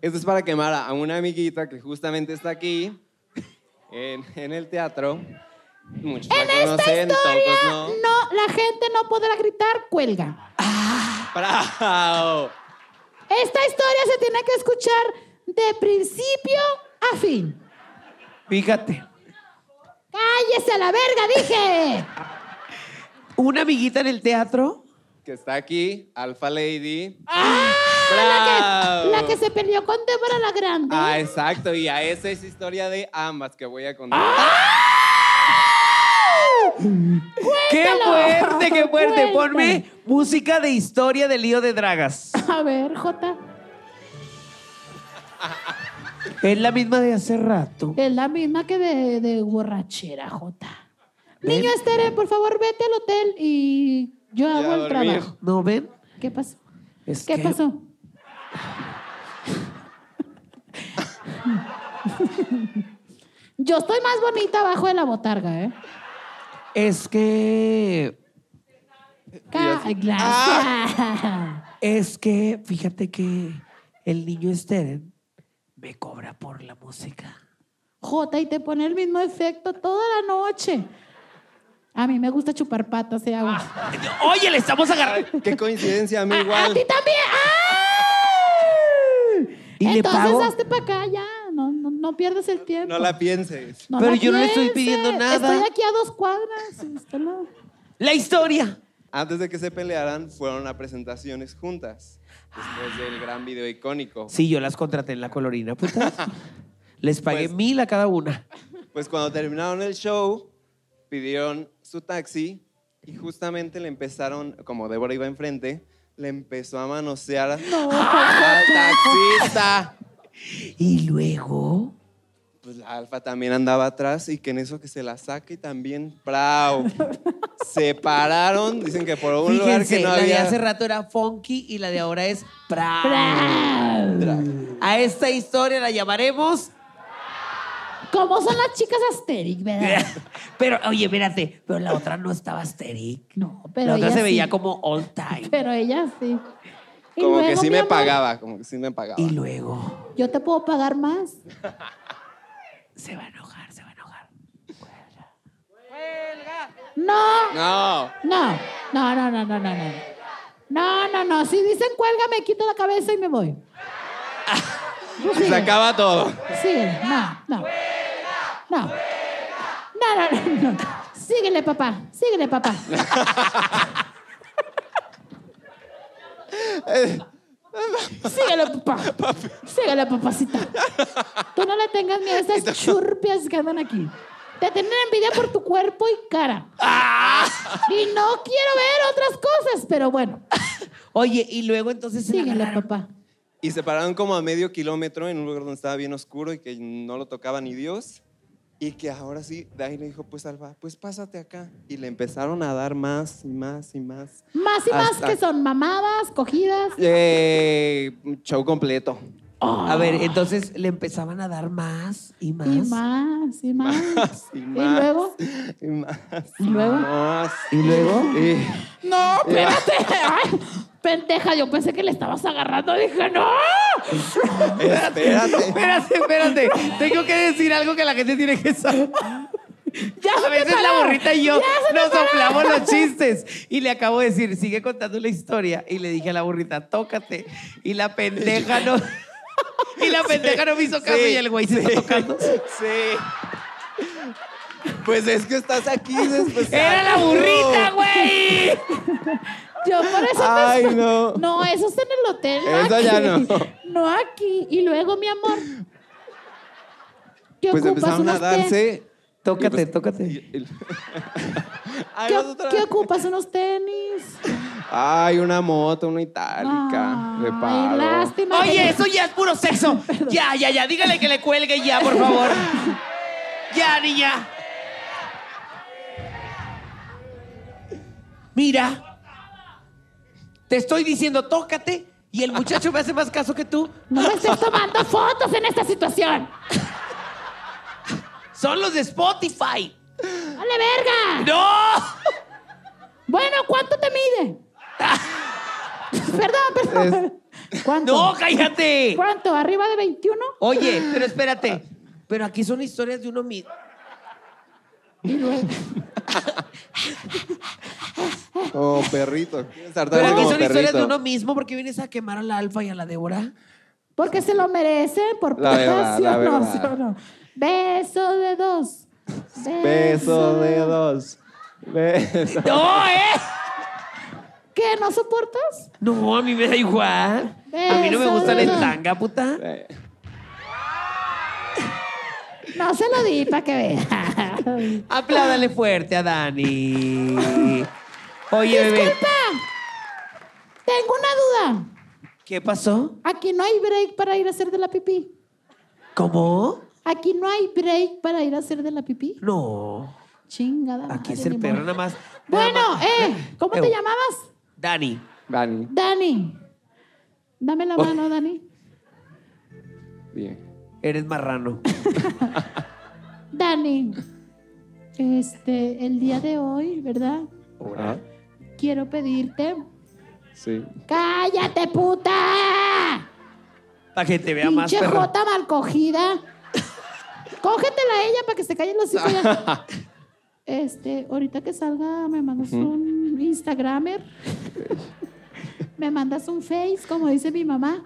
F: Esto es para quemar a una amiguita que justamente está aquí en, en el teatro. Muchos la
B: En esta
F: conocen,
B: historia,
F: pocos
B: no. la gente no podrá gritar, cuelga.
F: ¡Bravo!
B: Esta historia se tiene que escuchar de principio a fin.
C: Fíjate.
B: ¡Cállese a la verga, dije!
C: Una amiguita en el teatro.
F: Que está aquí, Alpha Lady.
B: Ah,
F: ¡Bravo!
B: la, que, la que se peleó con Débora la Grande.
F: Ah, exacto. Y a esa es historia de ambas que voy a contar.
C: Ah. ¡Qué
B: Cuéntalo.
C: fuerte, qué fuerte!
B: Cuéntalo.
C: Ponme música de historia del lío de dragas.
B: A ver, Jota.
C: Es la misma de hace rato.
B: Es la misma que de, de borrachera, Jota. Niño Estere, por favor, vete al hotel y yo
F: a
B: hago el
F: dormir.
B: trabajo.
C: ¿No ven?
B: ¿Qué pasó?
C: Es
B: ¿Qué
C: que-
B: pasó? Yo estoy más bonita abajo de la botarga, ¿eh?
C: Es que.
B: Ca- Gracias.
C: Es que, fíjate que el niño Steren me cobra por la música.
B: Jota, y te pone el mismo efecto toda la noche. A mí me gusta chupar patas y agua.
C: Ah, Oye, le estamos agarrando.
F: Qué coincidencia, a mí
B: A- A,
C: Ah,
F: igual.
B: ti también. ¡Ay!
C: Y le
B: Entonces
C: pago.
B: hazte para acá ya. No, no, no pierdas el tiempo.
F: No la pienses.
B: No
C: Pero
B: la
C: yo no le estoy
B: pienses.
C: pidiendo nada.
B: Estoy aquí a dos cuadras. Está la-
C: La historia.
F: Antes de que se pelearan, fueron a presentaciones juntas. Después del gran video icónico.
C: Sí, yo las contraté en la colorina, putas. Les pagué
F: Pues-
C: mil a cada una.
F: Pues cuando terminaron el show, pidieron su taxi y justamente le empezaron, como Débora iba enfrente, le empezó a manosear al taxista.
C: Y luego.
F: Pues la Alfa también andaba atrás y que en eso que se la saque también, ¡prau! Se pararon, dicen que por un lugar
C: Fíjense,
F: que no
C: la de
F: había...
C: hace rato era funky y la de ahora es pra. A esta historia la llamaremos.
B: ¿Cómo son las chicas Asterix, verdad?
C: Pero, oye, espérate, pero la otra no estaba asteric.
B: No, pero
C: La otra
B: ella
C: se veía
B: sí.
C: como all time.
B: Pero ella sí. Y
F: Como que
B: luego,
F: sí
B: mi
F: me
B: amor,
F: pagaba, como que sí me pagaba.
C: Y luego
B: Yo te puedo pagar más.
C: se va a enojar, se va a enojar.
B: No,
F: No,
B: no, no, no, no, no, no. no. No, no, no. Si dicen cuelga, me quito la cabeza y me voy. Tú
F: se
B: sigue.
F: acaba todo.
B: Síguele, no, no. No. No, no, no, no. Síguele, papá. Síguele, papá. Síguele, papá. Síguele, papacita. Tú no le tengas miedo a esas churpias que andan aquí. Te tienen envidia por tu cuerpo y cara. Y no quiero ver otras cosas, pero bueno.
C: Oye, y luego entonces se la
B: Síguele,
C: agarraron.
B: papá.
F: Y se pararon como a medio kilómetro en un lugar donde estaba bien oscuro y que no lo tocaba ni Dios. Y que ahora sí, de ahí le dijo, pues Alba, pues pásate acá. Y le empezaron a dar más y más y más.
B: Más y más
F: Hasta-
B: que son mamadas, cogidas.
F: Eh, show completo.
C: A ver, entonces le empezaban a dar más y más.
B: Y más, y más.
F: Y,
B: Y
F: más,
B: luego,
F: Y más.
B: y luego.
F: más.
C: Y luego.
F: Y-
B: No, espérate. Ay, pendeja, yo pensé que le estabas agarrando. Dije, no.
F: espérate.
C: Espérate, espérate. Tengo que decir algo que la gente tiene que saber.
B: Ya
C: A
B: se
C: veces
B: te
C: la
B: paró.
C: burrita y yo
B: Ya se te
C: nos
B: paró.
C: soplamos los chistes. Y le acabo de decir, sigue contando la historia. Y le dije a la burrita, tócate. Y la pendeja no. Y la pendeja no me hizo caso
F: sí,
C: y el güey se
F: sí.
C: está tocando.
F: Sí. Pues es que estás aquí después.
C: ¡Era la burrita, güey!
B: Yo por eso
F: Ay,
B: me...
F: no.
B: No, eso es en el hotel. No
F: Eso
B: aquí.
F: ya no.
B: No aquí. Y luego, mi amor. ¿Qué
F: Pues
B: ocupas?
F: empezaron a
B: ¿Unos qué?
F: darse.
C: Tócate,
F: Y pues-
C: tócate.
F: y- y- Ay,
B: ¿Qué,
F: vas otra
B: qué
F: vez.
B: ocupas? ¿Unos tenis?
F: Ay, una moto, una itálica.
B: Ay,
F: de paro.
B: lástima. que-
C: Oye, eso ya es puro sexo. Ya, ya, ya. Dígale que le cuelgue ya, por favor. Ya, niña. Mira. Te estoy diciendo, tócate. Y el muchacho me hace más caso que tú.
B: No me estés tomando fotos en esta situación.
C: Son los de Spotify.
B: ¡Dale, verga!
C: ¡No!
B: Bueno, ¿cuánto te mide? perdón, perdón. ¿Cuánto?
C: ¡No, cállate!
B: ¿Cuánto? ¿Arriba de 21?
C: Oye, pero espérate. Pero aquí son historias de uno mismo.
F: Como perrito. ¿Quieres
C: Pero
F: hartarme
C: aquí
F: como
C: son historias de
F: perrito?
C: uno mismo porque vienes a quemar a la Alfa y a la Débora.
B: Porque se lo merecen por
F: La verdad,
B: ¿sí o
F: la
B: no?
F: verdad.
B: ¿Sí o no? Beso de dos.
F: Beso de dos. Beso.
C: ¡No, eh!
B: ¿Qué? ¿No soportas?
C: No, a mí me da igual. A mí no me
B: Eso,
C: gustan en
B: no.
C: tanga, puta.
F: Eh,
B: No se lo di para que vea.
C: Apláudale fuerte a Dani. Oye, bebé,
B: Disculpa. Tengo una duda.
C: ¿qué pasó?
B: Aquí no hay break para ir a hacer de la pipí.
C: ¿Cómo?
B: Aquí no hay break para ir a hacer de la pipí.
C: No.
B: Chingada.
C: Aquí es
B: madre,
C: el
B: ni
C: perro
B: modo.
C: nada más.
B: Bueno,
C: Nada más.
B: eh, ¿cómo
C: Eh,
B: te llamabas?
C: Dani.
F: Dani,
B: Dani. Dame
C: Oh.
B: la mano, Dani.
F: bien.
C: Eres marrano.
B: Dani. Este, el día de hoy, ¿verdad?
F: Ah,
B: Quiero pedirte.
F: sí.
B: ¡Cállate, puta!
C: Para que te vea más
B: Pinche
C: perro.
B: jota mal cogida. Cógetela a ella para que se callen los hijos. ya. Este, ahorita que salga, me mandas un Instagramer. me mandas un Face, como dice mi mamá.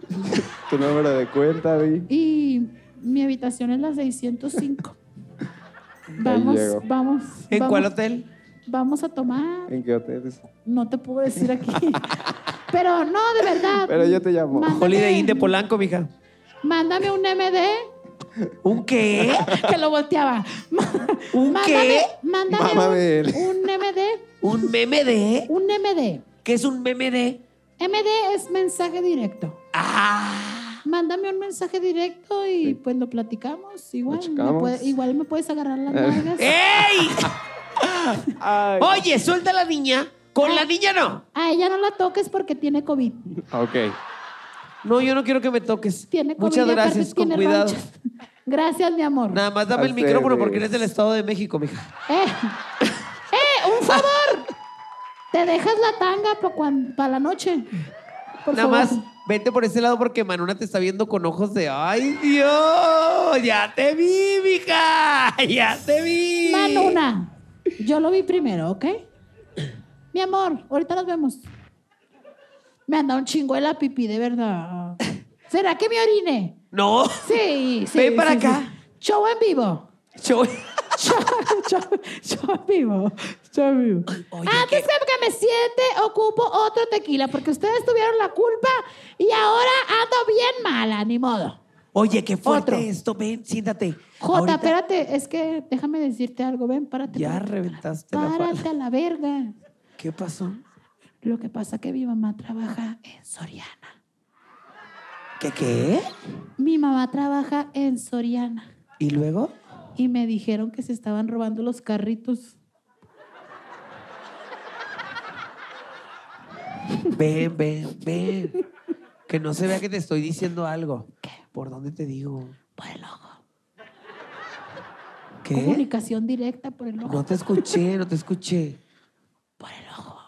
F: Tu número de cuenta, Di.
B: Y mi habitación es la 605. Vamos,
F: llego.
B: vamos.
C: ¿En
B: vamos,
C: cuál hotel?
B: Vamos a tomar.
F: ¿En qué hotel es?
B: No te puedo decir aquí. Pero no, de verdad.
F: Pero yo te llamo.
B: Mándame-
C: Holiday Inn de Polanco, mija.
B: Mándame un MD.
C: ¿Un qué?
B: que lo volteaba.
C: ¿Un
B: mándame,
C: qué?
B: Mándame un,
F: Mámame él.
B: un MD,
C: ¿Un meme de?
B: un MD.
C: ¿Qué es un meme de?
B: MD es mensaje directo.
C: Ah.
B: Mándame un mensaje directo y pues lo platicamos. Igual, me
F: checamos.
B: puede- igual me puedes agarrar
F: Eh.
B: las nalgas.
C: Eh, ¡Ey!
F: Ay.
C: Oye, suelta a la niña. Con la niña no.
B: A ella no la toques porque tiene COVID.
F: Ok.
C: No, yo no quiero que me toques.
B: Tiene COVID
C: Muchas
B: y aparte
C: gracias, con
B: tiene
C: cuidado.
B: ronchas. Gracias, mi amor.
C: Nada más dame
F: A
C: el micrófono
F: ustedes.
C: porque eres del Estado de México, mija.
B: Eh, eh, un favor. Te dejas la tanga para la noche. Por
C: Nada
B: favor.
C: más vente por ese lado porque Manuna te está viendo con ojos de ¡Ay, Dios! ¡Ya te vi, mija! ¡Ya te vi!
B: Manuna. Yo lo vi primero, ¿ok? Mi amor, ahorita nos vemos. Me anda un chingo de la pipí, de verdad. ¿Será que me orine?
C: ¡No!
B: Sí, sí.
C: Ven para
B: sí,
C: acá.
B: sí. Show en vivo.
C: Yo-
B: Show, show- show en vivo. Show en vivo.
C: Oye,
B: Antes que... que me siente, ocupo otro tequila, porque ustedes tuvieron la culpa y ahora ando bien mala, ni modo.
C: Oye, qué fuerte
B: Otro.
C: esto. Ven, siéntate.
B: Jota,
C: Ahorita-
B: espérate, es que déjame decirte algo. Ven, párate.
C: Ya
B: párate,
C: reventaste la
B: párate,
C: pala.
B: Párate a la verga.
C: ¿Qué pasó?
B: Lo que pasa que mi mamá trabaja en Soriana.
C: ¿Qué qué?
B: Mi mamá trabaja en Soriana.
C: ¿Y luego?
B: Y me dijeron que se estaban robando los carritos.
C: Ven, ven, ven. Que no se vea que te estoy diciendo algo. ¿Por dónde te digo?
B: Por el ojo.
C: ¿Qué?
B: Comunicación directa por el ojo.
C: No te escuché, no te escuché.
B: Por el ojo.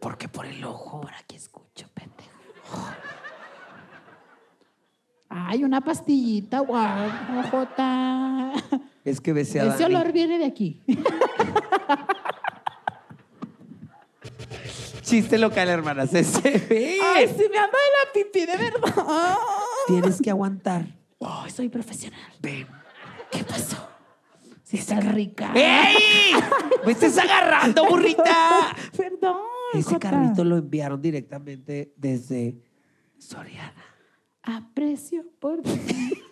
C: ¿Por qué por el ojo?
B: Por aquí escucho, pendejo. Ay, una pastillita, guau, ojota.
C: Es que besé a
B: Ese
C: Dani.
B: olor viene de aquí.
C: Chiste local, hermanas. Ese ve.
B: Ay, sí, me anda de la pipí, de verdad.
C: Tienes que aguantar.
B: Ay, soy profesional.
C: Ven.
B: ¿Qué pasó? ¡Eh! Sí, estás rica.
C: ¡Ey! ¡Me estás agarrando, burrita!
B: Perdón.
C: Ese
B: Jota.
C: carrito lo enviaron directamente desde Soriana.
B: Aprecio por ti.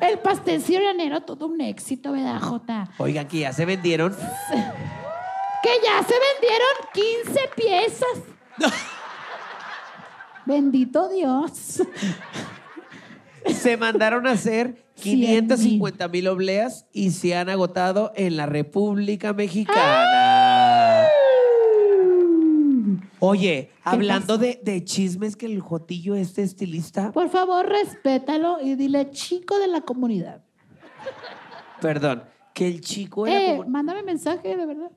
B: El pastelcillo llanero, todo un éxito, ¿verdad, Jota?
C: Oigan, que ya se vendieron.
B: Que ya se vendieron 15 piezas. Bendito Dios.
C: Se mandaron a hacer 550 mil obleas y se han agotado en la República Mexicana. Oye, hablando de, de chismes que el Jotillo, este estilista,
B: Por favor, respétalo y dile chico de la comunidad.
C: perdón, que el chico de la
B: Eh,
C: comu-
B: mándame mensaje, de verdad.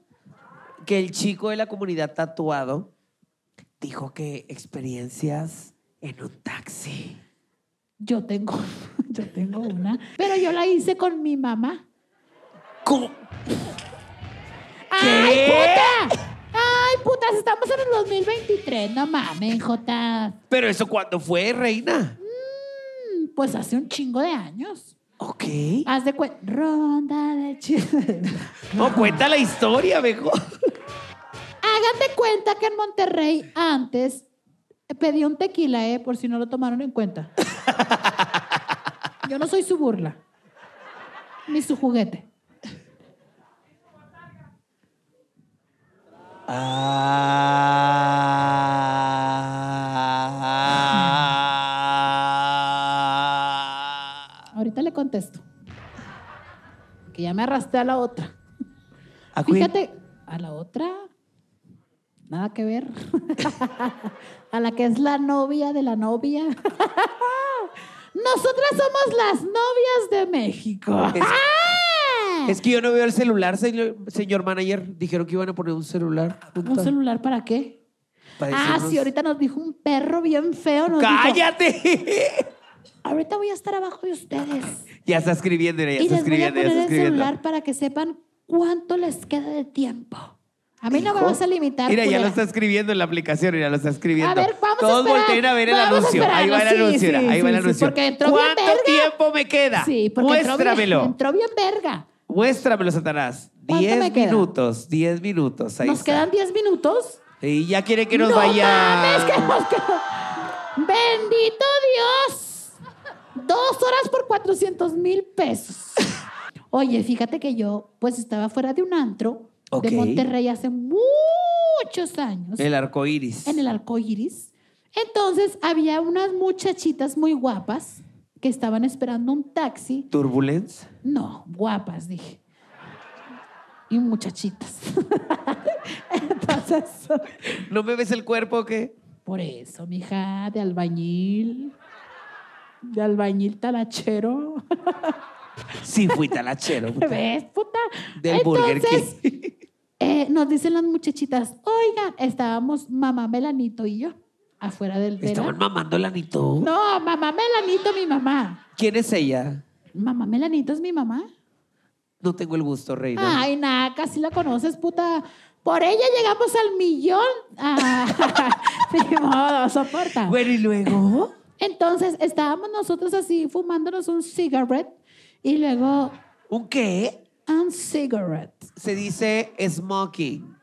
C: que el chico de la comunidad tatuado dijo que experiencias en un taxi.
B: Yo tengo, yo tengo una. Pero yo la hice con mi mamá.
C: ¿Cómo?
B: ¡Ay,
C: ¿Qué?
B: puta! ¡Ay, putas! Estamos en el 2023. No mames, Jota.
C: Pero eso cuándo fue, reina?
B: Mm, Pues hace un chingo de años.
C: Ok.
B: Haz de cuenta. Ronda de chismes.
C: No, cuenta la historia, mejor.
B: Hagan de cuenta que en Monterrey antes pedí un tequila, ¿eh? Por si no lo tomaron en cuenta. Yo no soy su burla, ni su juguete. Ah. Ahorita le contesto. Que ya me arrastré a la otra.
C: Ah.
B: Fíjate, a la otra, nada que ver. a la que es la novia de la novia. Nosotras somos las novias de México. Ah.
C: Es- Es que yo no veo el celular, señor, señor manager. Dijeron que iban a poner un celular.
B: Ah, ¿Un celular para qué?
C: Para
B: Ah,
C: decirnos-
B: sí, ahorita nos dijo un perro bien feo. nos dijo,
C: ¡Cállate!
B: ahorita voy a estar abajo de ustedes.
C: ya está escribiendo, ya
B: Y
C: está
B: les voy a
C: escribiendo,
B: poner
C: ya está
B: el
C: escribiendo.
B: celular para que sepan cuánto les queda de tiempo. A mí no me vas a limitar.
C: Mira, ya
B: culera.
C: lo está escribiendo en la aplicación, ya lo está escribiendo.
B: A ver, vamos a
C: Todos
B: esperar,
C: volteen a ver el
B: vamos a
C: anuncio. Ahí va el
B: esperarlo, sí,
C: anuncio,
B: sí,
C: ahí va el
B: sí, sí,
C: anuncio.
B: porque entró bien
C: ¿Cuánto
B: verga.
C: tiempo me queda?
B: Sí, porque
C: Muéstramelo.
B: Entró bien, entró bien verga.
C: Muéstramelo, Satanás.
B: ¿Cuánto me
C: Diez
B: queda?
C: minutos, diez minutos. Ahí
B: ¿Nos
C: está.
B: quedan 10 minutos?
C: Y ya quiere que nos
B: ¡No
C: vaya.
B: mames, que nos quedó- ¡Bendito Dios! Dos horas por 400 mil pesos. Oye, fíjate que yo, pues estaba fuera de un antro
C: Ok.
B: de Monterrey hace muchos años.
C: El arco iris.
B: en el arco iris. Entonces había unas muchachitas muy guapas que estaban esperando un taxi.
C: Turbulence.
B: No, guapas, dije. Y muchachitas. Entonces,
C: ¿No me ves el cuerpo o qué?
B: por eso, mija, de albañil. De albañil talachero.
C: Sí, fui talachero. puta.
B: ¿Ves, puta?
C: Del Burger
B: Entonces,
C: King.
B: eh, nos dicen las muchachitas, oigan, estábamos mamá Melanito y yo afuera del del
C: Estaban
B: antro.
C: mamando la Nito.
B: No, mamá Melanito, mi mamá.
C: ¿Quién es ella?
B: Mamá Melanito es mi mamá.
C: No tengo el gusto, reina.
B: Ay, nada, casi la conoces, puta. Por ella llegamos al millón. Ah, ni modo, soporta.
C: Bueno, y luego.
B: Entonces, estábamos nosotros así fumándonos un cigarette y luego
C: ¿Un qué?
B: un cigarette.
C: Se dice smoking.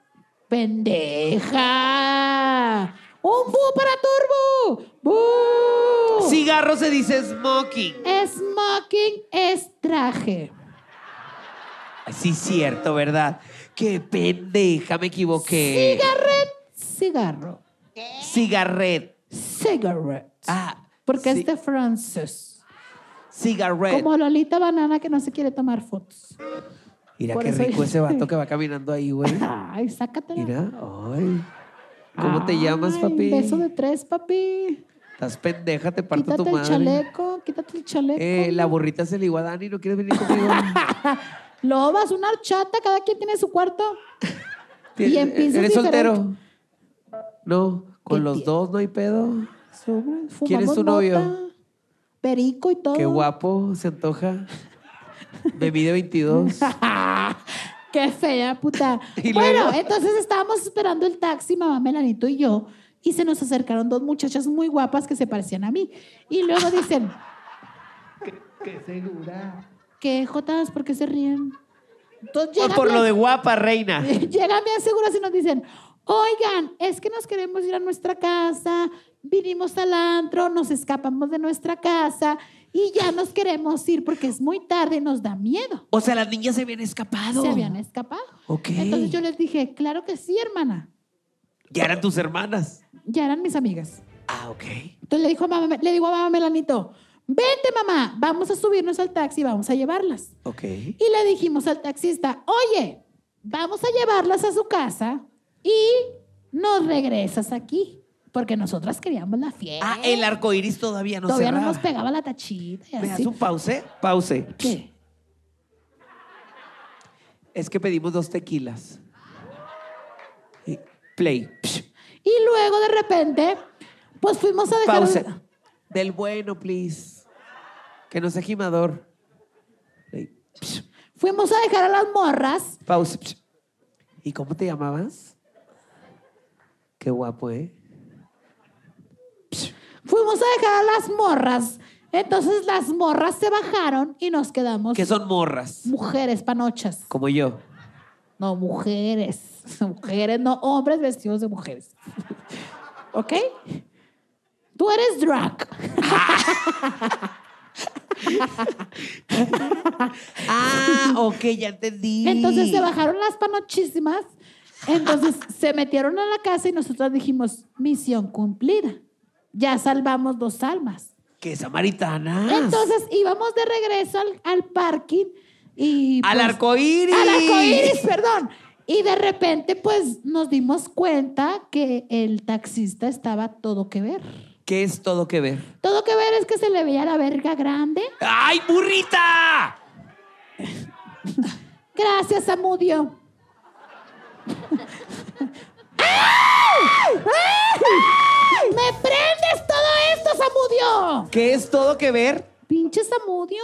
B: ¡Pendeja! ¡Un bu para turbo! ¡Bu!
C: Cigarro se dice smoking.
B: Smoking es traje.
C: Ay, Sí, cierto, ¿verdad? Qué pendeja, me equivoqué.
B: Cigarret, cigarro.
C: Cigarret.
B: Cigarette.
C: Ah,
B: Porque este es
C: ci-
B: de francés.
C: Cigarret.
B: Como Lolita Banana que no se quiere tomar fotos.
C: Mira
B: por
C: qué
B: eso-
C: rico ese vato que va caminando ahí, güey.
B: Ay, sácatela.
C: Mira, ay. ¿Cómo te
B: Ay,
C: llamas, papi?
B: Beso de tres, papi.
C: Estás pendeja, te parto
B: Quítate
C: tu
B: el
C: madre.
B: chaleco, quítate el chaleco.
C: Eh, la burrita se ligó a Dani, ¿no quieres venir conmigo?
B: Lobas, una horchata, cada quien tiene su cuarto.
C: Tien-
B: Y empiezas
C: ¿Eres soltero?
B: diferente.
C: No,
B: ¿Qué
C: con los
B: tie-
C: dos no hay pedo.
B: Sobre, fumamos
C: ¿Quién es tu novio?
B: mota, Perico y todo.
C: Qué guapo, se antoja. Bebí de 22.
B: Qué fea, puta.
C: Y
B: bueno,
C: luego.
B: entonces estábamos esperando el taxi, mamá Melanito y yo, y se nos acercaron dos muchachas muy guapas que se parecían a mí. Y luego dicen. Qué, segura. ¿Qué, Jotas? ¿Por qué se ríen? Entonces
C: O
B: llega
C: por
B: mi-
C: lo de guapa, reina.
B: Llegan bien seguras y nos dicen, oigan, es que nos queremos ir a nuestra casa, vinimos al antro, nos escapamos de nuestra casa y ya nos queremos ir porque es muy tarde y nos da miedo.
C: O sea, las niñas se habían escapado.
B: Se habían escapado.
C: Ok.
B: Entonces yo les dije, claro que sí, hermana.
C: Ya eran tus hermanas.
B: Ya eran mis amigas.
C: Ah, ok.
B: Entonces le, dijo a mamá, le digo a mamá Melanito, vente mamá, vamos a subirnos al taxi y vamos a llevarlas.
C: Ok.
B: Y le dijimos al taxista, oye, vamos a llevarlas a su casa y nos regresas aquí, porque nosotras queríamos la fiesta.
C: Ah, el Pues, arco iris todavía no
B: Todavía no
C: cerraba.
B: nos pegaba la tachita y
C: ¿Me das
B: así.
C: un pause? Pause.
B: ¿Qué?
C: Es que pedimos dos tequilas. Y Play. Psh.
B: Y luego de repente, pues fuimos a dejar...
C: Pause. Del bueno, please. Que no sea gimador. Play. Psh.
B: Fuimos a dejar a las morras.
C: Pause. Psh. ¿Y cómo te llamabas? Qué guapo, ¿eh?
B: Fuimos a dejar a las morras. Entonces las morras se bajaron y nos quedamos
C: Que son morras,
B: mujeres panochas.
C: como yo.
B: No, mujeres. Mujeres, no, hombres vestidos de mujeres. ¿Ok? Tú eres drag.
C: Ah, ok, ya entendí.
B: Entonces se bajaron las panochísimas. Entonces se metieron a la casa y nosotros dijimos, misión cumplida. Ya salvamos dos almas.
C: Que samaritanas.
B: Entonces íbamos de regreso al, al parking y...
C: Al
B: pues,
C: arcoíris.
B: Al arcoíris, perdón. Y de repente, pues, nos dimos cuenta que el taxista estaba todo que ver.
C: ¿Qué es todo que ver?
B: Todo que ver es que se le veía la verga grande.
C: ¡Ay, burrita!
B: Gracias, Amudio. ¡Me prendes todo esto, Samudio!
C: ¿Qué es todo que ver?
B: ¡Pinche Samudio!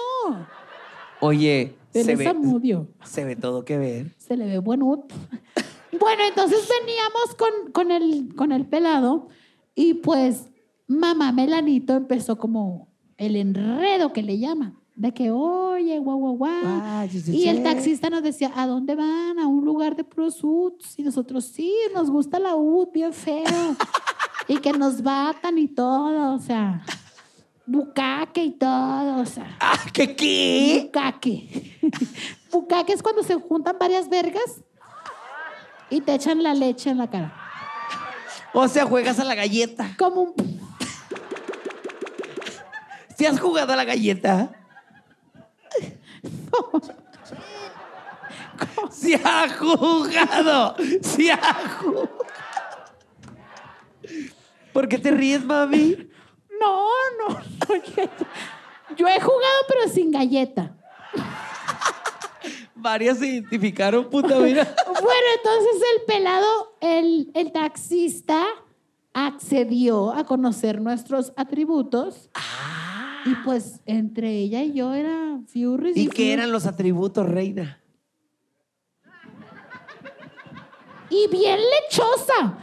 C: Oye, se
B: Él es
C: ve,
B: Samudio.
C: se ve todo que ver.
B: Se le ve buenut. Bueno, entonces veníamos con, con, el, con el pelado y pues mamá Melanito empezó como el enredo que le llama. De que, oye, guau, guau, guau.
C: Guau, sí, sí,
B: Y el
C: sí.
B: taxista nos decía, ¿a dónde van? A un lugar de puros UTS. Y nosotros, sí, nos gusta la UT, bien feo. y que nos batan y todo, o sea, bucaque y todo, o sea.
C: ¡Ah, qué qué!
B: Bucaque. Bucaque es cuando se juntan varias vergas y te echan la leche en la cara.
C: O sea, juegas a la galleta.
B: Como un...
C: ¿Si has jugado a la galleta? ¡Si has jugado! ¡Si has jugado! ¿Por qué te ríes, mami?
B: No, no. no. Yo he jugado pero sin galleta.
C: Varias se identificaron, puta, mira.
B: Bueno, entonces el pelado, el, el taxista accedió a conocer nuestros atributos.
C: Ah.
B: Y pues entre ella y yo era Fury.
C: ¿Y qué eran los atributos, reina?
B: Y bien lechosa.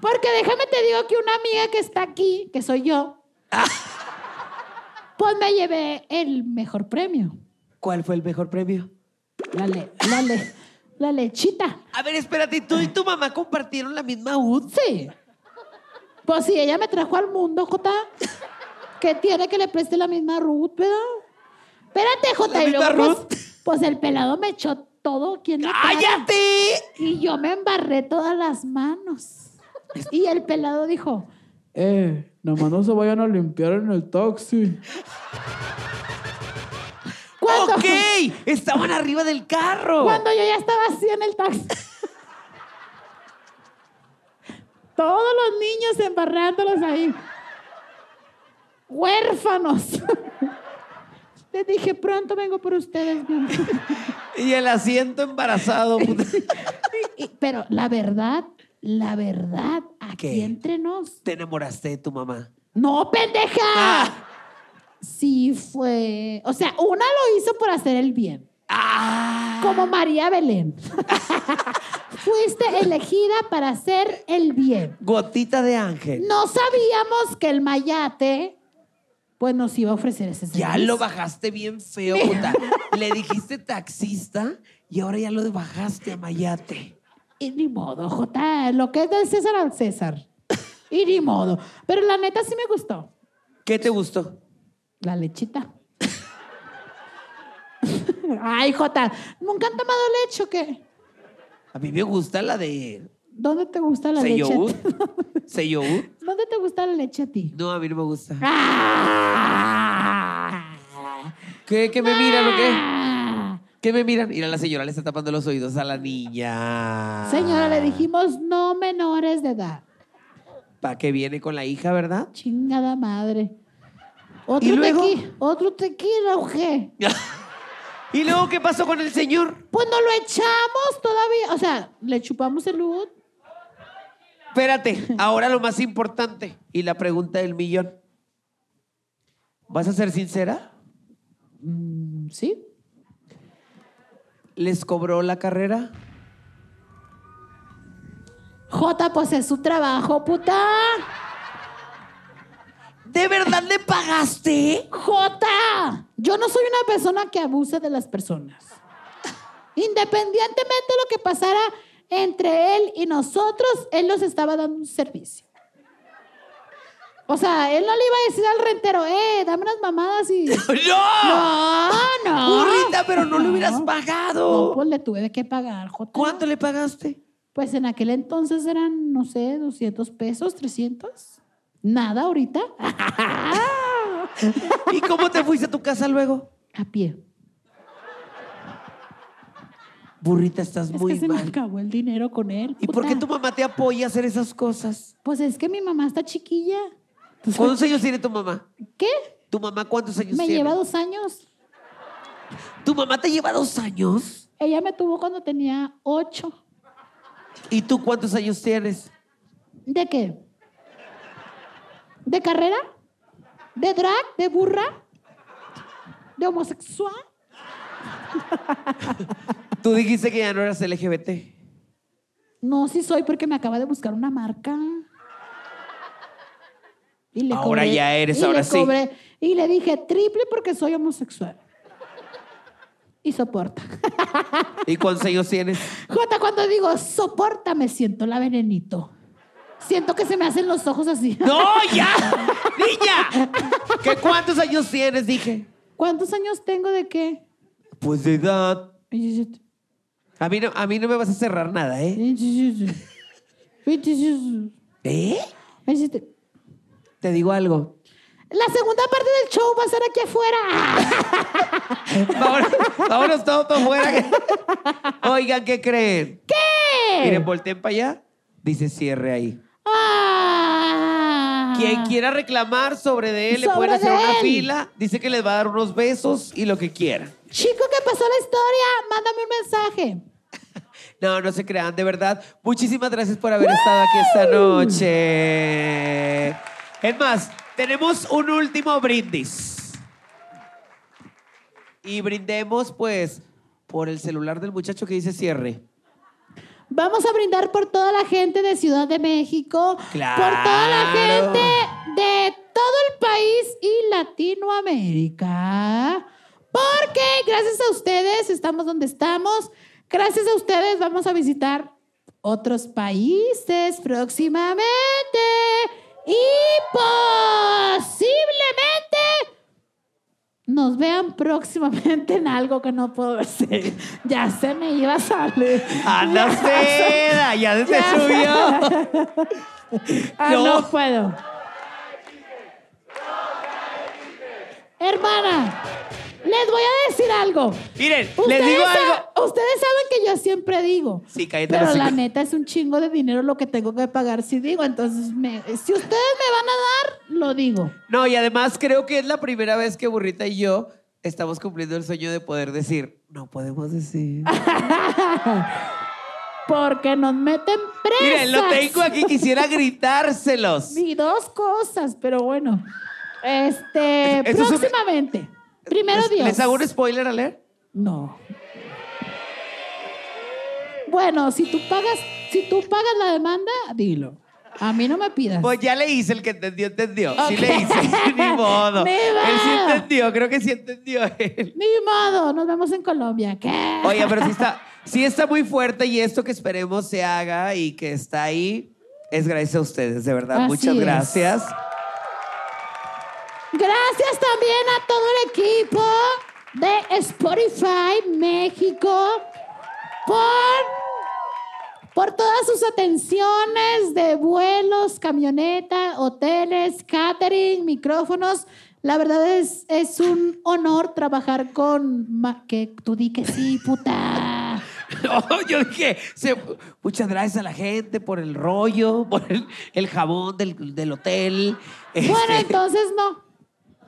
B: Porque déjame te digo que una amiga que está aquí, que soy yo, pues me llevé el mejor premio.
C: ¿Cuál fue el mejor premio?
B: La, le- la, le- la lechita.
C: A ver, espérate, ¿tú y tu mamá compartieron la misma UD?
B: Sí. Pues si ella me trajo al mundo, Jota, que tiene que le preste la misma Ruth, ¿verdad? Espérate, Jota.
C: ¿La
B: y
C: misma
B: luego,
C: Ruth?
B: Pues, pues el pelado me echó todo aquí en la cara.
C: ¡Cállate!
B: Y yo me embarré todas las manos. Y el pelado dijo,
D: Eh, nomás no se vayan a limpiar en el taxi.
B: ¿Cuándo?
C: Ok, estaban arriba del carro.
B: Cuando yo ya estaba así en el taxi. Todos los niños embarrándolos ahí. Huérfanos. Te dije, pronto vengo por ustedes. mamá".
C: Y el asiento embarazado. puta.
B: Y- pero la verdad, la verdad, aquí
C: ¿Qué?
B: entre nos.
C: Te enamoraste de tu mamá.
B: ¡No, pendeja!
C: Ah.
B: Sí fue. O sea, una lo hizo por hacer el bien.
C: ¡Ah!
B: Como María Belén. Fuiste elegida para hacer el bien.
C: Gotita de ángel.
B: No sabíamos que el mayate pues nos iba a ofrecer ese servicio.
C: Ya lo bajaste bien feo, puta. Le dijiste taxista y ahora ya lo bajaste a Mayate.
B: Y ni modo, J, lo que es del César al César. Y ni modo. Pero la neta sí me gustó.
C: ¿Qué te gustó?
B: La lechita. Ay, Jota, ¿nunca han tomado leche o qué?
C: A mí me gusta la de
B: ¿Dónde te gusta la leche? a
C: Seyou.
B: ti?
C: Seyou.
B: ¿Dónde te gusta la leche a ti?
C: No, a mí no me gusta.
B: Ah.
C: ¿Qué? ¿Qué me miran o qué? ¿Qué me miran? Mira, la señora le está tapando los oídos a la niña.
B: Señora, le dijimos no menores de edad.
C: ¿Para qué viene con la hija, verdad?
B: Chingada madre.
C: ¿Y
B: Otro
C: luego?
B: tequila, otro tequila, ¿o qué?
C: ¿Y luego qué pasó con el señor?
B: Pues no lo echamos todavía. O sea, le chupamos el ud.
C: Espérate, ahora lo más importante y la pregunta del millón. ¿Vas a ser sincera?
B: Mm, Sí.
C: ¿Les cobró la carrera?
B: J, pues es su trabajo, puta.
C: ¿De verdad le pagaste?
B: J, yo no soy una persona que abuse de las personas. Independientemente de lo que pasara entre él y nosotros, él nos estaba dando un servicio. O sea, él no le iba a decir al rentero, eh, dame unas mamadas y...
C: ¡No!
B: No, Ah, no.
C: Burrita, pero no le hubieras
B: No,
C: pagado.
B: pues le tuve que pagar, J.
C: ¿Cuánto le pagaste?
B: Pues en aquel entonces eran, no sé, 200 pesos, 300. Nada ahorita. Ah,
C: ¿Y cómo te fuiste a tu casa luego?
B: A pie.
C: Burrita, estás
B: Es
C: muy
B: que se me
C: mal.
B: acabó el dinero con él.
C: ¿Y por qué
B: puta.
C: tu mamá te apoya a hacer esas cosas?
B: Pues es que mi mamá está chiquilla. Entonces,
C: ¿Cuántos años tiene tu mamá?
B: ¿Qué?
C: ¿Tu mamá cuántos años
B: Pues Me
C: tiene?
B: lleva dos años.
C: ¿Tu mamá te lleva dos años?
B: Ella me tuvo cuando tenía ocho.
C: ¿Y tú cuántos años tienes?
B: ¿De qué? ¿De carrera? ¿De drag? ¿De burra? ¿De homosexual?
C: Tú dijiste que ya no eras LGBT.
B: No, sí soy porque me acaba de buscar una marca. Y le
C: Ahora ya eres, ahora
B: le
C: sí.
B: cobré- y le dije triple porque soy homosexual. Y soporta.
C: ¿Y cuántos años tienes?
B: Jota, cuando digo soporta, me siento la venenito. Siento que se me hacen los ojos así.
C: ¡No, ya! ¡Niña! ¿Qué cuántos años tienes? Dije.
B: ¿Cuántos años tengo de qué?
C: Pues de edad. A mí no, a mí no me vas a cerrar nada, ¿eh? ¿Eh?
B: La
C: Te digo algo.
B: segunda parte del show va a ser aquí afuera.
C: Vámonos, vámonos todos para afuera. Oigan, ¿qué creen?
B: ¿Qué?
C: Miren, volteen para allá. Dice cierre ahí.
B: Ah.
C: Quien quiera reclamar sobre de él, le
B: Sobre
C: pueden hacer
B: de
C: una
B: él.
C: fila. Dice que les va a dar unos besos y lo que quiera.
B: Chico que pasó la historia, mándame un mensaje.
C: No, no se crean, de verdad. Muchísimas gracias por haber estado aquí esta noche. Es más, tenemos un último brindis. Y brindemos, pues, por el celular del muchacho que dice cierre.
B: Vamos a brindar por toda la gente de Ciudad de México,
C: Claro.
B: por toda la gente de todo el país y Latinoamérica. Porque gracias a ustedes estamos donde estamos. Gracias a ustedes vamos a visitar otros países próximamente y posiblemente nos vean próximamente en algo que no puedo decir. Ya se me iba a salir.
C: ¡Ana Seda! ¡Ya se
B: Ya.
C: subió!
B: Ah,
C: No.
B: no. puedo. Hermana, les voy a decir algo.
C: Miren, les
B: Ustedes
C: digo
B: sa-
C: algo.
B: Ustedes saben que yo siempre digo.
C: Sí, cállate
B: Pero
C: los
B: la
C: hocico.
B: neta es un chingo de dinero lo que tengo que pagar si digo. Entonces, me- si ustedes me van a dar, lo digo.
C: No, y además creo que es la primera vez que Burrita y yo estamos cumpliendo el sueño de poder decir, no podemos decir.
B: Porque nos meten presas.
C: Miren, lo tengo aquí, quisiera gritárselos.
B: Y dos cosas, pero bueno. Este,
C: Eso- eso es un-
B: próximamente. Primero
C: ¿Les-
B: Dios.
C: ¿Les hago un spoiler a leer?
B: No. Bueno, si tú pagas, si tú pagas la demanda, dilo. A mí no me pidas.
C: Pues ya le hice el que entendió, entendió. Sí
B: Ok.
C: le hice, ni modo.
B: Ni
C: Él sí
B: modo.
C: entendió, creo que sí entendió él.
B: Ni modo, nos vemos en Colombia. ¿Qué?
C: Oye, pero sí está, sí está muy fuerte y esto que esperemos se haga y que está ahí es gracias a ustedes, de verdad.
B: Así
C: Muchas
B: es.
C: gracias.
B: Gracias también a todo el equipo de Spotify México por, por todas sus atenciones de vuelos, camioneta, hoteles, catering, micrófonos. La verdad es, es un honor trabajar con... ma- Que tú di que sí, puta.
C: No, yo dije, se- muchas gracias a la gente por el rollo, por el, el jabón del, del hotel, este,
B: Bueno, entonces no.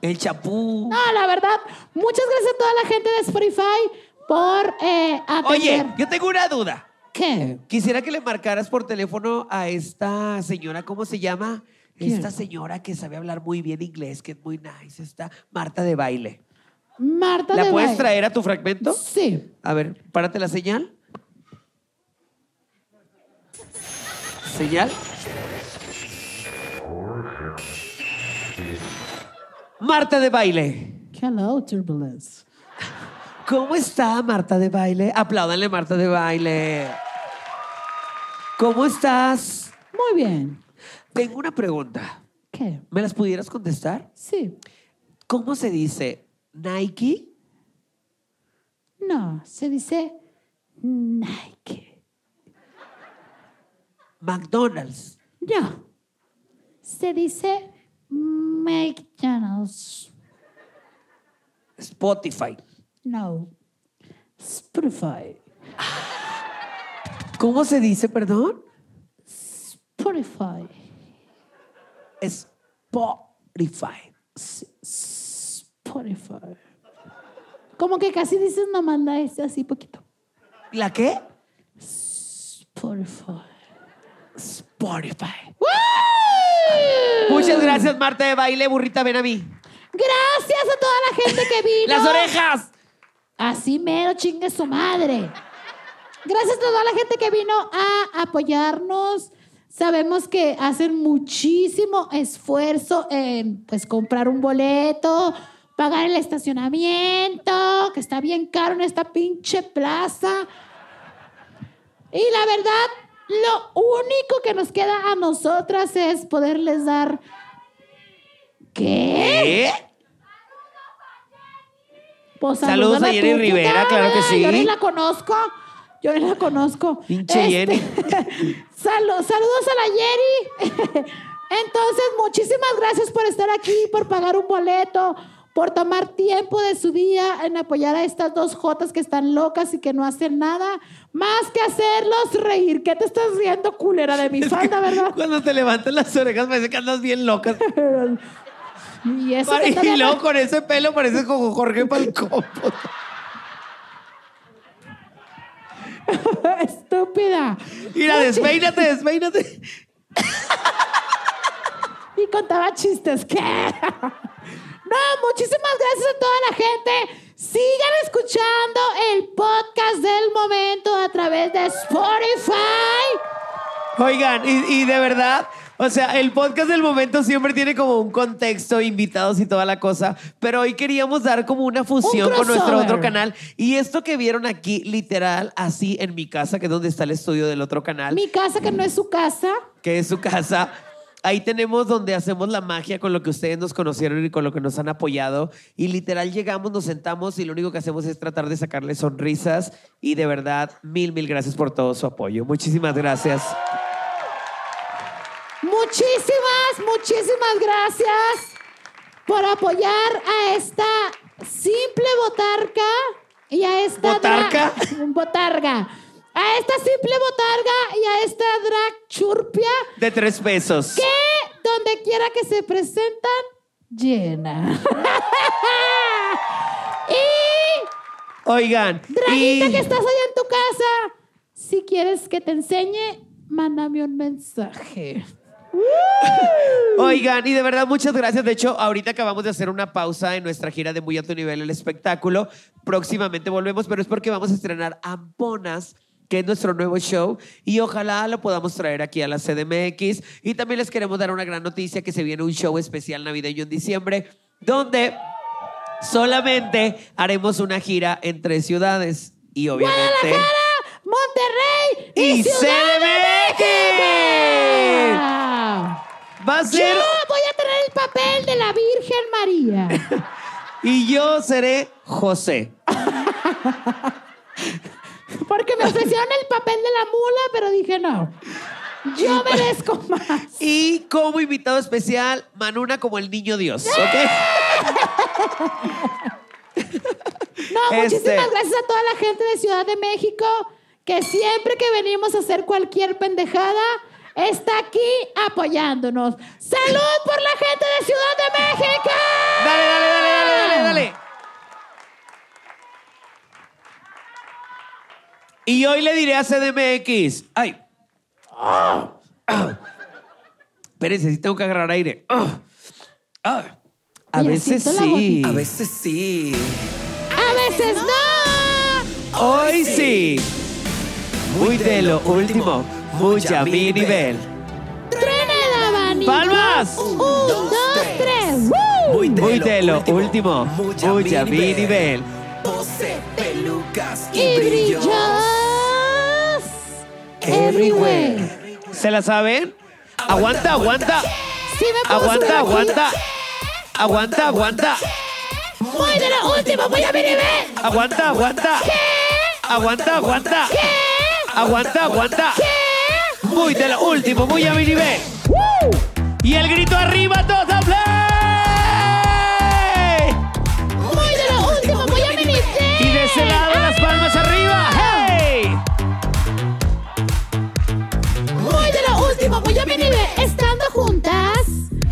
C: el chapú.
B: No, la verdad, muchas gracias a toda la gente de Spotify por eh,
C: Oye,
B: atender.
C: yo tengo una duda.
B: ¿Qué?
C: Quisiera que le marcaras por teléfono a esta señora, ¿cómo se llama? Esta señora que sabe hablar muy bien inglés, que es muy nice, está Marta de baile.
B: Marta
C: ¿La
B: de
C: puedes
B: Baile.
C: traer a tu fragmento?
B: Sí.
C: A ver, párate la señal. ¿Señal? Marta de baile.
B: Hello, Turbulence.
C: ¿Cómo está Marta de baile? Apláudanle Marta de baile. ¿Cómo estás?
B: Muy bien.
C: Tengo una pregunta.
B: ¿Qué?
C: ¿Me las pudieras contestar?
B: Sí.
C: ¿Cómo se dice Nike?
B: No, se dice Nike.
C: McDonald's.
B: No. Se dice McDonald's.
C: Spotify.
B: No. Spotify.
C: ¿Cómo se dice, perdón?
B: Spotify.
C: Spotify.
B: Spotify. Como que casi dices no manda ese así poquito.
C: ¿La qué?
B: Spotify.
C: Spotify. Muchas gracias, Marta de baile. Burrita, ven a mí.
B: Gracias a toda la gente que vino.
C: ¡Las orejas!
B: Así mero, chingue su madre. Gracias a toda la gente que vino a apoyarnos. Sabemos que hacen muchísimo esfuerzo en pues comprar un boleto, pagar el estacionamiento, que está bien caro en esta pinche plaza. Y la verdad, lo único que nos queda a nosotras es poderles dar ¿Qué?
C: ¿Eh?
B: Pues,
C: Saludos
B: salúdala
C: a Jenny
B: tú, ¿qué
C: Rivera,
B: tal,
C: claro que
B: verdad?
C: sí.
B: Yo ni la conozco. Yo ni la conozco. Este,
C: Pinche Jenny.
B: salu- saludos a la Jenny. Entonces, muchísimas gracias por estar aquí, por pagar un boleto, por tomar tiempo de su día en apoyar a estas dos jotas que están locas y que no hacen nada más que hacerlos reír. ¿Qué te estás riendo, culera, de mi falda, verdad?
C: Cuando te levantas las orejas, parece que andas bien locas.
B: Y eso que
C: y
B: todavía no-
C: luego con ese pelo pareces como Jorge Palcopo.
B: estúpida.
C: Mira, despeínate, despeínate.
B: y contaba chistes. ¿Qué? No, muchísimas gracias a toda la gente. Sigan escuchando el podcast del momento a través de Spotify.
C: Oigan, y, y de verdad, o sea, el podcast del momento siempre tiene como un contexto, invitados y toda la cosa, pero hoy queríamos dar como una fusión
B: Un
C: con nuestro
B: crossover.
C: otro canal. Y esto que vieron aquí, literal, así en mi casa, que es donde está el estudio del otro canal,
B: Mi casa que no es su casa.
C: que es su casa. Ahí tenemos donde hacemos la magia con lo que ustedes nos conocieron y con lo que nos han apoyado. Y literal llegamos, nos sentamos y lo único que hacemos es tratar de sacarles sonrisas. Y de verdad, mil, mil gracias por todo su apoyo. Muchísimas gracias.
B: Muchísimas, muchísimas gracias por apoyar a esta simple botarga y a esta
C: ¿Botarca?
B: drag- botarga. A esta simple botarga y a esta drag churpia.
C: De tres pesos.
B: que donde quiera que se presentan, llena. y
C: Oigan,
B: draguita
C: y-
B: que estás allá en tu casa, si quieres que te enseñe, mándame un mensaje.
C: oigan, y de verdad muchas gracias. De hecho, ahorita acabamos de hacer una pausa en nuestra gira de Muy a tu nivel el espectáculo. Próximamente volvemos, pero es porque vamos a estrenar Amponas que es nuestro nuevo show, y ojalá lo podamos traer aquí a la CDMX. Y también les queremos dar una gran noticia que se viene un show especial navideño en diciembre, donde solamente haremos una gira en tres ciudades. Y obviamente...
B: Monterrey y,
C: ¡Y
B: Ciudad de
C: CDMX!
B: México.
C: Va a ser...
B: Yo voy a tener el papel de la Virgen María.
C: Y yo seré José.
B: Porque me ofrecieron el papel de la mula, pero dije no. Yo merezco más.
C: Y como invitado especial, Manuna como el niño Dios, ¿ok?
B: No,
C: Este-
B: muchísimas gracias a toda la gente de Ciudad de México que siempre que venimos a hacer cualquier pendejada está aquí apoyándonos. ¡Salud por la gente de Ciudad de México!
C: Dale, dale, dale, dale, dale, dale. Y hoy le diré a CDMX. Ay. Ah. Ah. Espérense, sí tengo que agarrar aire. Ah. Ah. A
B: Oye,
C: veces
B: siento la
C: sí.
B: gotita.
C: A veces sí.
B: ¡A veces no!
C: Hoy sí. Muy de lo último. Mucha mi nivel.
B: ¡Truena el abanico!
C: ¡Palmas!
B: ¡Un, dos, tres! ¡Woo!
G: Muy de,
C: Muy
G: lo,
C: de lo último,
G: último,
C: mucha mi
G: mini
C: nivel.
G: Pose, pelucas y,
B: ¡Y
G: brillos.
B: brillos! ¡Everywhere!
C: ¿Se la saben? Aguanta, aguanta.
B: Sí me puedo subir
C: Aguanta,
B: aquí.
C: aguanta. Aguanta, aguanta.
B: Muy de lo último, voy a mi nivel.
C: Aguanta, aguanta. Aguanta, aguanta.
B: eh,
C: Aguanta, aguanta. Muy de lo último, muy a mi nivel. Y el grito arriba, todos a play.
B: Muy de lo último, voy a mi nivel.
C: Y de ese lado las palmas arriba. ¡Hey!
B: Muy de lo último, muy a mi nivel. Estando juntas,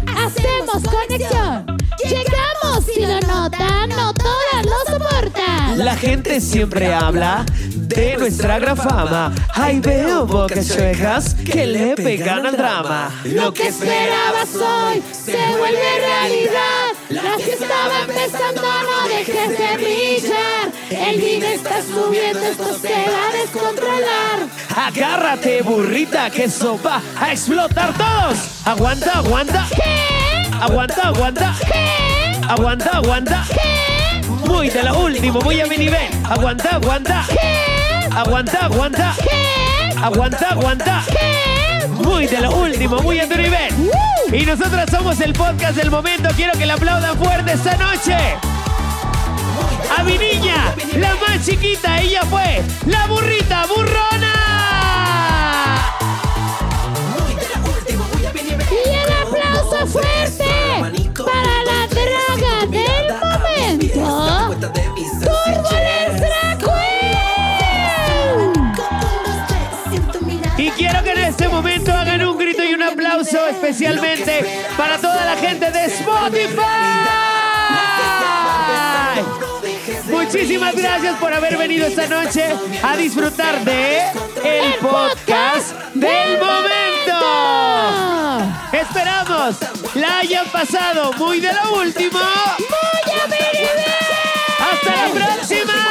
B: hacemos conexión. Llegamos y lo notan, no todas lo soportan.
C: La gente siempre habla de nuestra gran fama. Ay, veo bocas chuecas que le pegan al drama.
B: Lo que esperabas hoy se vuelve realidad. La fiesta va empezando, no dejes de brillar. El nivel está subiendo, esto se va a descontrolar.
C: Agárrate, burrita, que eso va a explotar todos. Aguanta, aguanta. Aguanta, aguanta. Aguanta, aguanta. Muy de lo último, muy a mi nivel. Aguanta, aguanta. Aguanta, aguanta. Aguanta, aguanta. Muy de lo último, muy a tu nivel.
B: ¡Uh!
C: Y nosotras somos el podcast del momento. Quiero que le aplaudan fuerte esta noche. A mi niña, la más chiquita, ella fue la burrita burrona.
B: Y el aplauso fuerte para la draga del momento, Turbo Extra Queen.
C: Y quiero que en este momento hagan un grito y un aplauso especialmente para toda la gente de Spotify. Muchísimas gracias por haber venido esta noche a disfrutar de el podcast del momento.
B: Ah,
C: Esperamos la hayan pasado muy de lo último.
B: ¡Muy a mi nivel!
C: Hasta la próxima.